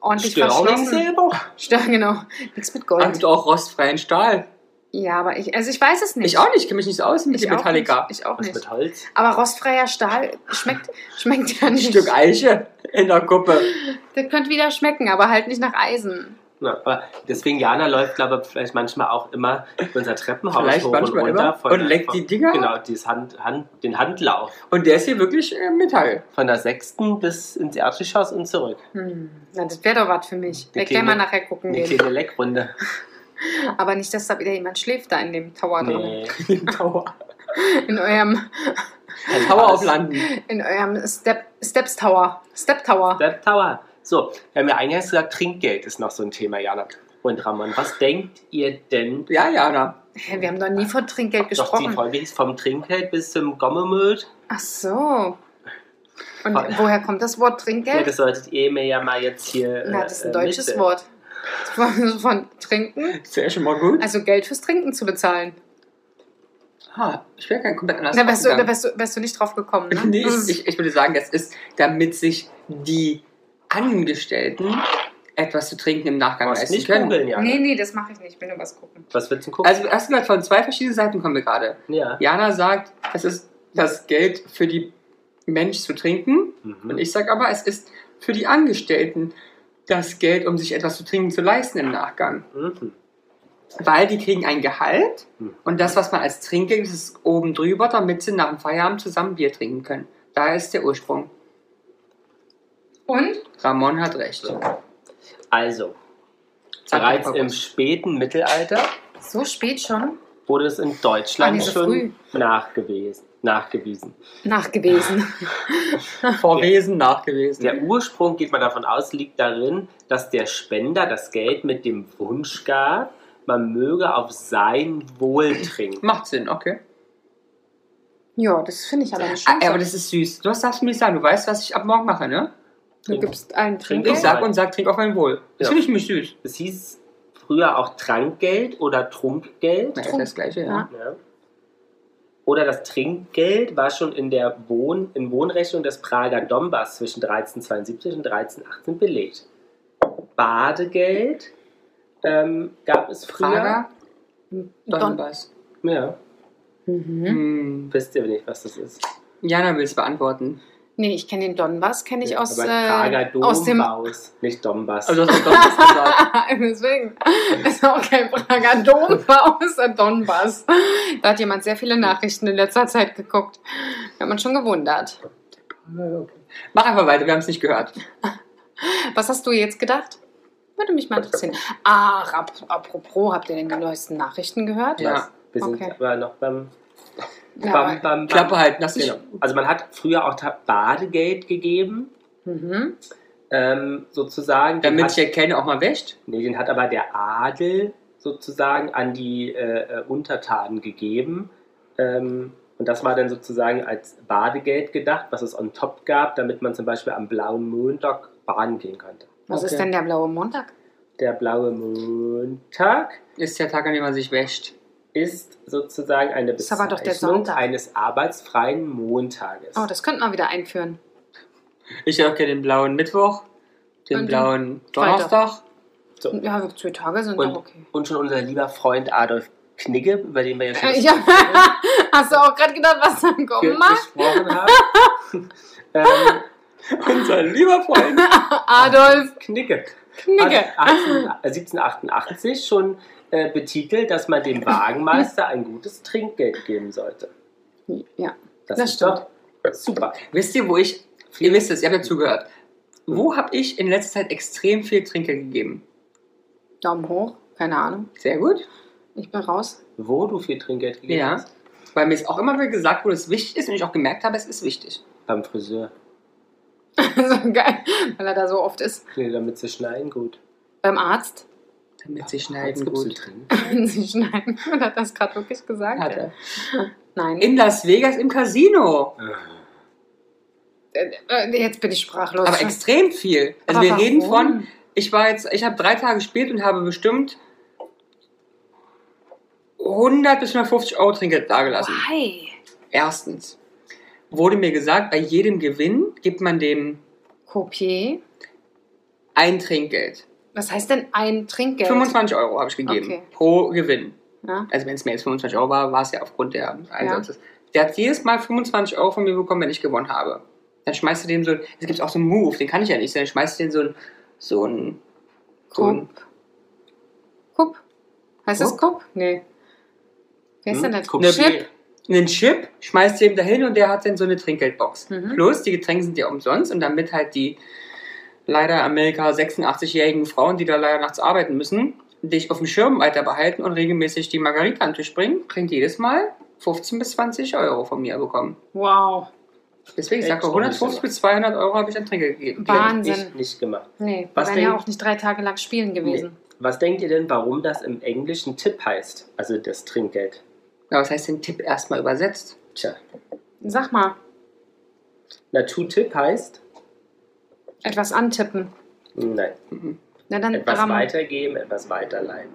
Speaker 1: ordentlich
Speaker 3: genau
Speaker 1: verschlossen?
Speaker 2: Stirnungsilber?
Speaker 1: Stirn, genau. Nichts mit Gold.
Speaker 3: Hast du auch rostfreien Stahl?
Speaker 1: Ja, aber ich, also ich weiß es nicht.
Speaker 3: Ich auch nicht, ich kenne mich nicht so aus mit
Speaker 1: Ich
Speaker 3: dem
Speaker 1: auch
Speaker 3: Metallica.
Speaker 1: nicht. Ich auch
Speaker 2: Was
Speaker 1: nicht.
Speaker 2: mit Holz?
Speaker 1: Aber rostfreier Stahl schmeckt, schmeckt ja
Speaker 3: Ein
Speaker 1: nicht.
Speaker 3: Stück Eiche in der Kuppe.
Speaker 1: Das könnte wieder schmecken, aber halt nicht nach Eisen.
Speaker 2: Ja, aber deswegen, Jana läuft, glaube ich, vielleicht manchmal auch immer unser Treppenhaus
Speaker 3: Vielleicht
Speaker 2: hoch
Speaker 3: manchmal
Speaker 2: und runter.
Speaker 3: immer. Und leckt die Dinger?
Speaker 2: Genau, dieses Hand, Hand, den Handlauf.
Speaker 3: Und der ist hier wirklich äh, Metall.
Speaker 2: Von der sechsten bis ins Erdgeschoss und zurück.
Speaker 1: Hm. Na, das wäre doch was für mich.
Speaker 2: Die
Speaker 1: Wir können mal
Speaker 2: Kleine-
Speaker 1: nachher gucken
Speaker 2: Eine
Speaker 1: gehen.
Speaker 2: kleine Leckrunde.
Speaker 1: Aber nicht, dass da wieder jemand schläft da in dem Tower drin.
Speaker 2: Nee.
Speaker 3: Tower.
Speaker 1: In eurem,
Speaker 3: Tower auf Landen.
Speaker 1: in eurem Step, Steps Tower. Step Tower.
Speaker 2: Der Tower. So, wir haben ja eingangs gesagt, Trinkgeld ist noch so ein Thema, Jana und Ramon. Was denkt ihr denn?
Speaker 3: Ja, Jana.
Speaker 1: Hä, wir haben noch nie von Trinkgeld
Speaker 2: Doch die
Speaker 1: gesprochen.
Speaker 2: Folge hieß vom Trinkgeld bis zum Gommemüll.
Speaker 1: Ach so. Und
Speaker 2: Voll.
Speaker 1: woher kommt das Wort
Speaker 2: Ja,
Speaker 1: Trinkgeld?
Speaker 2: das solltet ihr mir ja mal jetzt hier.
Speaker 1: Na, das ist ein
Speaker 2: äh,
Speaker 1: deutsches
Speaker 2: mitteln.
Speaker 1: Wort. Von, von Trinken,
Speaker 3: Ist ja schon mal gut.
Speaker 1: also Geld fürs Trinken zu bezahlen.
Speaker 3: ha, ich wäre kein komplett anders.
Speaker 1: Da wärst, Also- du, da
Speaker 3: ausgegangen.
Speaker 1: wärst, du, wärst du nicht drauf gekommen, ne?
Speaker 3: nee,
Speaker 1: Das ist-
Speaker 3: ich, ich, ich würde sagen, das ist, damit sich die Angestellten etwas zu trinken im Nachgang
Speaker 2: Was
Speaker 3: leisten
Speaker 2: nicht
Speaker 3: können.
Speaker 2: googeln, Jana.
Speaker 1: nee, nee, das mache ich nicht. Ich will nur was gucken.
Speaker 2: Was willst du gucken?
Speaker 3: Also erst mal von zwei verschiedenen Seiten kommen wir gerade.
Speaker 2: ja.
Speaker 3: Jana sagt, es ist das Geld für die Mensch zu trinken.
Speaker 2: Mhm.
Speaker 3: Und ich sage aber, es ist für die Angestellten das Geld, um sich etwas zu trinken zu leisten im Nachgang.
Speaker 2: Mhm.
Speaker 3: Weil die kriegen ein Gehalt
Speaker 2: Mhm.
Speaker 3: und das, was man als Trinkgeld, das ist oben drüber, damit sie nach dem Feierabend zusammen Bier trinken können. Da ist der Ursprung.
Speaker 1: Und?
Speaker 3: Ramon hat recht.
Speaker 2: Also,
Speaker 3: Sag
Speaker 2: bereits
Speaker 3: doch mal
Speaker 2: im
Speaker 3: was.
Speaker 2: späten Mittelalter
Speaker 1: So spät schon?
Speaker 2: wurde es in
Speaker 1: Ah,
Speaker 2: Deutschland
Speaker 1: nee, so früh.
Speaker 2: schon nachgewiesen. nachgewiesen.
Speaker 1: nachgewiesen.
Speaker 3: Vorwesen, nachgewesen.
Speaker 2: Der Ursprung, geht man davon aus, liegt darin, dass der Spender das Geld mit dem Wunsch gab, man möge auf sein Wohl trinken.
Speaker 3: Macht Sinn, okay.
Speaker 1: Ja, das finde ich aber nicht
Speaker 3: Ah,
Speaker 1: schön.
Speaker 3: aber das ist süß. Du hast- darfst mir nicht sagen, du weißt, was ich ab morgen mache, ne?
Speaker 1: du gibst einen
Speaker 2: Trink
Speaker 1: Trink.
Speaker 3: Ich
Speaker 2: Okay.
Speaker 3: sag und sag, trink auf mein Wohl.
Speaker 2: Ja.
Speaker 3: Das finde ich mich süß.
Speaker 2: Es hieß früher auch Trankgeld oder Trunkgeld.
Speaker 3: Ja, ist das gleiche, ja.
Speaker 1: Ja.
Speaker 2: Ja. Oder das Trinkgeld war schon in der Wohn in Wohnrechnung des Prager Dombas zwischen 1372 und 1318 belegt. Badegeld ähm, gab es früher.
Speaker 3: Prager,
Speaker 1: Don
Speaker 3: Donbass.
Speaker 2: Ja,
Speaker 1: mhm.
Speaker 3: Hm.
Speaker 2: wisst ihr nicht, was das ist.
Speaker 3: Jana will es beantworten.
Speaker 1: Nee, ich kenne den Donbass, kenne ich aus,
Speaker 2: Aber Prager
Speaker 1: äh, aus dem...
Speaker 2: Dombaus, nicht Dombas.
Speaker 3: Also du hast doch Donbass gesagt.
Speaker 1: Deswegen ist auch kein Prager Dombau, ist ein Donbass. Da hat jemand sehr viele Nachrichten in letzter Zeit geguckt. Da hat man schon gewundert.
Speaker 3: Mach einfach weiter, wir haben es nicht gehört.
Speaker 1: Was hast du jetzt gedacht? Würde mich mal interessieren. Ach, ap apropos, habt ihr denn die neuesten Nachrichten gehört?
Speaker 3: Ja.
Speaker 2: Was? Wir sind
Speaker 1: Okay.
Speaker 2: aber noch beim
Speaker 1: Ja,
Speaker 2: bam, bam,
Speaker 1: aber-
Speaker 2: bam.
Speaker 3: Klappe halten, halt, lass dich.
Speaker 2: Genau. Also man hat früher auch Ta- Badegeld gegeben,
Speaker 1: Mhm.
Speaker 2: ähm, sozusagen. Den
Speaker 3: Damit
Speaker 2: hat-
Speaker 3: ich erkenne, auch mal wäscht.
Speaker 2: Nee, den hat aber der Adel sozusagen an die äh, äh, Untertanen gegeben. Ähm, und das war dann sozusagen als Badegeld gedacht, was es on top gab, damit man zum Beispiel am blauen Montag baden gehen konnte.
Speaker 1: Was
Speaker 3: Okay.
Speaker 1: ist denn der blaue Montag?
Speaker 2: Der blaue Montag
Speaker 3: Ist der Tag, an dem man sich wäscht.
Speaker 2: ist sozusagen eine
Speaker 1: Ist aber doch der
Speaker 2: Bezeichnung
Speaker 1: Sonntag.
Speaker 2: eines arbeitsfreien Montages.
Speaker 1: Oh, das könnte man wieder einführen.
Speaker 3: Ich habe den blauen Mittwoch, den
Speaker 1: Und den
Speaker 3: blauen Donnerstag.
Speaker 1: Ja, zwei Tage sind
Speaker 2: und,
Speaker 1: doch okay.
Speaker 2: und schon unser lieber Freund Adolf Knigge, über den wir ja schon
Speaker 1: Äh, Ja, hast du auch gerade gedacht, was dann
Speaker 2: ge-
Speaker 1: kommt? Mann?
Speaker 2: gesprochen haben. ähm,
Speaker 3: Unser lieber Freund.
Speaker 1: Adolf
Speaker 2: Knigge.
Speaker 1: Knigge.
Speaker 2: Hat 18 äh, 1788 schon äh, betitelt, dass man dem Wagenmeister ein gutes Trinkgeld geben sollte.
Speaker 1: Ja.
Speaker 2: Das,
Speaker 1: Das
Speaker 2: ist doch super.
Speaker 3: Wisst ihr, wo ich. Ihr wisst es, ihr habt ja zugehört. Wo habe ich in letzter Zeit extrem viel Trinkgeld gegeben?
Speaker 1: Daumen hoch. Keine Ahnung.
Speaker 3: Sehr gut.
Speaker 1: Ich bin raus.
Speaker 2: Wo du viel Trinkgeld gegeben
Speaker 3: Ja.
Speaker 2: hast?
Speaker 3: Weil mir es auch immer wieder gesagt wurde, es wichtig ist und ich auch gemerkt habe, es ist wichtig.
Speaker 2: Beim Friseur.
Speaker 1: so geil, weil er da so oft ist.
Speaker 2: Nee, damit sie schneiden gut.
Speaker 1: Beim Arzt.
Speaker 3: Damit sie
Speaker 2: Jetzt
Speaker 3: schneiden
Speaker 2: gibst du
Speaker 3: gut.
Speaker 2: Trinkgeld.
Speaker 1: Wenn sie schneiden. Hat er das gerade wirklich gesagt?
Speaker 3: Hat er.
Speaker 1: Nein.
Speaker 3: In Las Vegas im Casino.
Speaker 1: Äh, äh, Jetzt bin ich sprachlos.
Speaker 3: Aber extrem viel. Also
Speaker 1: Aber
Speaker 3: wir reden
Speaker 1: warum?
Speaker 3: von, ich war jetzt, ich habe drei Tage gespielt und habe bestimmt 100 bis 150 Euro Trinkgeld dagelassen.
Speaker 1: Why?
Speaker 3: Erstens wurde mir gesagt, bei jedem Gewinn gibt man dem
Speaker 1: Kopier.
Speaker 3: ein Trinkgeld.
Speaker 1: Was heißt denn ein Trinkgeld?
Speaker 3: 25 Euro habe ich gegeben
Speaker 1: Okay.
Speaker 3: pro Gewinn.
Speaker 1: Ja?
Speaker 3: also wenn es mehr als 25 Euro war, war es ja aufgrund der Einsatzes. Der hat jedes Mal 25 Euro von mir bekommen, wenn ich gewonnen habe. Dann schmeißt du dem so, es gibt auch so einen Move, den kann ich ja nicht, dann schmeißt du den so ein, so ein, so ein
Speaker 1: Kup. Kup. Heißt das
Speaker 3: Kup? Hm?
Speaker 1: Kup? Nee. Wer ist denn das?
Speaker 2: Kopier.
Speaker 1: Chip.
Speaker 3: einen Chip, schmeißt du ihm dahin und der hat dann so eine Trinkgeldbox.
Speaker 1: Mhm.
Speaker 3: Plus, die Getränke sind ja umsonst und damit halt die leider Amerika 86-jährigen Frauen, die da leider nachts arbeiten müssen, dich auf dem Schirm weiter behalten und regelmäßig die Margarita an den Tisch bringen, trinkt jedes Mal 15 bis 20 Euro von mir bekommen.
Speaker 1: Wow.
Speaker 3: Deswegen, ich
Speaker 2: Echt?
Speaker 3: sage, 150 bis 200 Euro habe ich an Trinkgeld gegeben.
Speaker 1: Wahnsinn.
Speaker 2: Nicht, nicht gemacht.
Speaker 1: Nee, wir
Speaker 2: Was
Speaker 1: wären ja
Speaker 2: denn?
Speaker 1: auch nicht drei Tage lang spielen gewesen.
Speaker 2: Was denkt ihr denn, warum das im Englischen Tipp heißt? Also das Trinkgeld.
Speaker 3: Ja, was heißt den Tipp erstmal übersetzt?
Speaker 2: Tja.
Speaker 1: Sag mal,
Speaker 2: Na, tu Tipp heißt?
Speaker 1: etwas antippen.
Speaker 2: Nein.
Speaker 3: Mhm.
Speaker 1: Na, dann,
Speaker 2: Etwas
Speaker 1: ram-
Speaker 2: weitergeben, etwas weiterleihen.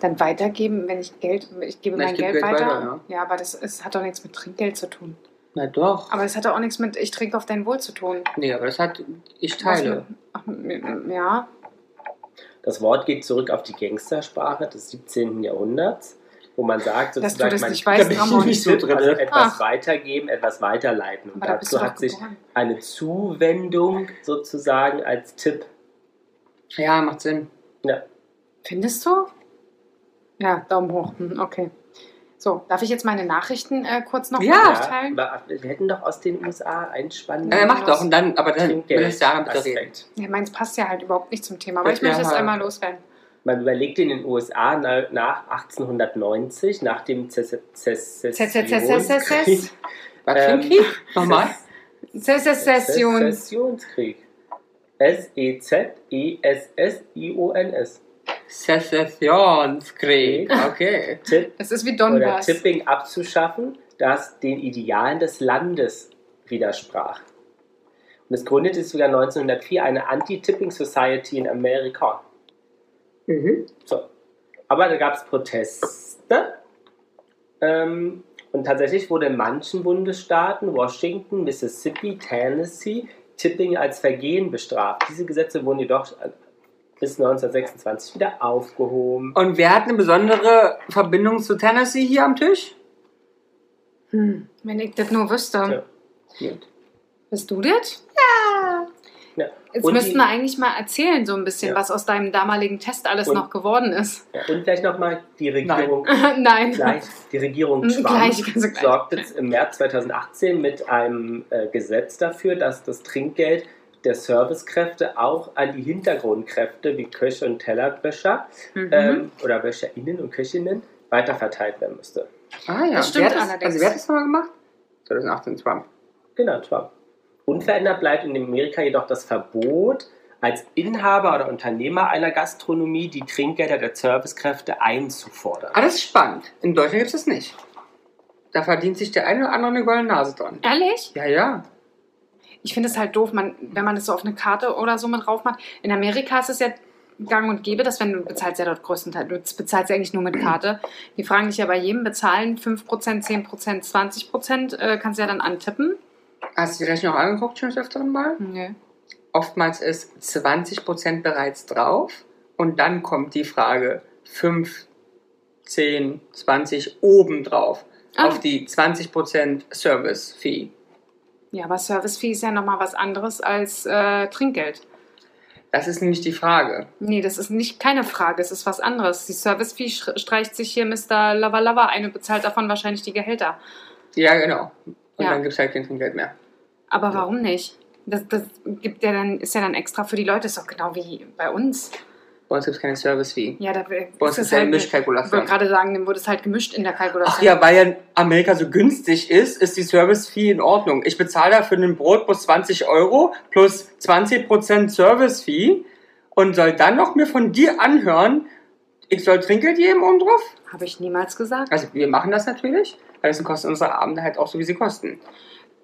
Speaker 1: dann weitergeben, wenn ich Geld, ich gebe
Speaker 3: Na, ich
Speaker 1: mein
Speaker 3: gebe
Speaker 1: Geld,
Speaker 3: Geld
Speaker 1: weiter.
Speaker 3: weiter,
Speaker 1: ja. aber das ist, hat doch nichts mit Trinkgeld zu tun.
Speaker 3: Na doch.
Speaker 1: Aber das hat doch auch nichts mit ich trinke auf dein Wohl zu tun.
Speaker 3: nee, aber das hat. Ich
Speaker 1: Was
Speaker 3: teile.
Speaker 1: mit- Ach, m- m- ja,
Speaker 2: Das Wort geht zurück auf die Gangstersprache des 17. Jahrhunderts, wo man sagt,
Speaker 1: dass
Speaker 2: sozusagen,
Speaker 1: du das
Speaker 2: man
Speaker 1: nicht
Speaker 3: da
Speaker 1: weißt,
Speaker 3: bin ich
Speaker 1: Ramon.
Speaker 3: nicht- so drin. ne?
Speaker 2: also etwas
Speaker 1: Ach.
Speaker 2: weitergeben, etwas weiterleiten. Und
Speaker 1: Aber da bist du
Speaker 2: dazu
Speaker 1: doch
Speaker 2: hat sich
Speaker 1: geboren.
Speaker 2: eine Zuwendung sozusagen als Tipp.
Speaker 3: Ja, macht Sinn.
Speaker 2: Ja,
Speaker 1: Findest du? Ja, Daumen hoch. Hm, okay. So, darf ich jetzt meine Nachrichten äh, kurz noch
Speaker 3: Ja.
Speaker 1: mal
Speaker 2: ja
Speaker 1: aufteilen?
Speaker 2: aber wir hätten doch aus den USA einen
Speaker 3: Ja, er
Speaker 2: spannenden
Speaker 3: macht doch. Und dann, aber dann will ich Jana bitte reden.
Speaker 2: Trinkgeld-Aspekt.
Speaker 1: Ja, meins passt ja halt überhaupt nicht zum Thema, aber ich
Speaker 3: Ja.
Speaker 1: möchte das einmal loswerden.
Speaker 2: Man überlegt in den USA na, nach 1890, nach dem Sezessionskrieg.
Speaker 1: Sezessionskrieg.
Speaker 3: Was für ein
Speaker 2: Ähm,
Speaker 3: Krieg? Nochmal?
Speaker 1: Sezessions.
Speaker 2: Sezessionskrieg. E S-E-Z-E-S-S-I-O-N-S.
Speaker 3: Sezessionskrieg. Okay.
Speaker 2: Tipp
Speaker 1: Das ist wie
Speaker 2: oder
Speaker 1: Donbass.
Speaker 2: Tipping abzuschaffen, das den Idealen des Landes widersprach. Und es gründete sogar 1904 eine Anti-Tipping Society in Amerika.
Speaker 3: Mhm.
Speaker 2: So. Aber da gab es Proteste. Ähm, und tatsächlich wurde in manchen Bundesstaaten, Washington, Mississippi, Tennessee, Tipping als Vergehen bestraft. Diese Gesetze wurden jedoch äh, bis 1926 wieder aufgehoben.
Speaker 3: Und wer hat eine besondere Verbindung zu Tennessee hier am Tisch?
Speaker 1: Hm, wenn ich das nur wüsste.
Speaker 2: Ja.
Speaker 1: Bist du das?
Speaker 2: Ja.
Speaker 1: Jetzt
Speaker 2: Und
Speaker 1: müssten
Speaker 2: die-
Speaker 1: wir eigentlich mal erzählen, so ein bisschen,
Speaker 2: Ja.
Speaker 1: was aus deinem damaligen Test alles
Speaker 2: Und-
Speaker 1: noch geworden ist.
Speaker 2: Und gleich nochmal die Regierung
Speaker 1: Nein.
Speaker 2: gleich, die Regierung
Speaker 1: Mm,
Speaker 2: Schwamm
Speaker 1: gleich, ganz gleich.
Speaker 2: sorgte im März 2018 mit einem äh, Gesetz dafür, dass das Trinkgeld der Servicekräfte auch an die Hintergrundkräfte wie Köche und Tellerwäscher
Speaker 1: Mhm.
Speaker 2: ähm, oder WäscherInnen und Köchinnen weiterverteilt werden müsste.
Speaker 3: Ah ja.
Speaker 1: Das stimmt
Speaker 3: wer hat
Speaker 1: allerdings.
Speaker 3: Also wer hat das nochmal gemacht? 2018 Trump.
Speaker 2: Genau, Trump. Unverändert bleibt in Amerika jedoch das Verbot, als Inhaber oder Unternehmer einer Gastronomie die Trinkgelder der Servicekräfte einzufordern.
Speaker 3: Ah, das ist spannend. In Deutschland gibt es das nicht. Da verdient sich der eine oder andere eine goldene Nase dran.
Speaker 1: Ehrlich?
Speaker 3: Ja, ja.
Speaker 1: Ich finde es halt doof, man, wenn man das so auf eine Karte oder so mit drauf macht. In Amerika ist es ja gang und gäbe, dass wenn du bezahlst ja dort größtenteils, du bezahlst ja eigentlich nur mit Karte. Die fragen dich ja bei jedem bezahlen 5%, 10%, 20%, äh, kannst du ja dann antippen.
Speaker 3: Hast du die Rechnung auch angeguckt schon des öfteren Mal?
Speaker 1: Nee.
Speaker 3: Oftmals ist 20% bereits drauf und dann kommt die Frage 5, 10, 20 obendrauf
Speaker 1: Ah.
Speaker 3: auf die 20% Service-Fee.
Speaker 1: Ja, aber Service Fee ist ja nochmal was anderes als äh, Trinkgeld.
Speaker 3: Das ist nämlich die Frage.
Speaker 1: Nee, das ist nicht keine Frage, es ist was anderes. Die Service Fee sch- streicht sich hier Mr. Lava Lava ein und bezahlt davon wahrscheinlich die Gehälter.
Speaker 3: Ja, genau. Und
Speaker 1: Ja.
Speaker 3: dann gibt es halt kein Trinkgeld mehr.
Speaker 1: Aber warum nicht? Das, das gibt ja dann, ist ja dann extra für die Leute, ist doch genau wie bei uns.
Speaker 3: Bei uns gibt es keine Service-Fee.
Speaker 1: Ja, da wär-
Speaker 3: Bei uns
Speaker 1: ist
Speaker 3: ist
Speaker 1: es
Speaker 3: ja eine
Speaker 1: halt. Ich
Speaker 3: Mischkalkulation.
Speaker 1: wollte gerade sagen, dann wurde es halt gemischt in der
Speaker 3: Ach
Speaker 1: Kalkulation.
Speaker 3: ja, weil ja Amerika so günstig ist, ist die Service-Fee in Ordnung. Ich bezahle da für einen Brotbus 20 Euro plus 20% Service-Fee und soll dann noch mir von dir anhören, ich soll Trinkgeld jedem oben drauf?
Speaker 1: Habe ich niemals gesagt.
Speaker 3: Also wir machen das natürlich, weil das kosten unsere Abende halt auch so, wie sie kosten.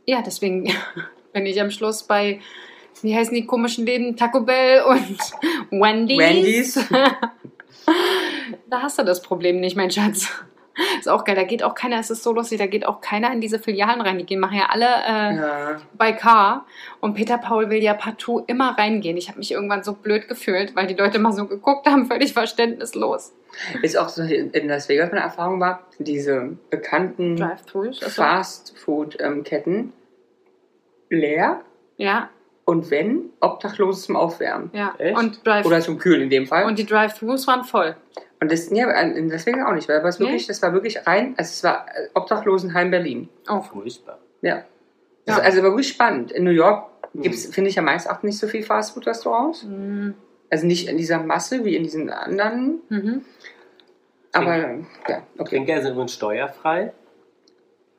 Speaker 1: Ja, deswegen bin ich am Schluss bei, wie heißen die komischen Läden? Taco Bell und Wendy's.
Speaker 3: Wendy's.
Speaker 1: Da hast du das Problem nicht, mein Schatz. Ist auch geil, da geht auch keiner, es ist so lustig, da geht auch keiner in diese Filialen rein. Die gehen, machen ja alle äh,
Speaker 3: Ja.
Speaker 1: bei K. Und Peter Paul will ja partout immer reingehen. Ich habe mich irgendwann so blöd gefühlt, weil die Leute mal so geguckt haben, völlig verständnislos.
Speaker 3: Ist auch so in Las Vegas meine Erfahrung war, diese bekannten
Speaker 1: Drive-Thrus. also-
Speaker 3: Fast-Food-Ketten leer
Speaker 1: Ja,
Speaker 3: und wenn, Obdachlose zum Aufwärmen.
Speaker 1: ja.
Speaker 2: Echt?
Speaker 1: Und Drive
Speaker 3: Oder zum Kühlen in dem Fall.
Speaker 1: Und die Drive-Thrus waren voll.
Speaker 3: Und das, ja, äh, deswegen auch nicht, weil was
Speaker 1: Nee?
Speaker 3: wirklich, das war wirklich rein, also es war äh, Obdachlosenheim Berlin.
Speaker 1: Auch.
Speaker 2: Furchtbar.
Speaker 3: Ja. Das
Speaker 1: Ja.
Speaker 3: ist also war wirklich spannend. In New York
Speaker 2: Mhm.
Speaker 3: gibt's, finde ich ja meines Erachtens nicht so viel Fastfood-Restaurants.
Speaker 1: Mhm.
Speaker 3: Also nicht in dieser Masse wie in diesen anderen.
Speaker 1: Mhm.
Speaker 3: Aber ja, okay.
Speaker 2: Trinkgelder sind übrigens steuerfrei.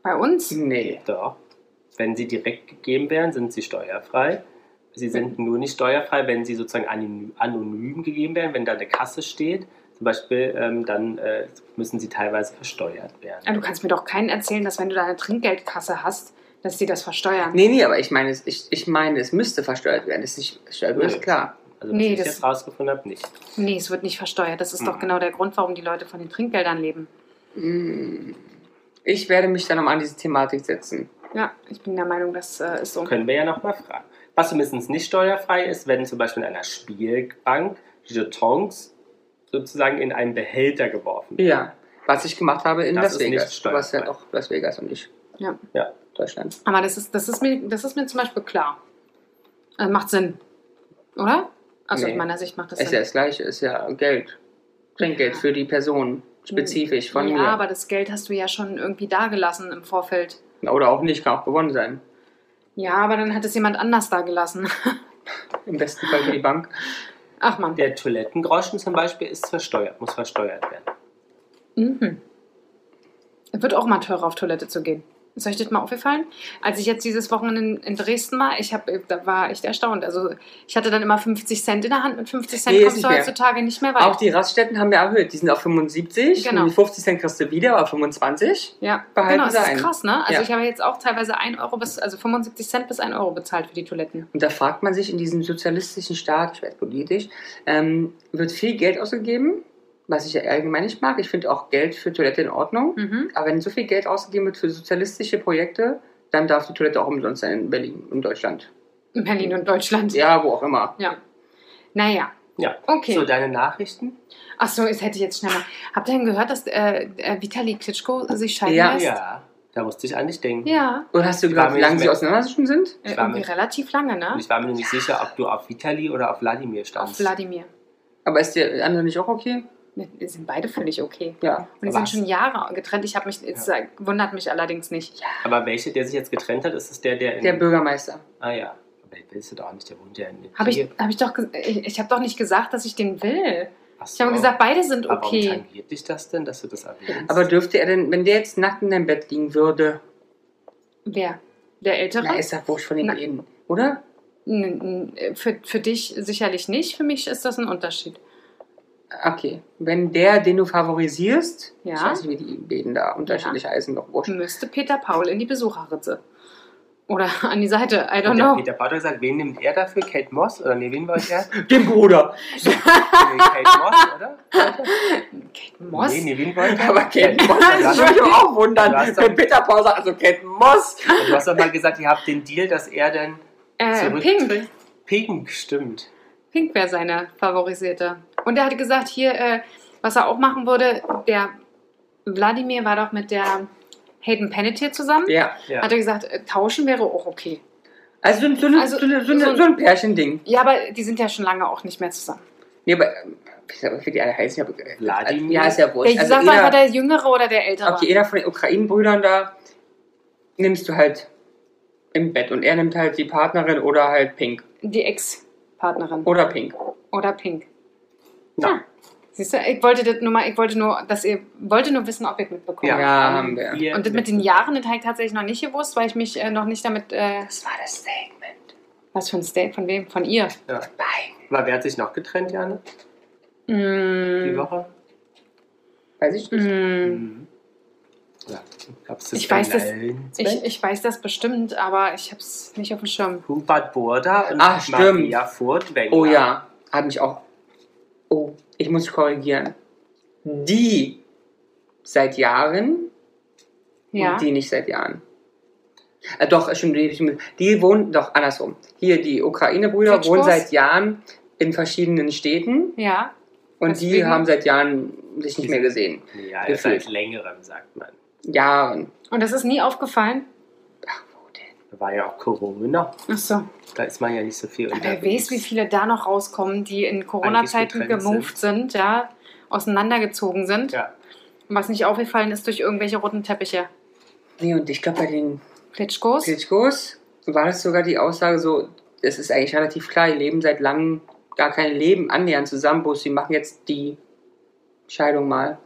Speaker 1: Bei uns?
Speaker 3: Nee.
Speaker 2: Doch. Wenn sie direkt gegeben werden, sind sie steuerfrei. Sie
Speaker 3: Hm.
Speaker 2: sind nur nicht steuerfrei, wenn sie sozusagen anonym, anonym gegeben werden, wenn da eine Kasse steht. Zum Beispiel, ähm, dann äh, müssen sie teilweise versteuert
Speaker 1: Ja,
Speaker 2: werden.
Speaker 1: du kannst mir doch keinen erzählen, dass wenn du da eine Trinkgeldkasse hast, dass die das versteuern.
Speaker 3: Nee, nee, aber ich meine, es- ich, ich meine, es müsste versteuert werden. Das ist nicht versteuert, wird,
Speaker 2: Nee.
Speaker 3: ist klar.
Speaker 2: Also, was
Speaker 1: Nee,
Speaker 2: ich
Speaker 1: das-
Speaker 2: jetzt rausgefunden habe, nicht.
Speaker 1: Nee, es wird nicht versteuert. Das ist doch
Speaker 2: Mhm.
Speaker 1: genau der Grund, warum die Leute von den Trinkgeldern leben.
Speaker 3: Hm. Ich werde mich dann nochmal an diese Thematik setzen.
Speaker 1: Ja, ich bin der Meinung, das äh, ist so.
Speaker 2: Können wir ja nochmal fragen. Was zumindest nicht steuerfrei ist, wenn zum Beispiel in einer Spielbank Jetons sozusagen in einen Behälter geworfen werden.
Speaker 3: Ja. Was ich gemacht habe in
Speaker 2: Das
Speaker 3: Las
Speaker 2: ist nicht
Speaker 3: Vegas. Du warst ja
Speaker 2: steuerfrei.
Speaker 3: auch Las Vegas und ich.
Speaker 1: Ja.
Speaker 2: Ja.
Speaker 3: Deutschland.
Speaker 1: Aber das ist, das ist, mir, das ist mir zum Beispiel klar. Äh, macht Sinn. Oder? Also
Speaker 3: Nee.
Speaker 1: aus meiner Sicht macht das
Speaker 3: Ist ja
Speaker 1: Sinn.
Speaker 3: das Gleiche, ist ja Geld. Trinkgeld
Speaker 1: Ja. Hm.
Speaker 3: für die Person, spezifisch von
Speaker 1: ja,
Speaker 3: mir.
Speaker 1: aber das Geld hast du ja schon irgendwie dagelassen im Vorfeld.
Speaker 3: Oder auch nicht, kann auch gewonnen sein.
Speaker 1: Ja, aber dann hat es jemand anders dagelassen.
Speaker 3: Im besten Fall für die Bank.
Speaker 1: Ach man.
Speaker 2: Der Toilettengroschen zum Beispiel ist versteuert, muss versteuert werden.
Speaker 1: Mhm. Es wird auch mal teurer, auf Toilette zu gehen. Ist euch das mal aufgefallen? Als ich jetzt dieses Wochenende in, in Dresden war, ich hab, äh, da war echt erstaunt. Also ich hatte dann immer 50 Cent in der Hand. Mit 50 Cent
Speaker 3: Nee, ist
Speaker 1: kommst
Speaker 3: nicht
Speaker 1: du
Speaker 3: mehr.
Speaker 1: heutzutage nicht mehr weit.
Speaker 3: Auch die Raststätten haben wir erhöht. Die sind auf 75.
Speaker 1: Genau.
Speaker 3: Die 50 Cent kriegst du wieder, aber 25.
Speaker 1: ja,
Speaker 3: behalten
Speaker 1: genau, das
Speaker 3: sie
Speaker 1: ist
Speaker 3: ein.
Speaker 1: krass, ne? Also
Speaker 3: Ja.
Speaker 1: ich habe jetzt auch teilweise 1 Euro bis, also 75 Cent bis 1 Euro bezahlt für die Toiletten.
Speaker 3: Und da fragt man sich in diesem sozialistischen Staat, ich werde politisch, ähm, wird viel Geld ausgegeben, was ich ja allgemein nicht mag. Ich finde auch Geld für Toilette in Ordnung.
Speaker 1: Mhm.
Speaker 3: Aber wenn so viel Geld ausgegeben wird für sozialistische Projekte, dann darf die Toilette auch umsonst sein in Berlin, in Deutschland.
Speaker 1: In Berlin und Deutschland.
Speaker 3: Ja, wo auch immer.
Speaker 1: ja. Naja.
Speaker 2: Ja.
Speaker 1: Okay.
Speaker 2: So, deine Nachrichten?
Speaker 1: Achso, jetzt hätte ich jetzt schneller. Habt ihr denn gehört, dass äh, äh, Vitali Klitschko sich scheiden
Speaker 3: Ja.
Speaker 1: lässt?
Speaker 2: Ja. Da musste ich an dich denken.
Speaker 1: Ja.
Speaker 3: Und hast du
Speaker 2: Ich
Speaker 3: gehört,
Speaker 2: war
Speaker 3: wie
Speaker 2: mir
Speaker 3: lange
Speaker 2: nicht
Speaker 3: sie
Speaker 2: mehr-
Speaker 3: auseinandergeschnitten sind?
Speaker 1: Äh,
Speaker 2: Ich war
Speaker 1: irgendwie
Speaker 2: mit-
Speaker 1: relativ lange,
Speaker 2: Und
Speaker 1: ne?
Speaker 2: ich war mir nicht sicher, ob du auf Vitali oder auf Wladimir
Speaker 1: Auf
Speaker 2: standst.
Speaker 1: Wladimir.
Speaker 3: Aber ist der andere nicht auch okay?
Speaker 1: Wir sind beide völlig okay.
Speaker 3: Ja.
Speaker 1: Und die
Speaker 2: Aber
Speaker 1: sind schon Jahre getrennt. Ich habe mich, jetzt
Speaker 2: Ja.
Speaker 1: äh, wundert mich allerdings nicht.
Speaker 2: Aber welche, der sich jetzt getrennt hat, ist es der, der in.
Speaker 3: Der Bürgermeister.
Speaker 2: ah ja. Aber den willst du doch nicht, der wohnt ja in.
Speaker 1: Habe ich, hab ich doch, ge- ich, ich habe doch nicht gesagt, dass ich den will.
Speaker 2: Achso.
Speaker 1: Ich habe gesagt, beide sind
Speaker 2: Oh. Aber Warum
Speaker 1: okay.
Speaker 2: tangiert dich das denn, dass du das erwähnst?
Speaker 3: Aber dürfte er denn, wenn der jetzt nackt in deinem Bett liegen würde,
Speaker 1: Wer? Der Ältere?
Speaker 3: na, ist ja wurscht von den
Speaker 1: Na.
Speaker 3: Reden, oder?
Speaker 1: N- n- Für, für dich sicherlich nicht. Für mich ist das ein Unterschied.
Speaker 3: Okay. Wenn der, den du favorisierst,
Speaker 1: Ja.
Speaker 3: ich weiß nicht, wie die Beden da unterschiedlich heißen, doch wurscht.
Speaker 1: Müsste Peter Paul in die Besucherritze. Oder an die Seite. I don't
Speaker 2: Und der
Speaker 1: know.
Speaker 2: Peter Bartel sagt, wen nimmt er dafür? Kate Moss? Oder nee, wen wollte er? nee,
Speaker 1: Mhm.
Speaker 3: Dem Bruder.
Speaker 2: Kate Moss, oder?
Speaker 1: Kate Moss?
Speaker 2: Nee, nee, wen wollte er?
Speaker 3: Aber Ken Moss, das
Speaker 2: Du
Speaker 3: würde ich auch wundern.
Speaker 2: Du hast doch-
Speaker 3: Wenn Peter Paul sagt, also Ken Moss.
Speaker 2: hast doch mal gesagt, ihr habt den Deal, dass er dann
Speaker 1: Äh,
Speaker 2: zurücktritt.
Speaker 1: Pink.
Speaker 2: Pink, stimmt.
Speaker 1: Pink wäre seine favorisierte. Und er hatte gesagt, hier, äh, was er auch machen würde, der Wladimir war doch mit der Hayden Panettiere zusammen.
Speaker 3: Ja.
Speaker 2: Ja.
Speaker 1: Hat er gesagt, äh, tauschen wäre auch okay.
Speaker 3: Also, so, so,
Speaker 1: Also,
Speaker 3: so, so, so,
Speaker 1: so-
Speaker 3: so ein Pärchending.
Speaker 1: Ja, aber die sind ja schon lange auch nicht mehr zusammen.
Speaker 3: Nee, aber ähm, ich sag, wie die alle heißen, aber, äh,
Speaker 2: Wladimir?
Speaker 3: Ja, ist ja wurscht.
Speaker 1: Der,
Speaker 3: Also
Speaker 1: sag mal, war
Speaker 3: jeder,
Speaker 1: der Jüngere oder der Ältere?
Speaker 3: okay, jeder von den Ukraine-Brüdern da nimmst du halt im Bett und er nimmt halt die Partnerin oder halt Pink.
Speaker 1: Die Ex-Partnerin
Speaker 3: Oder Pink.
Speaker 1: oder Pink.
Speaker 2: Na.
Speaker 1: Ja. Siehst du, ich wollte das nur mal, ich wollte nur, dass ihr, wollte nur wissen, ob ihr mitbekommt.
Speaker 3: Ja. haben wir.
Speaker 1: Und das mit den Jahren, das habe ich tatsächlich noch nicht gewusst, weil ich mich äh, noch nicht damit, äh,
Speaker 3: Das war das Statement.
Speaker 1: was für ein State, von wem? Von ihr.
Speaker 2: Ja.
Speaker 3: Bein.
Speaker 2: Aber wer hat sich noch getrennt, Jane? Die
Speaker 1: Mm,
Speaker 2: Woche?
Speaker 3: Weiß ich nicht.
Speaker 1: mm.
Speaker 2: Mhm. Ja. Gab's das
Speaker 1: Ich weiß das-
Speaker 2: Skandal?
Speaker 1: Ich, ich weiß das bestimmt, aber ich habe es nicht auf dem Schirm.
Speaker 2: Hubert Burda und
Speaker 3: Ach, stimmt.
Speaker 2: Maria Furtwängler.
Speaker 3: Oh ja, hat mich auch. Oh, ich muss korrigieren. Die seit Jahren
Speaker 1: Ja.
Speaker 3: und die nicht seit Jahren. Äh, doch, stimmt, die, die wohnen doch andersrum. Hier, die Ukraine-Brüder
Speaker 1: Klitschkos?
Speaker 3: wohnen seit Jahren in verschiedenen Städten
Speaker 1: ja.
Speaker 3: und die
Speaker 1: Deswegen?
Speaker 3: haben seit Jahren sich nicht mehr gesehen.
Speaker 2: Ja,
Speaker 3: Gefühlt.
Speaker 2: seit längerem, sagt man.
Speaker 3: Jahren.
Speaker 1: Und das ist nie aufgefallen?
Speaker 3: Ach, wo denn?
Speaker 2: Da war ja auch Corona.
Speaker 1: Achso.
Speaker 2: Da ist man ja nicht so viel
Speaker 1: Aber
Speaker 2: unterwegs.
Speaker 1: wer weiß, wie viele da noch rauskommen, die in Corona-Zeiten
Speaker 2: Eigentlich getrennt
Speaker 1: gemoved sind, ja, auseinandergezogen sind.
Speaker 2: Ja.
Speaker 1: Und was nicht aufgefallen ist durch irgendwelche roten Teppiche.
Speaker 3: Nee, und ich glaube, bei den
Speaker 1: Klitschkos?
Speaker 3: Klitschkos war das sogar die Aussage so, es ist eigentlich relativ klar, die leben seit langem gar kein Leben annähernd zusammen, bloß sie machen jetzt die Scheidung mal.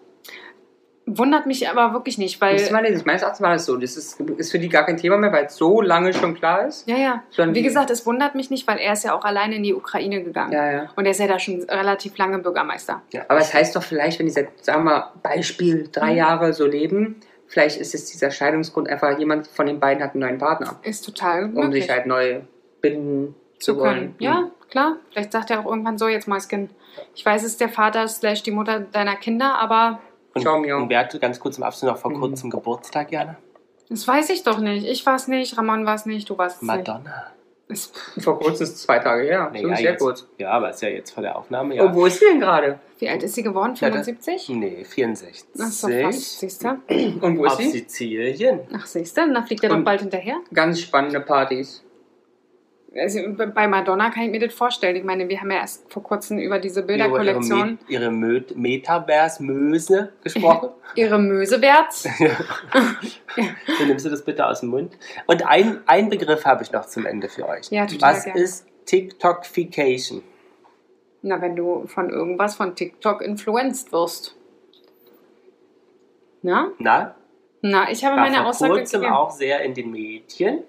Speaker 1: Wundert mich aber wirklich nicht, weil.
Speaker 3: Müsste mal lesen. Meines Erachtens war das so. Das ist, ist für die gar kein Thema mehr, weil es so lange schon klar ist.
Speaker 1: Ja, ja.
Speaker 3: Sondern
Speaker 1: Wie
Speaker 3: die-
Speaker 1: gesagt, es wundert mich nicht, weil er ist ja auch alleine in die Ukraine gegangen.
Speaker 3: Mhm. Ja, ja.
Speaker 1: Und er ist ja da schon relativ lange Bürgermeister.
Speaker 2: ja.
Speaker 3: Aber es heißt doch vielleicht, wenn die seit, sagen wir, Beispiel drei
Speaker 1: Mhm.
Speaker 3: Jahre so leben, vielleicht ist es dieser Scheidungsgrund einfach, jemand von den beiden hat einen neuen Partner,
Speaker 1: Ist total
Speaker 3: um
Speaker 1: möglich.
Speaker 3: sich halt neu binden zu,
Speaker 1: zu
Speaker 3: wollen. Mhm.
Speaker 1: können. Ja, klar. Vielleicht sagt er auch irgendwann so, jetzt Mäuschen. Ich weiß, es ist der Vater slash die Mutter deiner Kinder, aber
Speaker 2: Und,
Speaker 3: Ciao, Mio.
Speaker 2: und wer hatte ganz kurz im Abschluss noch vor
Speaker 3: Mhm.
Speaker 2: kurzem Geburtstag, Jana?
Speaker 1: das weiß ich doch nicht. Ich war es nicht, Ramon war es nicht, du warst es nicht.
Speaker 2: Madonna.
Speaker 1: Es-
Speaker 3: Mhm. Vor kurzem ist es zwei Tage her.
Speaker 2: Nee,
Speaker 3: so
Speaker 2: ja,
Speaker 3: ist sehr
Speaker 2: jetzt.
Speaker 3: kurz.
Speaker 2: Ja, aber ist ja jetzt vor der Aufnahme, ja.
Speaker 3: Und wo ist sie denn gerade?
Speaker 1: Wie alt ist sie geworden?
Speaker 2: Ja, das-
Speaker 1: 75?
Speaker 2: Nee, 64.
Speaker 1: Ach so, fast. Siehst du?
Speaker 3: Und wo ist
Speaker 2: Auf
Speaker 3: sie?
Speaker 2: Sizilien.
Speaker 1: Ach, siehst du? Da fliegt er doch
Speaker 3: Und-
Speaker 1: bald hinterher.
Speaker 3: Ganz spannende Partys.
Speaker 1: Also, bei Madonna kann ich mir das vorstellen. Ich meine, wir haben ja erst vor kurzem über diese
Speaker 2: Über ihre,
Speaker 1: Bilderkollektion
Speaker 2: Met ihre Met Metaverse-Möse gesprochen.
Speaker 1: ihre Möse wert.
Speaker 2: Dann nimmst du das bitte aus dem Mund. Und ein, ein Begriff habe ich noch zum Ende für euch.
Speaker 1: Ja, total
Speaker 2: Was
Speaker 1: gerne.
Speaker 2: ist TikTokification?
Speaker 1: Na, wenn du von irgendwas von TikTok influenzt wirst. Na?
Speaker 2: Na,
Speaker 1: Na, ich habe
Speaker 2: war
Speaker 1: meine
Speaker 2: vor
Speaker 1: Aussage
Speaker 2: kurzem
Speaker 1: gegeben.
Speaker 2: auch sehr in den Medien.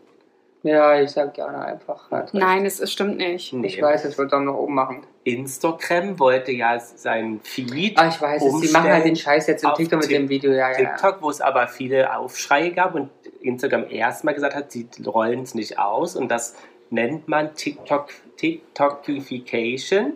Speaker 3: Ja, ich sag gerne einfach. Hat recht.
Speaker 1: Nein, es ist- stimmt
Speaker 2: Hm.
Speaker 1: nicht.
Speaker 3: Ich weiß, es wird dann noch oben machen.
Speaker 2: Instagram wollte ja seinen Feed
Speaker 3: Ah, ich weiß es. Die machen halt den Scheiß jetzt in
Speaker 2: auf
Speaker 3: TikTok mit
Speaker 2: Tik-
Speaker 3: dem Video. Ja, ja, ja.
Speaker 2: TikTok, wo es aber viele Aufschreie gab und Instagram erstmal gesagt hat, sie rollen es nicht aus und das nennt man TikTok, TikTokification.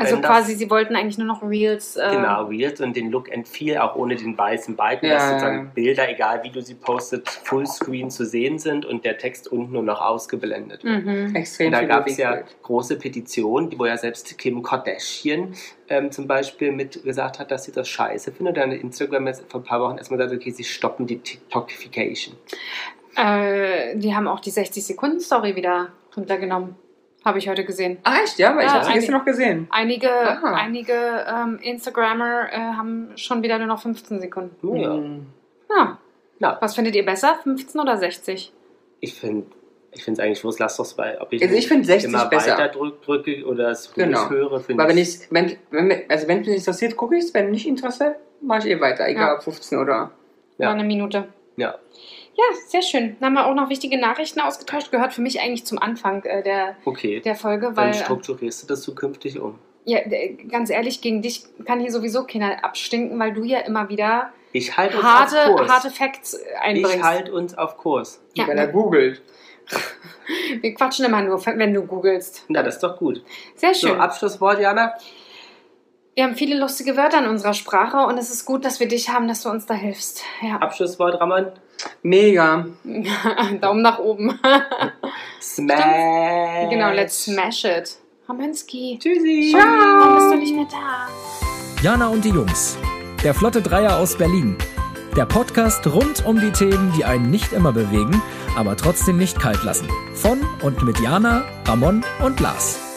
Speaker 1: Also
Speaker 2: Wenn das-
Speaker 1: quasi, sie wollten eigentlich nur noch Reels. Äh,
Speaker 2: Genau, Reels und den Look and Feel, auch ohne den weißen Balken,
Speaker 3: Ja,
Speaker 2: dass
Speaker 3: ja,
Speaker 2: sozusagen
Speaker 3: ja.
Speaker 2: Bilder, egal wie du sie postet, Fullscreen zu sehen sind und der Text unten nur noch ausgeblendet wird.
Speaker 1: Mhm.
Speaker 3: Extrem
Speaker 2: Und da
Speaker 3: viel
Speaker 2: gab es ja
Speaker 3: Bewegtbild.
Speaker 2: große Petitionen, die- wo ja selbst Kim Kardashian ähm, zum Beispiel mit gesagt hat, dass sie das scheiße findet. Und dann Instagram jetzt vor ein paar Wochen erstmal sagt, okay, sie stoppen die TikTokification.
Speaker 1: Äh, die haben auch die 60-Sekunden-Story wieder runtergenommen. Habe ich heute gesehen.
Speaker 3: Ah, echt? Ja, weil ich
Speaker 1: Ja,
Speaker 3: habe sie
Speaker 1: eigentlich-
Speaker 3: gestern noch gesehen.
Speaker 1: Einige,
Speaker 2: Ah.
Speaker 3: Aha.
Speaker 1: einige ähm, Instagrammer äh, haben schon wieder nur noch 15 Sekunden.
Speaker 2: Oh, Ja.
Speaker 3: Hm.
Speaker 1: Ja.
Speaker 2: Na,
Speaker 1: Was findet ihr besser? 15 oder 60?
Speaker 2: ich finde ich finde es eigentlich wurscht, lass doch bei, ob ich,
Speaker 3: Also ich find 60
Speaker 2: immer
Speaker 3: besser.
Speaker 2: weiter drück, drücke oder es
Speaker 3: Genau.
Speaker 2: höre, finde
Speaker 3: Weil wenn
Speaker 2: ich.
Speaker 3: ich, wenn, wenn, mir- also wenn es mich interessiert, gucke ich es. Wenn nicht interessiert, mache ich eh weiter. Egal,
Speaker 1: Ja.
Speaker 3: ob 15 oder.
Speaker 1: Ja.
Speaker 2: Ja.
Speaker 1: Eine Minute.
Speaker 2: Ja.
Speaker 1: Ja, sehr schön. Dann haben wir auch noch wichtige Nachrichten ausgetauscht. Gehört für mich eigentlich zum Anfang äh, der,
Speaker 2: Okay,
Speaker 1: der Folge, weil äh,
Speaker 2: dann strukturierst du das zukünftig um.
Speaker 1: ja, äh, ganz ehrlich, gegen dich kann hier sowieso keiner abstinken, weil du ja immer wieder
Speaker 2: Ich halte uns auf
Speaker 1: harte,
Speaker 2: Kurs.
Speaker 1: harte Facts äh, einbringst.
Speaker 2: ich halt- halte uns auf Kurs.
Speaker 1: Ja.
Speaker 3: Wenn er googelt.
Speaker 1: Wir quatschen immer nur, wenn du googelst.
Speaker 2: Na, das ist doch gut.
Speaker 1: Sehr
Speaker 2: So,
Speaker 1: schön.
Speaker 2: Abschlusswort, Jana.
Speaker 1: wir haben viele lustige Wörter in unserer Sprache und es ist gut, dass wir dich haben, dass du uns da hilfst. Ja.
Speaker 2: Abschlusswort, Raman.
Speaker 3: Mega.
Speaker 1: Daumen nach oben.
Speaker 2: Smash.
Speaker 1: genau, let's smash it. Hamanski.
Speaker 2: Tschüssi.
Speaker 1: Warum bist du nicht mehr da?
Speaker 4: Jana und die Jungs. Der Flotte Dreier aus Berlin. Der Podcast rund um die Themen, die einen nicht immer bewegen, aber trotzdem nicht kalt lassen. Von und mit Jana, Ramon und Lars.